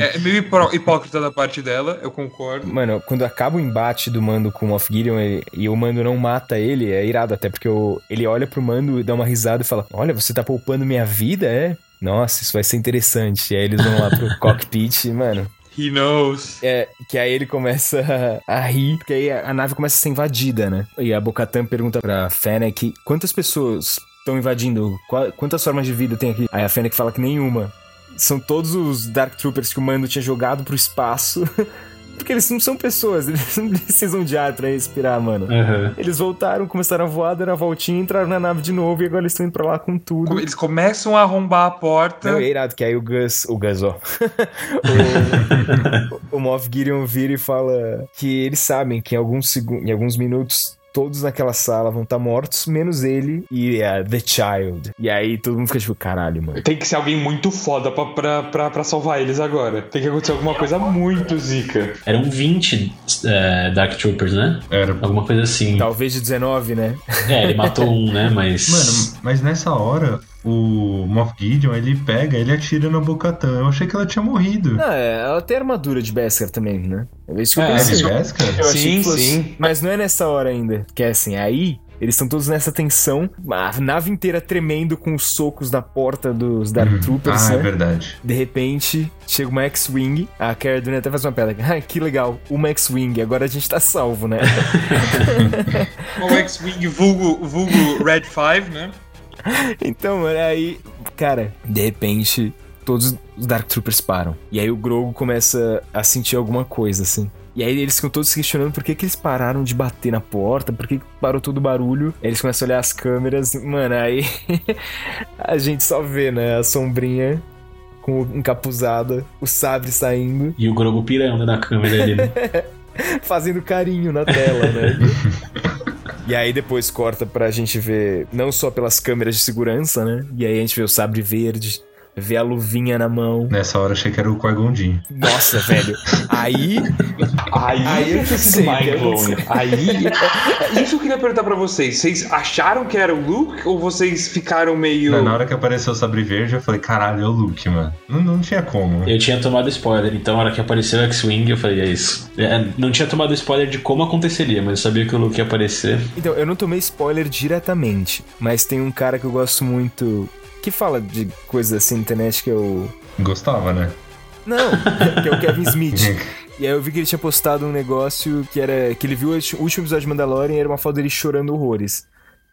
Speaker 4: É, é meio hipó- hipócrita da parte dela, eu concordo.
Speaker 1: Mano, quando acaba o embate do Mando com o Moff Gideon ele- e o Mando não mata ele, é irado até, porque o- ele olha pro Mando e dá uma risada e fala: Olha, você tá poupando minha vida, é? Nossa, isso vai ser interessante. E aí eles vão lá pro cockpit, mano.
Speaker 4: He knows.
Speaker 1: É, que aí ele começa a, a rir, porque aí a, a nave começa a ser invadida, né? E a Bocatan pergunta pra Fennec quantas pessoas estão invadindo, Qua- quantas formas de vida tem aqui? Aí a Fennec fala que nenhuma. São todos os Dark Troopers que o Mando tinha jogado pro espaço. Porque eles não são pessoas, eles não precisam de ar pra respirar, mano.
Speaker 3: Aham.
Speaker 1: Eles voltaram, começaram a voar, deram a voltinha, entraram na nave de novo e agora eles estão indo pra lá com tudo.
Speaker 4: Eles começam a arrombar a porta.
Speaker 1: Não, e é irado, que aí o Gus, o Gus, ó. o, o Moff Gideon vira e fala que eles sabem que em alguns, segun- em alguns minutos todos naquela sala vão estar mortos, menos ele e a The Child. E aí todo mundo fica tipo, caralho, mano.
Speaker 6: Tem que ser alguém muito foda pra, pra, pra, pra salvar eles agora. Tem que acontecer alguma coisa muito zica.
Speaker 3: Eram 20 é, Dark Troopers, né?
Speaker 2: Era.
Speaker 3: Alguma coisa assim.
Speaker 1: Talvez de 19, né?
Speaker 3: É, ele matou um, né? Mas.
Speaker 2: Mano, mas nessa hora, o Moff Gideon, ele pega, ele atira na Bocatã. Eu achei que ela tinha morrido.
Speaker 1: Ah, é, ela tem armadura de Beskar também, né? É isso que eu
Speaker 6: É,
Speaker 2: É,
Speaker 1: pensei.
Speaker 2: de Vesca?
Speaker 1: Eu achei
Speaker 6: Sim,
Speaker 1: que fosse-
Speaker 6: sim.
Speaker 1: Mas não é nessa hora ainda. Que é assim, aí eles estão todos nessa tensão, a nave inteira tremendo com os socos na porta dos Dark Troopers, né?
Speaker 2: Ah, é verdade.
Speaker 1: De repente, chega uma X-Wing. A Cara Dune até faz uma pedra. Ah, que legal, uma X-Wing. Agora a gente tá salvo, né?
Speaker 4: O X-Wing vulgo, vulgo Red 5, né?
Speaker 1: então, mano, aí. Cara, de repente, todos os Dark Troopers param. E aí o Grogu começa a sentir alguma coisa, assim. E aí eles ficam todos se questionando por que, que eles pararam de bater na porta, por que, que parou todo o barulho. Aí eles começam a olhar as câmeras, mano, aí a gente só vê, né, a sombrinha com o- encapuzada, o sabre saindo.
Speaker 3: E o Grogu pirando na câmera ali. né?
Speaker 1: fazendo carinho na tela, né? E aí depois corta pra gente ver, não só pelas câmeras de segurança, né? E aí a gente vê o sabre verde, vê a luvinha na mão.
Speaker 2: Nessa hora eu achei que era o Quagondinho.
Speaker 1: Nossa, velho. Aí.
Speaker 4: Aí,
Speaker 1: Aí eu
Speaker 4: eu fiquei
Speaker 1: sei,
Speaker 4: mind
Speaker 1: cara,
Speaker 4: blown. Aí. Isso eu queria perguntar pra vocês. Vocês acharam que era o Luke ou vocês ficaram meio.
Speaker 2: Na hora que apareceu o Sabre Verde, eu falei, caralho, é o Luke, mano. Não, não tinha como.
Speaker 3: Eu tinha tomado spoiler, então na hora que apareceu o X-Wing eu falei, é isso. É, não tinha tomado spoiler de como aconteceria, mas eu sabia que o Luke ia aparecer.
Speaker 1: Então, eu não tomei spoiler diretamente, mas tem um cara que eu gosto muito que fala de coisas assim na internet que eu.
Speaker 2: Gostava, né?
Speaker 1: Não, que é o Kevin Smith. E aí eu vi que ele tinha postado um negócio que era. que ele viu o ulti- último episódio de Mandalorian e era uma foto dele chorando horrores.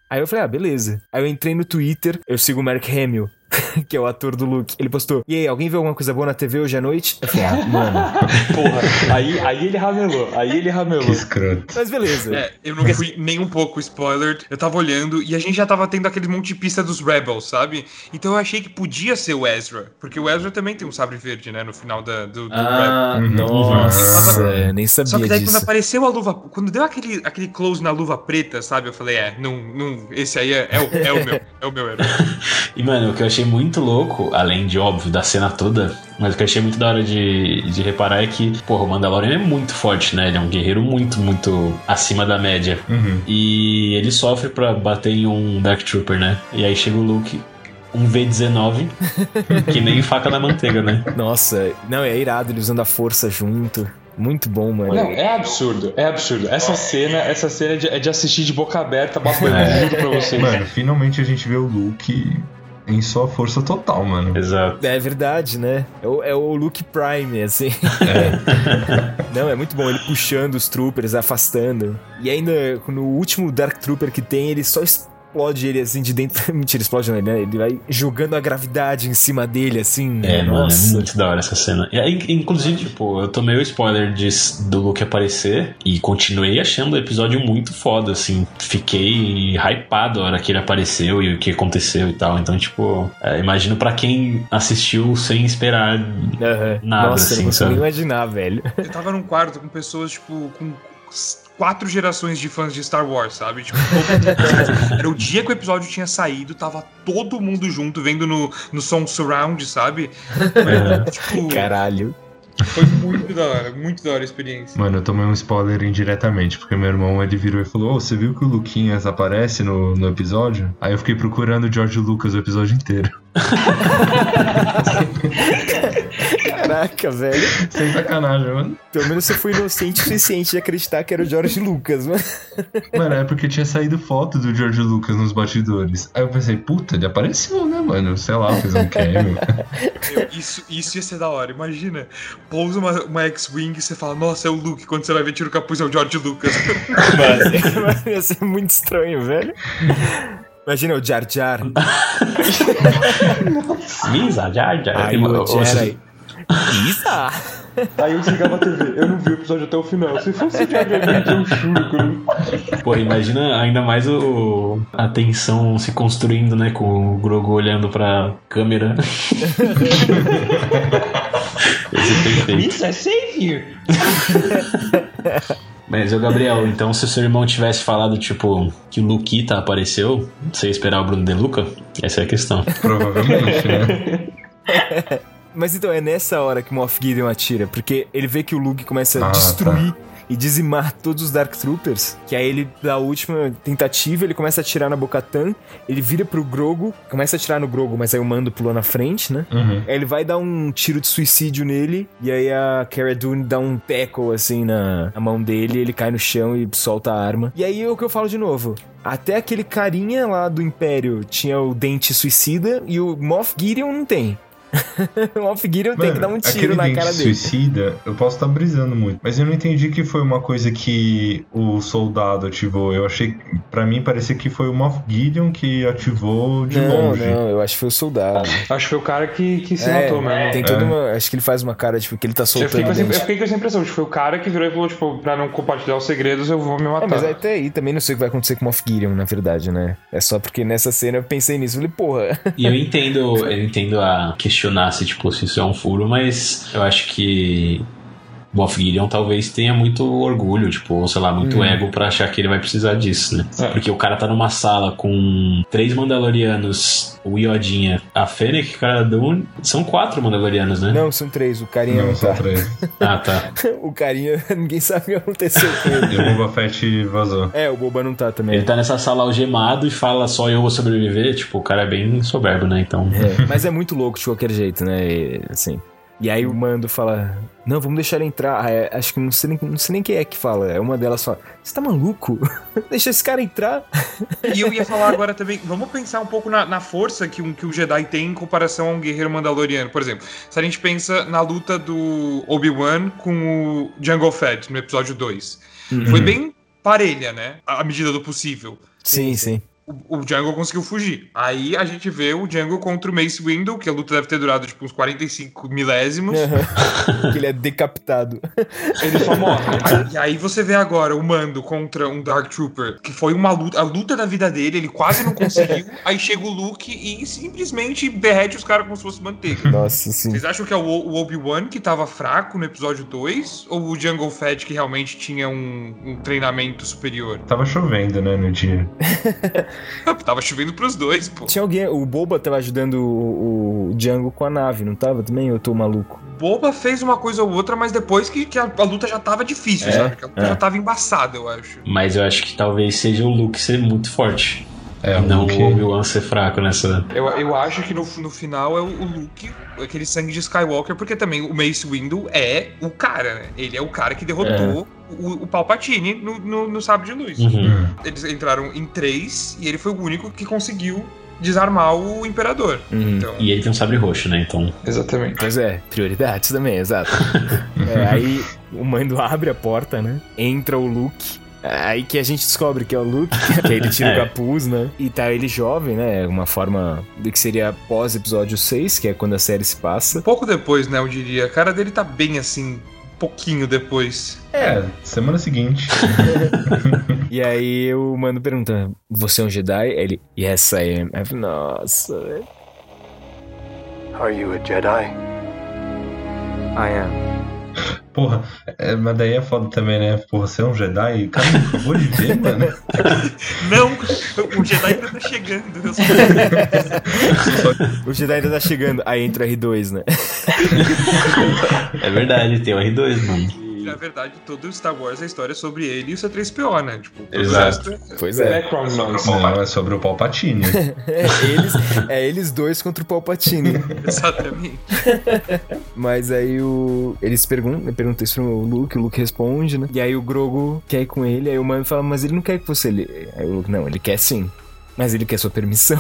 Speaker 1: Aí eu falei, ah, beleza. Aí eu entrei no Twitter, eu sigo o Mark Hamill, que é o ator do Luke. Ele postou, e aí, alguém viu alguma coisa boa na TV hoje à noite? Eu falei, ah, mano.
Speaker 6: Porra, aí, aí ele ramelou, aí ele
Speaker 2: Que
Speaker 6: ramelou.
Speaker 2: escroto.
Speaker 1: Mas beleza.
Speaker 4: É, eu não fui nem um pouco spoiler. Eu tava olhando e a gente já tava tendo aquele monte de pista dos Rebels, sabe? Então eu achei que podia ser o Ezra. Porque o Ezra também tem um sabre verde, né? No final da, do, do Rebels.
Speaker 1: Nossa, eu É, nem Ah, sabia
Speaker 4: Só que daí
Speaker 1: disso.
Speaker 4: quando apareceu a luva. Quando deu aquele, aquele close na luva preta, sabe? Eu falei, é, não, não, esse aí é, é o, é o meu, é o meu herói.
Speaker 3: E, mano, o que eu achei muito louco, além de óbvio da cena toda, mas o que eu achei muito da hora de, de reparar é que, porra, o Mandalorian é muito forte, né? Ele é um guerreiro muito, muito acima da média.
Speaker 2: Uhum.
Speaker 3: E ele sofre pra bater em um Dark Trooper, né? E aí chega o Luke, um V19, que nem faca na manteiga, né?
Speaker 1: Nossa, não, é irado ele usando a força junto. Muito bom, mano.
Speaker 6: Não, é absurdo, é absurdo. Essa cena, essa cena é de, é de assistir de boca aberta, babando, juro pra vocês.
Speaker 2: É. Mano, finalmente a gente vê o Luke em sua força total, mano.
Speaker 3: Exato.
Speaker 1: É verdade, né? É o, é o Luke Prime, assim. Não, é muito bom ele puxando os troopers, afastando. E ainda, no último Dark Trooper que tem, ele só explode ele assim de dentro. Mentira, explode não, ele, né? Ele vai jogando a gravidade em cima dele, assim.
Speaker 3: É, mano, é
Speaker 1: Nossa.
Speaker 3: muito da hora essa cena. E, in- inclusive, tipo, eu tomei o spoiler de, do Luke aparecer e continuei achando o episódio muito foda, assim. Fiquei hypado a hora que ele apareceu e o que aconteceu e tal. Então, tipo, é, imagino pra quem assistiu sem esperar.
Speaker 1: Aham. Nossa,
Speaker 3: Nada,
Speaker 1: eu
Speaker 3: assim,
Speaker 1: não consigo
Speaker 3: sabe?
Speaker 1: nem imaginar, velho.
Speaker 4: Eu tava num quarto com pessoas, tipo, com quatro gerações de fãs de Star Wars, sabe? Tipo, todo- era o dia que o episódio tinha saído, tava todo mundo junto, vendo no, no som surround, sabe?
Speaker 3: É,
Speaker 4: Tipo,
Speaker 1: Caralho.
Speaker 4: foi muito da hora, muito da hora a experiência.
Speaker 2: Mano, eu tomei um spoiler indiretamente, porque meu irmão ele virou e falou: Ô, você viu que o Luquinhas aparece no, no episódio? Aí eu fiquei procurando o George Lucas o episódio inteiro.
Speaker 1: Caraca, velho.
Speaker 2: Sem sacanagem, mano.
Speaker 1: Pelo menos você foi inocente o suficiente de acreditar que era o George Lucas, mano.
Speaker 2: Mano, é porque tinha saído foto do George Lucas nos bastidores. Aí eu pensei, puta, ele apareceu, né, mano? Sei lá, fez um cameo.
Speaker 4: Meu, isso, isso ia ser da hora, imagina. Pousa uma, uma X-Wing e você fala, nossa, é o Luke. Quando você vai ver, tira o capuz, é o George Lucas.
Speaker 1: Mano, Ia ser muito estranho, velho. Imagina o Jar Jar.
Speaker 3: Misa, já, já.
Speaker 1: Aí
Speaker 3: Tem uma-
Speaker 1: o
Speaker 3: ou- ou-
Speaker 1: Jedi. Isa!
Speaker 6: Aí eu desligava a TV, eu não vi o episódio até o final. Se fosse de Agamemnon, eu juro que eu não...
Speaker 3: Porra, imagina ainda mais o, o- a tensão se construindo, né? Com o Grogu olhando pra câmera. Esse é perfeito.
Speaker 6: Isso é save
Speaker 3: Mas, ô Gabriel, então se o seu irmão tivesse falado, tipo, que o Luquita apareceu, você ia esperar o Bruno De Luca? Essa é a questão.
Speaker 2: Provavelmente, né?
Speaker 1: Mas então é nessa hora que o Moff Gideon atira, porque ele vê que o Luke começa a
Speaker 2: Ah,
Speaker 1: destruir e dizimar todos os Dark Troopers, que aí ele, da última tentativa, ele começa a atirar na Bocatan, ele vira pro Grogo, começa a atirar no Grogo, mas aí o Mando pulou na frente, né?
Speaker 2: Uhum.
Speaker 1: Aí ele vai dar um tiro de suicídio nele, e aí a Cara Dune dá um tackle assim na, na mão dele, ele cai no chão e solta a arma. E aí é o que eu falo de novo. Até aquele carinha lá do Império tinha o dente suicida e o Moff Gideon não tem. o Moff Gideon tem que dar um tiro
Speaker 2: aquele
Speaker 1: na
Speaker 2: dente
Speaker 1: cara dele.
Speaker 2: suicida, eu posso estar brisando muito, mas eu não entendi que foi uma coisa que o soldado ativou. Eu achei, que- pra mim, parecia que foi o Moff Gideon que ativou de
Speaker 1: não,
Speaker 2: é longe.
Speaker 1: não, eu acho que foi o soldado.
Speaker 6: Acho que foi o cara que, que se
Speaker 1: É,
Speaker 6: matou
Speaker 4: né?
Speaker 6: mesmo.
Speaker 1: Tem toda uma. Acho que ele faz uma cara, tipo, que ele tá
Speaker 6: Eu fiquei,
Speaker 1: soltando
Speaker 6: com
Speaker 1: o
Speaker 4: assim,
Speaker 6: essa, eu
Speaker 1: dente.
Speaker 4: é
Speaker 6: fiquei com essa impressão, tipo, foi o cara que virou e falou, tipo, pra não compartilhar os segredos, eu vou me
Speaker 1: É, mas
Speaker 6: matar.
Speaker 1: até aí também não sei o que vai acontecer com o Moff Gideon, na verdade, né? É só porque nessa cena eu pensei nisso. Falei, porra,
Speaker 3: E eu entendo, eu entendo a questionar se, tipo, se isso é um furo, mas eu acho que Moff Gideon talvez tenha muito orgulho, tipo, ou sei lá, muito
Speaker 1: Hum.
Speaker 3: ego pra achar que ele vai precisar disso, né?
Speaker 6: É.
Speaker 3: Porque o cara tá numa sala com três Mandalorianos, o Iodinha, a Fennec, cada um. São quatro Mandalorianos, né?
Speaker 1: Não, são três. O carinha
Speaker 2: Não,
Speaker 1: não
Speaker 2: só
Speaker 1: tá.
Speaker 2: três.
Speaker 3: Ah, tá.
Speaker 1: O carinha, ninguém sabe o que aconteceu com
Speaker 2: E
Speaker 1: ele.
Speaker 2: o Boba Fett vazou.
Speaker 1: É, o Boba não tá também.
Speaker 3: Ele tá nessa sala algemado e fala só eu vou sobreviver. Tipo, o cara é bem soberbo, né? Então.
Speaker 1: É, mas é muito louco de qualquer jeito, né? E, assim. E aí o Mando fala: Não, vamos deixar ele entrar. Ah, é, acho que não sei, nem, não sei nem quem é que fala. É uma delas fala: Você tá maluco? Deixa esse cara entrar.
Speaker 4: E eu ia falar agora também, vamos pensar um pouco na, na força que um, que o Jedi tem em comparação a um guerreiro mandaloriano. Por exemplo, se a gente pensa na luta do Obi-Wan com o Jungle Fett no episódio 2.
Speaker 1: Uhum.
Speaker 4: Foi bem parelha, né? À à medida do possível.
Speaker 1: Sim, sim.
Speaker 4: O, o Jungle conseguiu fugir. Aí a gente vê o Jungle contra o Mace Windu, que a luta deve ter durado tipo uns 45 milésimos.
Speaker 1: Aham. Que ele é decapitado.
Speaker 6: Ele só morre.
Speaker 4: E aí você vê agora o Mando contra um Dark Trooper, que foi uma luta, a luta da vida dele, ele quase não conseguiu. aí chega o Luke e simplesmente derrete os caras como se fosse manteiga.
Speaker 1: Nossa, sim.
Speaker 4: Vocês acham que é o o Obi-Wan que tava fraco no episódio 2? Ou o Jungle Fett que realmente tinha um, um treinamento superior?
Speaker 2: Tava chovendo, né, no dia.
Speaker 4: Tava chovendo pros dois, pô.
Speaker 1: Tinha alguém, o Boba tava ajudando o, o Django com a nave, não tava também? Eu tô maluco.
Speaker 4: Boba fez uma coisa ou outra, mas depois que, que a, a luta já tava difícil, sabe? Que a luta já tava embaçada, eu acho.
Speaker 3: Mas eu acho que talvez seja o Luke ser muito forte.
Speaker 2: É, o
Speaker 3: não
Speaker 2: Luke-
Speaker 3: o Obi-Wan ser fraco nessa.
Speaker 4: Eu, eu acho que no, no final é o, o Luke, aquele sangue de Skywalker, porque também o Mace Windu é o cara, né? Ele é o cara que derrotou o, o Palpatine no, no, no Sábio de Luz.
Speaker 3: É. Uhum.
Speaker 2: Hum.
Speaker 4: Eles entraram em três e ele foi o único que conseguiu desarmar o Imperador. Então,
Speaker 3: E ele tem um sabre roxo, né? Então.
Speaker 6: Exatamente.
Speaker 1: Pois é, prioridades também, exato. É, aí o Mando abre a porta, né? Entra o Luke. Aí que a gente descobre que é o Luke, que aí ele tira
Speaker 3: É.
Speaker 1: o capuz, né? E tá ele jovem, né? Uma forma do que seria pós-episódio 6, que é quando a série se
Speaker 4: um
Speaker 1: passa.
Speaker 4: pouco depois, né, eu diria. A cara dele tá bem assim, pouquinho depois.
Speaker 2: É, semana seguinte.
Speaker 1: E aí o Mando pergunta: Você é um Jedi? Ele, Yes, I am. Eu falei, Nossa, velho.
Speaker 8: Are you a Jedi?
Speaker 9: I am.
Speaker 2: Porra, é, mas daí é foda também, né? Porra, você é um Jedi? Cara, acabou de ver, mano.
Speaker 4: Não, o Jedi ainda tá chegando. Eu só-
Speaker 1: o Jedi ainda tá chegando. Aí entra o R2, né?
Speaker 3: É verdade, tem o R2, mano.
Speaker 4: Na verdade, todo Star Wars é história sobre ele e o C3PO, né? Tipo, todo o
Speaker 3: Exato.
Speaker 4: resto é-
Speaker 1: Pois
Speaker 6: Background noise.
Speaker 2: Não, é sobre o Palpatine.
Speaker 1: É eles, é eles dois contra o Palpatine. né?
Speaker 4: é- Exatamente.
Speaker 1: Mas aí o. Eles perguntam, perguntam isso pro Luke, o Luke responde, né? E aí o Grogo quer ir com ele, aí o Mando fala, mas ele não quer que você. Ele... Aí o Luke, não, ele quer sim. Mas ele quer sua permissão.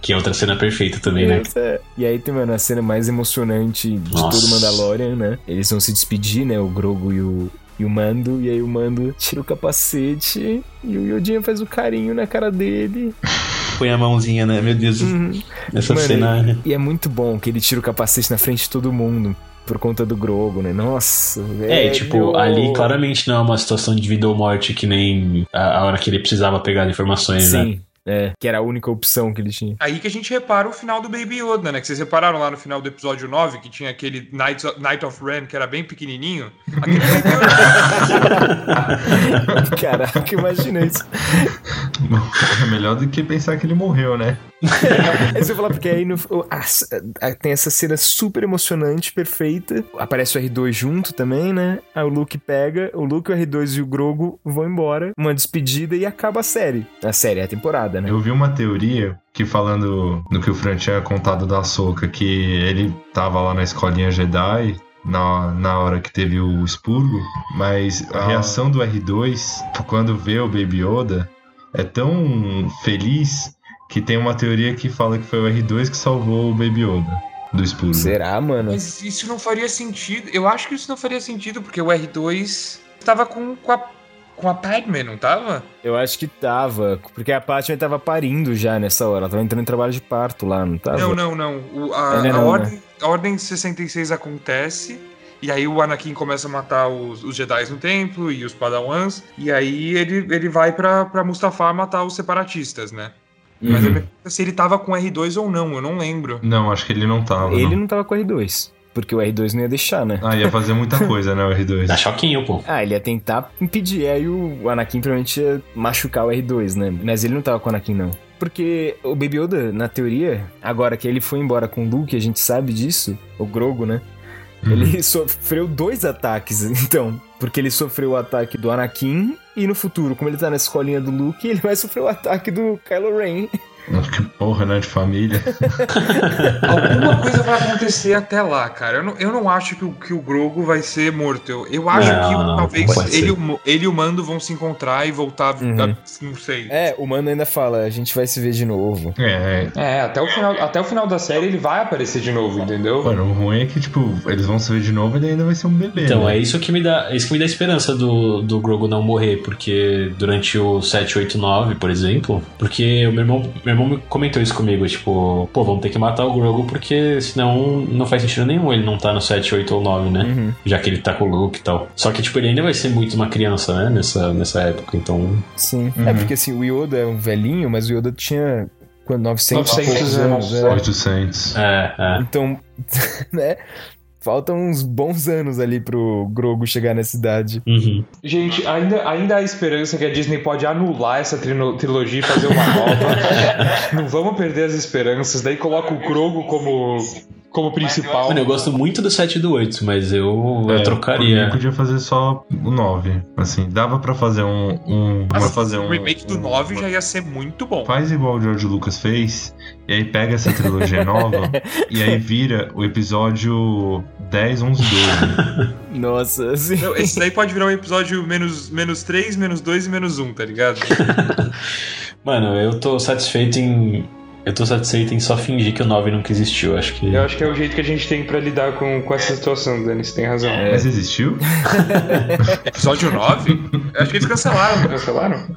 Speaker 3: Que é outra cena perfeita também, né?
Speaker 1: É. E aí tem, mano, a cena mais emocionante de
Speaker 3: Nossa.
Speaker 1: todo o Mandalorian, né? Eles vão se despedir, né? O Grogo e o. E o Mando, e aí o Mando tira o capacete e o Yodinha faz o carinho na cara dele.
Speaker 3: Põe a mãozinha, né? Meu Deus, essa
Speaker 1: Hum, Mano,
Speaker 3: cena.
Speaker 1: E é muito bom que ele tira o capacete na frente de todo mundo por conta do Grogo, né? Nossa, velho.
Speaker 3: É, tipo, ali claramente não é uma situação de vida ou morte que nem a, a hora que ele precisava pegar as informações, né?
Speaker 1: Sim, é, que era a única opção que ele tinha.
Speaker 4: Aí que a gente repara o final do Baby Yoda, né? Que vocês repararam lá no final do episódio 9, que tinha aquele Knights of- Knight of Ren, que era bem pequenininho. Aquele Baby Yoda
Speaker 1: Caraca, imagina isso.
Speaker 2: É melhor do que pensar que ele morreu, né?
Speaker 1: Aí você fala, porque aí no- o- a- a- tem essa cena super emocionante, perfeita. Aparece o R2 junto também, né? Aí o Luke pega, o Luke, o R2 e o Grogo vão embora. Uma despedida e acaba a série. A série, a temporada, né?
Speaker 2: Eu vi uma teoria que falando do que o Fran tinha contado da Soca, que ele tava lá na escolinha Jedi na, na hora que teve o expurgo, mas a reação do R2 quando vê o Baby Yoda é tão feliz que tem uma teoria que fala que foi o R2 que salvou o Baby Yoda do expurgo.
Speaker 1: Será, mano?
Speaker 4: Mas isso não faria sentido. Eu acho que isso não faria sentido, porque o R2 tava com, com a. Com a Padme, não tava?
Speaker 1: Eu acho que tava, porque a Patty tava parindo já nessa hora. Ela tava entrando em trabalho de parto lá, não tava?
Speaker 4: Não, não, não. O- a,
Speaker 1: Tá Ainda
Speaker 4: a
Speaker 1: não, né?
Speaker 4: ordem, a Ordem 66 acontece, e aí o Anakin começa a matar os, os Jedi no templo e os Padawans, e aí ele, ele vai pra, pra Mustafar matar os separatistas, né?
Speaker 1: Uhum.
Speaker 4: Mas eu me pergunto se ele tava com R2 ou não, eu não lembro.
Speaker 2: Não, acho que ele não tava.
Speaker 1: Ele
Speaker 2: não.
Speaker 1: não tava com o R2. Porque o R2 não ia deixar, né?
Speaker 2: Ah, ia fazer muita coisa, né, o
Speaker 3: Dá
Speaker 2: R2.
Speaker 3: choquinho, pô.
Speaker 1: Ah, ele ia tentar impedir. é, Aí o Anakin provavelmente ia machucar o R2, né? Mas ele não tava com o Anakin, não. Porque o Baby Yoda, na teoria, agora que ele foi embora com o Luke, a gente sabe disso, o Grogo, né? Ele sofreu dois ataques, então. Porque ele sofreu o ataque do Anakin e no futuro, como ele tá na escolinha do Luke, ele vai sofrer o ataque do Kylo Ren.
Speaker 2: Que porra, né, de família.
Speaker 4: Alguma coisa vai acontecer até lá, cara. Eu não, eu não acho que o, que o Grogu vai ser morto. Eu, eu acho
Speaker 3: Não,
Speaker 4: que
Speaker 3: não, não
Speaker 4: talvez
Speaker 3: pode
Speaker 4: ele,
Speaker 3: ser.
Speaker 4: e o Mo- ele e o Mando vão se encontrar e voltar. a-
Speaker 1: Uhum.
Speaker 4: a- não sei.
Speaker 1: É, o Mano ainda fala, a gente vai se ver de novo.
Speaker 2: É, é.
Speaker 6: É, até o, final, até o final da série ele vai aparecer de novo, entendeu?
Speaker 2: Mano, o ruim é que, tipo, eles vão se ver de novo e ele ainda vai ser um bebê.
Speaker 3: Então,
Speaker 2: né?
Speaker 3: é isso que me dá, é isso que me dá esperança do, do Grogu não morrer, porque durante o 789, por exemplo, porque o meu irmão, meu irmão me comentou isso comigo, tipo, pô, vamos ter que matar o Grogu porque senão não faz sentido nenhum ele não tá no 7, 8 ou 9, né?
Speaker 1: Uhum.
Speaker 3: Já que ele tá com o Luke e tal. Só que, tipo, ele ainda vai ser muito uma criança, né? Nessa, nessa época, então.
Speaker 1: Sim. É porque assim, o Yoda é um velhinho, mas o Yoda tinha quando 900, e
Speaker 6: 900
Speaker 1: poucos
Speaker 6: é,
Speaker 1: anos. é.
Speaker 2: 800.
Speaker 3: É, é.
Speaker 1: Então, né? Faltam uns bons anos ali pro Grogo chegar nessa idade.
Speaker 3: Uhum.
Speaker 6: Gente, ainda, ainda há esperança que a Disney pode anular essa trino- trilogia e fazer uma nova. não vamos perder as esperanças. Daí coloca o Grogu como, como principal.
Speaker 3: Mano, eu gosto muito do 7 e do 8, mas eu, eu
Speaker 2: É, por mim,
Speaker 3: trocaria.
Speaker 2: podia fazer só o 9. Assim, dava pra fazer um. um
Speaker 4: Mas
Speaker 2: uma- fazer
Speaker 4: o
Speaker 2: um
Speaker 4: remake do 9 já ia ser muito bom.
Speaker 2: Faz igual o George Lucas fez, e aí pega essa trilogia nova, e aí vira o episódio 10, 11, 12.
Speaker 1: Nossa, assim.
Speaker 4: Não, esse daí pode virar um episódio menos, menos 3, menos 2 e menos 1, tá ligado?
Speaker 3: Mano, eu tô satisfeito em. Eu tô satisfeito em só fingir que o 9 nunca existiu, acho que.
Speaker 6: Eu acho que é o jeito que a gente tem pra lidar com, com essa situação, Dani. Você tem razão.
Speaker 3: É.
Speaker 2: Mas existiu?
Speaker 4: episódio 9? Eu acho que eles cancelaram.
Speaker 6: Cancelaram?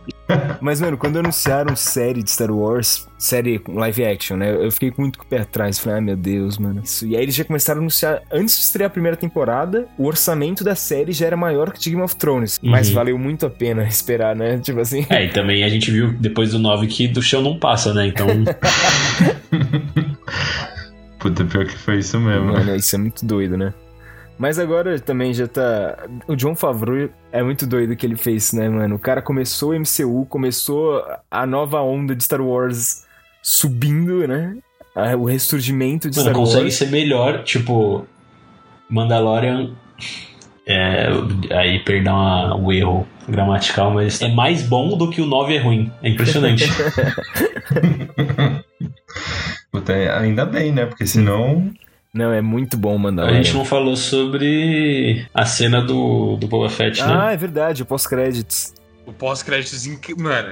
Speaker 1: Mas, mano, quando anunciaram série de Star Wars, série com live action, né? Eu fiquei muito com o pé atrás. Falei, ah, meu Deus, mano. Isso. E aí eles já começaram a anunciar, antes de estrear a primeira temporada, o orçamento da série já era maior que o de Game of Thrones.
Speaker 3: Uhum.
Speaker 1: Mas valeu muito a pena esperar, né? Tipo assim.
Speaker 3: É, e também a gente viu depois do 9 que do chão não passa, né? Então,
Speaker 2: Puta, pior que foi isso mesmo.
Speaker 1: Mano, isso é muito doido, né? Mas agora também já tá. O John Favreau é muito doido o que ele fez, né, mano? O cara começou o MCU, começou a nova onda de Star Wars subindo, né? Ah, O ressurgimento de
Speaker 3: mano,
Speaker 1: Star
Speaker 3: consegue
Speaker 1: Wars.
Speaker 3: ser melhor, tipo, Mandalorian. É, aí perdão a- o erro gramatical, mas é mais bom do que o 9 é ruim. É impressionante.
Speaker 2: Puta, ainda bem, né? Porque senão.
Speaker 1: Não, é muito bom mandar.
Speaker 3: a gente não falou sobre a cena do, do Boba Fett, né?
Speaker 1: Ah, é verdade, o pós-créditos.
Speaker 4: O pós-créditos. inc- Mano,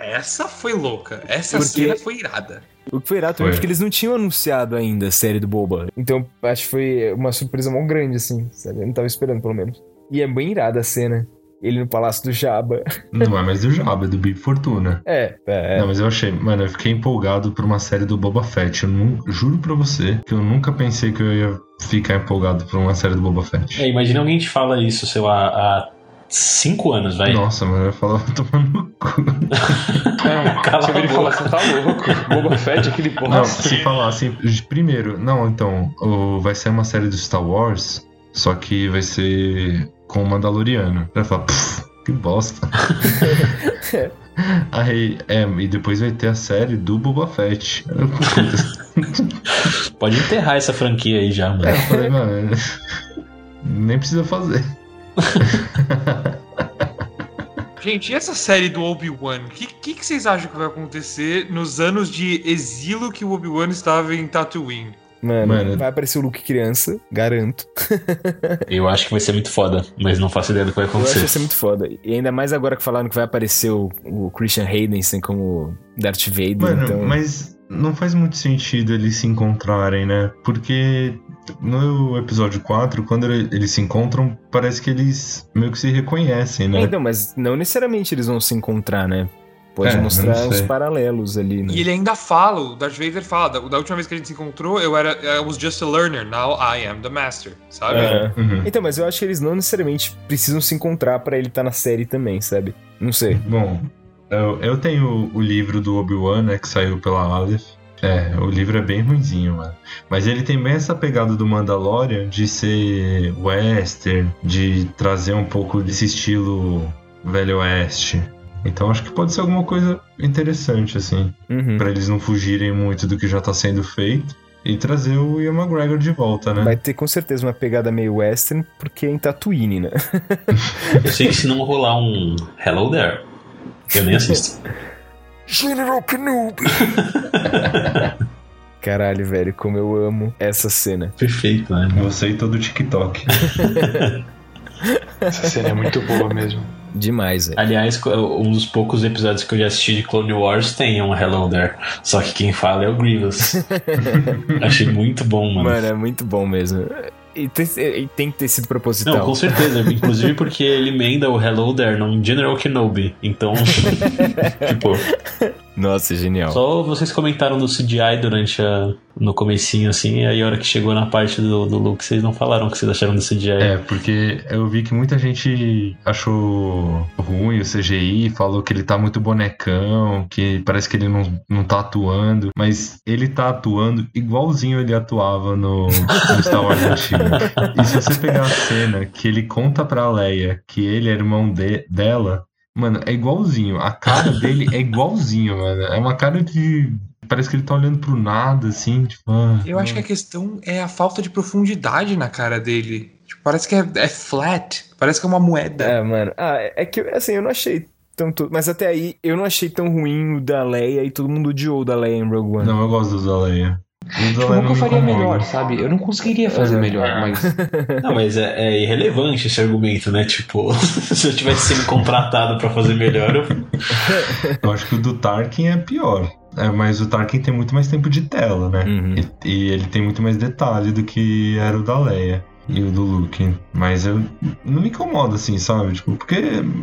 Speaker 4: essa foi louca. Essa
Speaker 1: Porque-
Speaker 4: cena foi irada.
Speaker 1: O que foi irado também,
Speaker 2: Foi.
Speaker 1: porque eles não tinham anunciado ainda a série do Boba. Então, acho que foi uma surpresa mão grande, assim, sabe? Eu não tava esperando, pelo menos. E é bem irada a cena. Ele no Palácio do Jabba.
Speaker 2: Não é mais do Jabo, é do Big Fortuna.
Speaker 1: É, é, é.
Speaker 2: Não, mas eu achei, mano, eu fiquei empolgado por uma série do Boba Fett. Eu nu- juro pra você que eu nunca pensei que eu ia ficar empolgado por uma série do Boba Fett.
Speaker 3: É, imagina alguém te fala isso, sei lá, há 5 anos, vai.
Speaker 2: Nossa, mano, eu falava tomando cu.
Speaker 6: Não,
Speaker 3: Cala
Speaker 6: você
Speaker 3: a
Speaker 6: vira e fala,
Speaker 3: boca.
Speaker 6: você tá louco. Boba Fett, aquele
Speaker 2: Não,
Speaker 6: bosta.
Speaker 2: se falar assim, primeiro, não, então, o- vai ser uma série do Star Wars, só que vai ser com o Mandaloriano. Vai falar, "Pff, que bosta. Aí, é, e depois vai ter a série do Boba Fett. Eu, puta,
Speaker 3: Pode enterrar essa franquia aí já, mano.
Speaker 2: eu falei, mano, nem precisa fazer.
Speaker 4: Gente, e essa série do Obi-Wan? O que, que, que vocês acham que vai acontecer nos anos de exílio que o Obi-Wan estava em Tatooine?
Speaker 1: Mano,
Speaker 2: Mano.
Speaker 1: vai aparecer o Luke criança, garanto.
Speaker 3: Eu acho que vai ser muito foda, mas não faço ideia do que vai
Speaker 1: Eu acho que
Speaker 3: acontecer.
Speaker 1: vai ser muito foda. E ainda mais agora que falaram que vai aparecer o, o Christian Haydensen como Darth Vader.
Speaker 2: Mano,
Speaker 1: então...
Speaker 2: mas não faz muito sentido eles se encontrarem, né? Porque no episódio 4, quando ele- eles se encontram, parece que eles meio que se reconhecem,
Speaker 1: É,
Speaker 2: né?
Speaker 1: então, mas não necessariamente eles vão se encontrar, né? Pode
Speaker 2: É, eu
Speaker 1: mostrar
Speaker 2: não
Speaker 1: os
Speaker 2: sei.
Speaker 1: paralelos ali, né?
Speaker 4: E ele ainda fala, o Darth Vader fala, da, da última vez que a gente se encontrou, eu era I was just a learner, now I am the master, sabe?
Speaker 1: É.
Speaker 2: Uhum.
Speaker 1: Então, mas eu acho que eles não necessariamente precisam se encontrar pra ele estar na série também, sabe? Não sei.
Speaker 2: Bom, eu, eu tenho o livro do Obi-Wan, né, que saiu pela Aleph. É, É, o livro é bem ruinzinho, mano. Mas ele tem bem essa pegada do Mandalorian de ser western, de trazer um pouco desse estilo velho oeste. Então acho que pode ser alguma coisa interessante, assim,
Speaker 7: Uhum.
Speaker 2: Pra eles não fugirem muito do que já tá sendo feito e trazer o Ian McGregor de volta, né?
Speaker 1: Vai ter com certeza uma pegada meio western, porque é em Tatooine, né?
Speaker 3: Eu sei que se não rolar um Hello There, eu nem assisto.
Speaker 1: General Kenobi! Caralho, velho, como eu amo essa cena.
Speaker 3: Perfeito, né?
Speaker 2: Você e todo o TikTok.
Speaker 6: Essa cena é muito boa mesmo.
Speaker 1: Demais, velho.
Speaker 3: Aliás, um dos poucos episódios que eu já assisti de Clone Wars tem um Hello There. Só que quem fala é o Grievous. Achei muito bom, mano.
Speaker 1: Mano, é muito bom mesmo. E tem, e tem que ter sido
Speaker 3: Não,
Speaker 1: proposital.
Speaker 3: com certeza. Inclusive porque ele emenda o Hello There num General Kenobi. Então, tipo,
Speaker 1: Nossa, genial.
Speaker 3: só vocês comentaram do CGI durante a. no comecinho, assim, e aí a hora que chegou na parte do, do Luke, vocês não falaram o que vocês acharam do CGI.
Speaker 2: É, porque eu vi que muita gente achou ruim o CGI, falou que ele tá muito bonecão, que parece que ele não, não tá atuando, mas ele tá atuando igualzinho ele atuava no, no Star Wars antigo. E se você pegar a cena que ele conta pra Leia que ele é irmão de- dela, mano, é igualzinho. A cara dele é igualzinho, mano. É uma cara de. Parece que ele tá olhando pro nada, assim, tipo. ah,
Speaker 4: Eu acho que a questão é a falta de profundidade na cara dele. Tipo, parece que é, é flat, parece que é uma moeda.
Speaker 1: É, mano. Ah, é é que, assim, eu não achei tanto... Mas até aí, eu não achei tão ruim o da Leia e todo mundo odiou o da Leia em Rogue One.
Speaker 2: Não, eu gosto do Leia. O
Speaker 6: Tipo,
Speaker 2: Leia não
Speaker 6: nunca
Speaker 2: me
Speaker 6: faria
Speaker 2: incomoda.
Speaker 6: melhor, sabe? Eu não conseguiria fazer melhor, mas.
Speaker 3: Não, mas é, é irrelevante esse argumento, né? Tipo, se eu tivesse sido contratado pra fazer melhor, eu
Speaker 2: Eu acho que o do Tarkin é pior. É, mas o Tarkin tem muito mais tempo de tela, né?
Speaker 1: Uhum.
Speaker 2: E, e ele tem muito mais detalhe do que era o da Leia e o do Luke. Mas eu não me incomodo, assim, sabe? Tipo, porque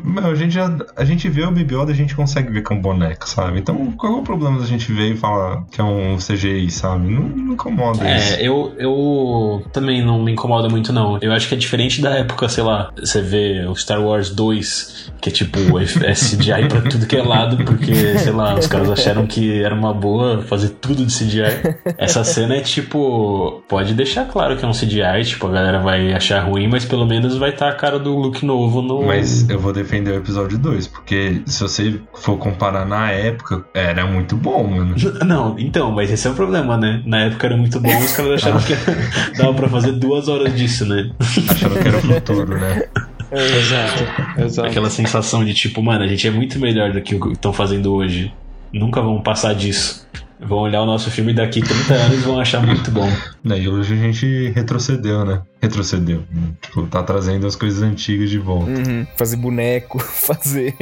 Speaker 2: meu, a, gente já, a gente vê o Baby Yoda, a gente consegue ver que é um boneco, sabe? Então qual é o problema da gente ver e falar que é um CGI, sabe? Não, não me incomoda isso.
Speaker 3: É, eu, eu também não me incomoda muito, não. Eu acho que é diferente da época, sei lá, você vê o Star Wars 2, que é tipo é CGI pra tudo que é lado, porque, sei lá, os caras acharam que era uma boa fazer tudo de CGI. Essa cena é tipo. Pode deixar claro que é um CGI, tipo, a galera vai achar ruim, mas pelo menos vai estar a cara do look novo no.
Speaker 2: Mas eu vou defender o episódio 2, porque se você for comparar na época, era muito bom, mano.
Speaker 3: Não, então, mas esse é o problema, né? Na época era muito bom, os caras acharam que dava pra fazer duas horas disso, né?
Speaker 2: Acharam que era o futuro, né?
Speaker 6: Exato, exato.
Speaker 3: Aquela sensação de tipo, mano, a gente é muito melhor do que o que estão fazendo hoje. Nunca vão passar disso. Vão olhar o nosso filme daqui 30 anos e vão achar muito bom.
Speaker 2: Daí hoje a gente retrocedeu, né? Retrocedeu. Tipo, tá trazendo as coisas antigas de volta.
Speaker 1: Uhum. Fazer boneco, fazer.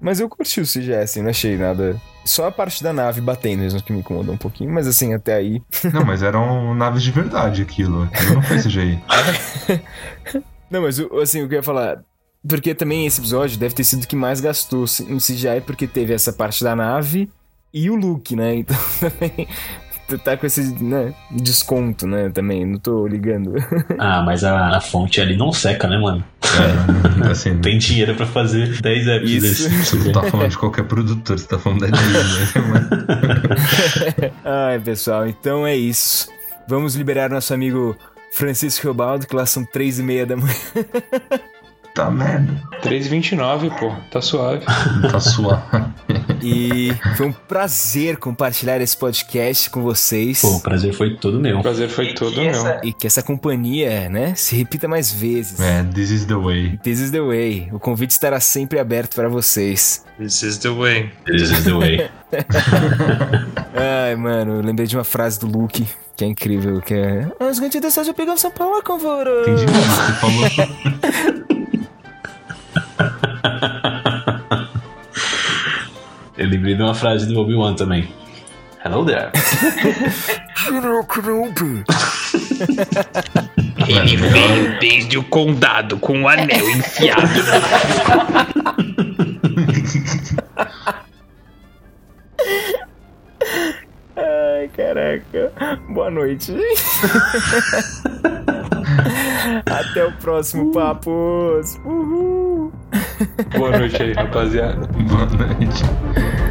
Speaker 1: mas eu curti o CGI, assim, não achei nada. Só a parte da nave batendo mesmo que me incomodou um pouquinho, mas assim, até aí.
Speaker 2: Não, mas eram naves de verdade aquilo. Aquilo não foi CGI.
Speaker 1: Não, mas o- assim, o que eu ia falar. Porque também esse episódio deve ter sido o que mais gastou c- em CGI, porque teve essa parte da nave e o Luke, né? Então também. tu Tá com esse né, desconto, né? Também, não tô ligando.
Speaker 3: Ah, mas a, a fonte ali não seca, né, mano?
Speaker 2: É, assim,
Speaker 3: Tem dinheiro pra fazer 10 apps
Speaker 1: Isso.
Speaker 3: desse.
Speaker 2: você não tá falando de qualquer produtor, você tá falando da Disney. né?
Speaker 1: Ai, pessoal, então é isso. Vamos liberar nosso amigo Francisco Rebaldo, que lá são três e meia da manhã.
Speaker 2: Tá merda.
Speaker 6: 3,29, pô. Tá suave.
Speaker 2: Tá suave.
Speaker 1: E foi um prazer compartilhar esse podcast com vocês.
Speaker 3: Pô, o prazer foi todo meu.
Speaker 6: O prazer foi todo meu.
Speaker 1: E que essa companhia, né, se repita mais vezes.
Speaker 2: É, this is the way.
Speaker 1: This is the way. O convite estará sempre aberto para vocês.
Speaker 4: This is the way.
Speaker 3: This is the way.
Speaker 1: Ai, mano, eu lembrei de uma frase do Luke, que é incrível, que é... As grandes já pegam São Paulo com voro.
Speaker 2: Entendi nada, você falou.
Speaker 3: Eu lembrei de uma frase do Obi-Wan também. Hello there.
Speaker 4: Ele veio desde o condado com o anel enfiado.
Speaker 1: Ai, caraca. Boa noite. Até o próximo, papos. Uhul.
Speaker 6: Boa noite aí, rapaziada.
Speaker 2: Boa noite.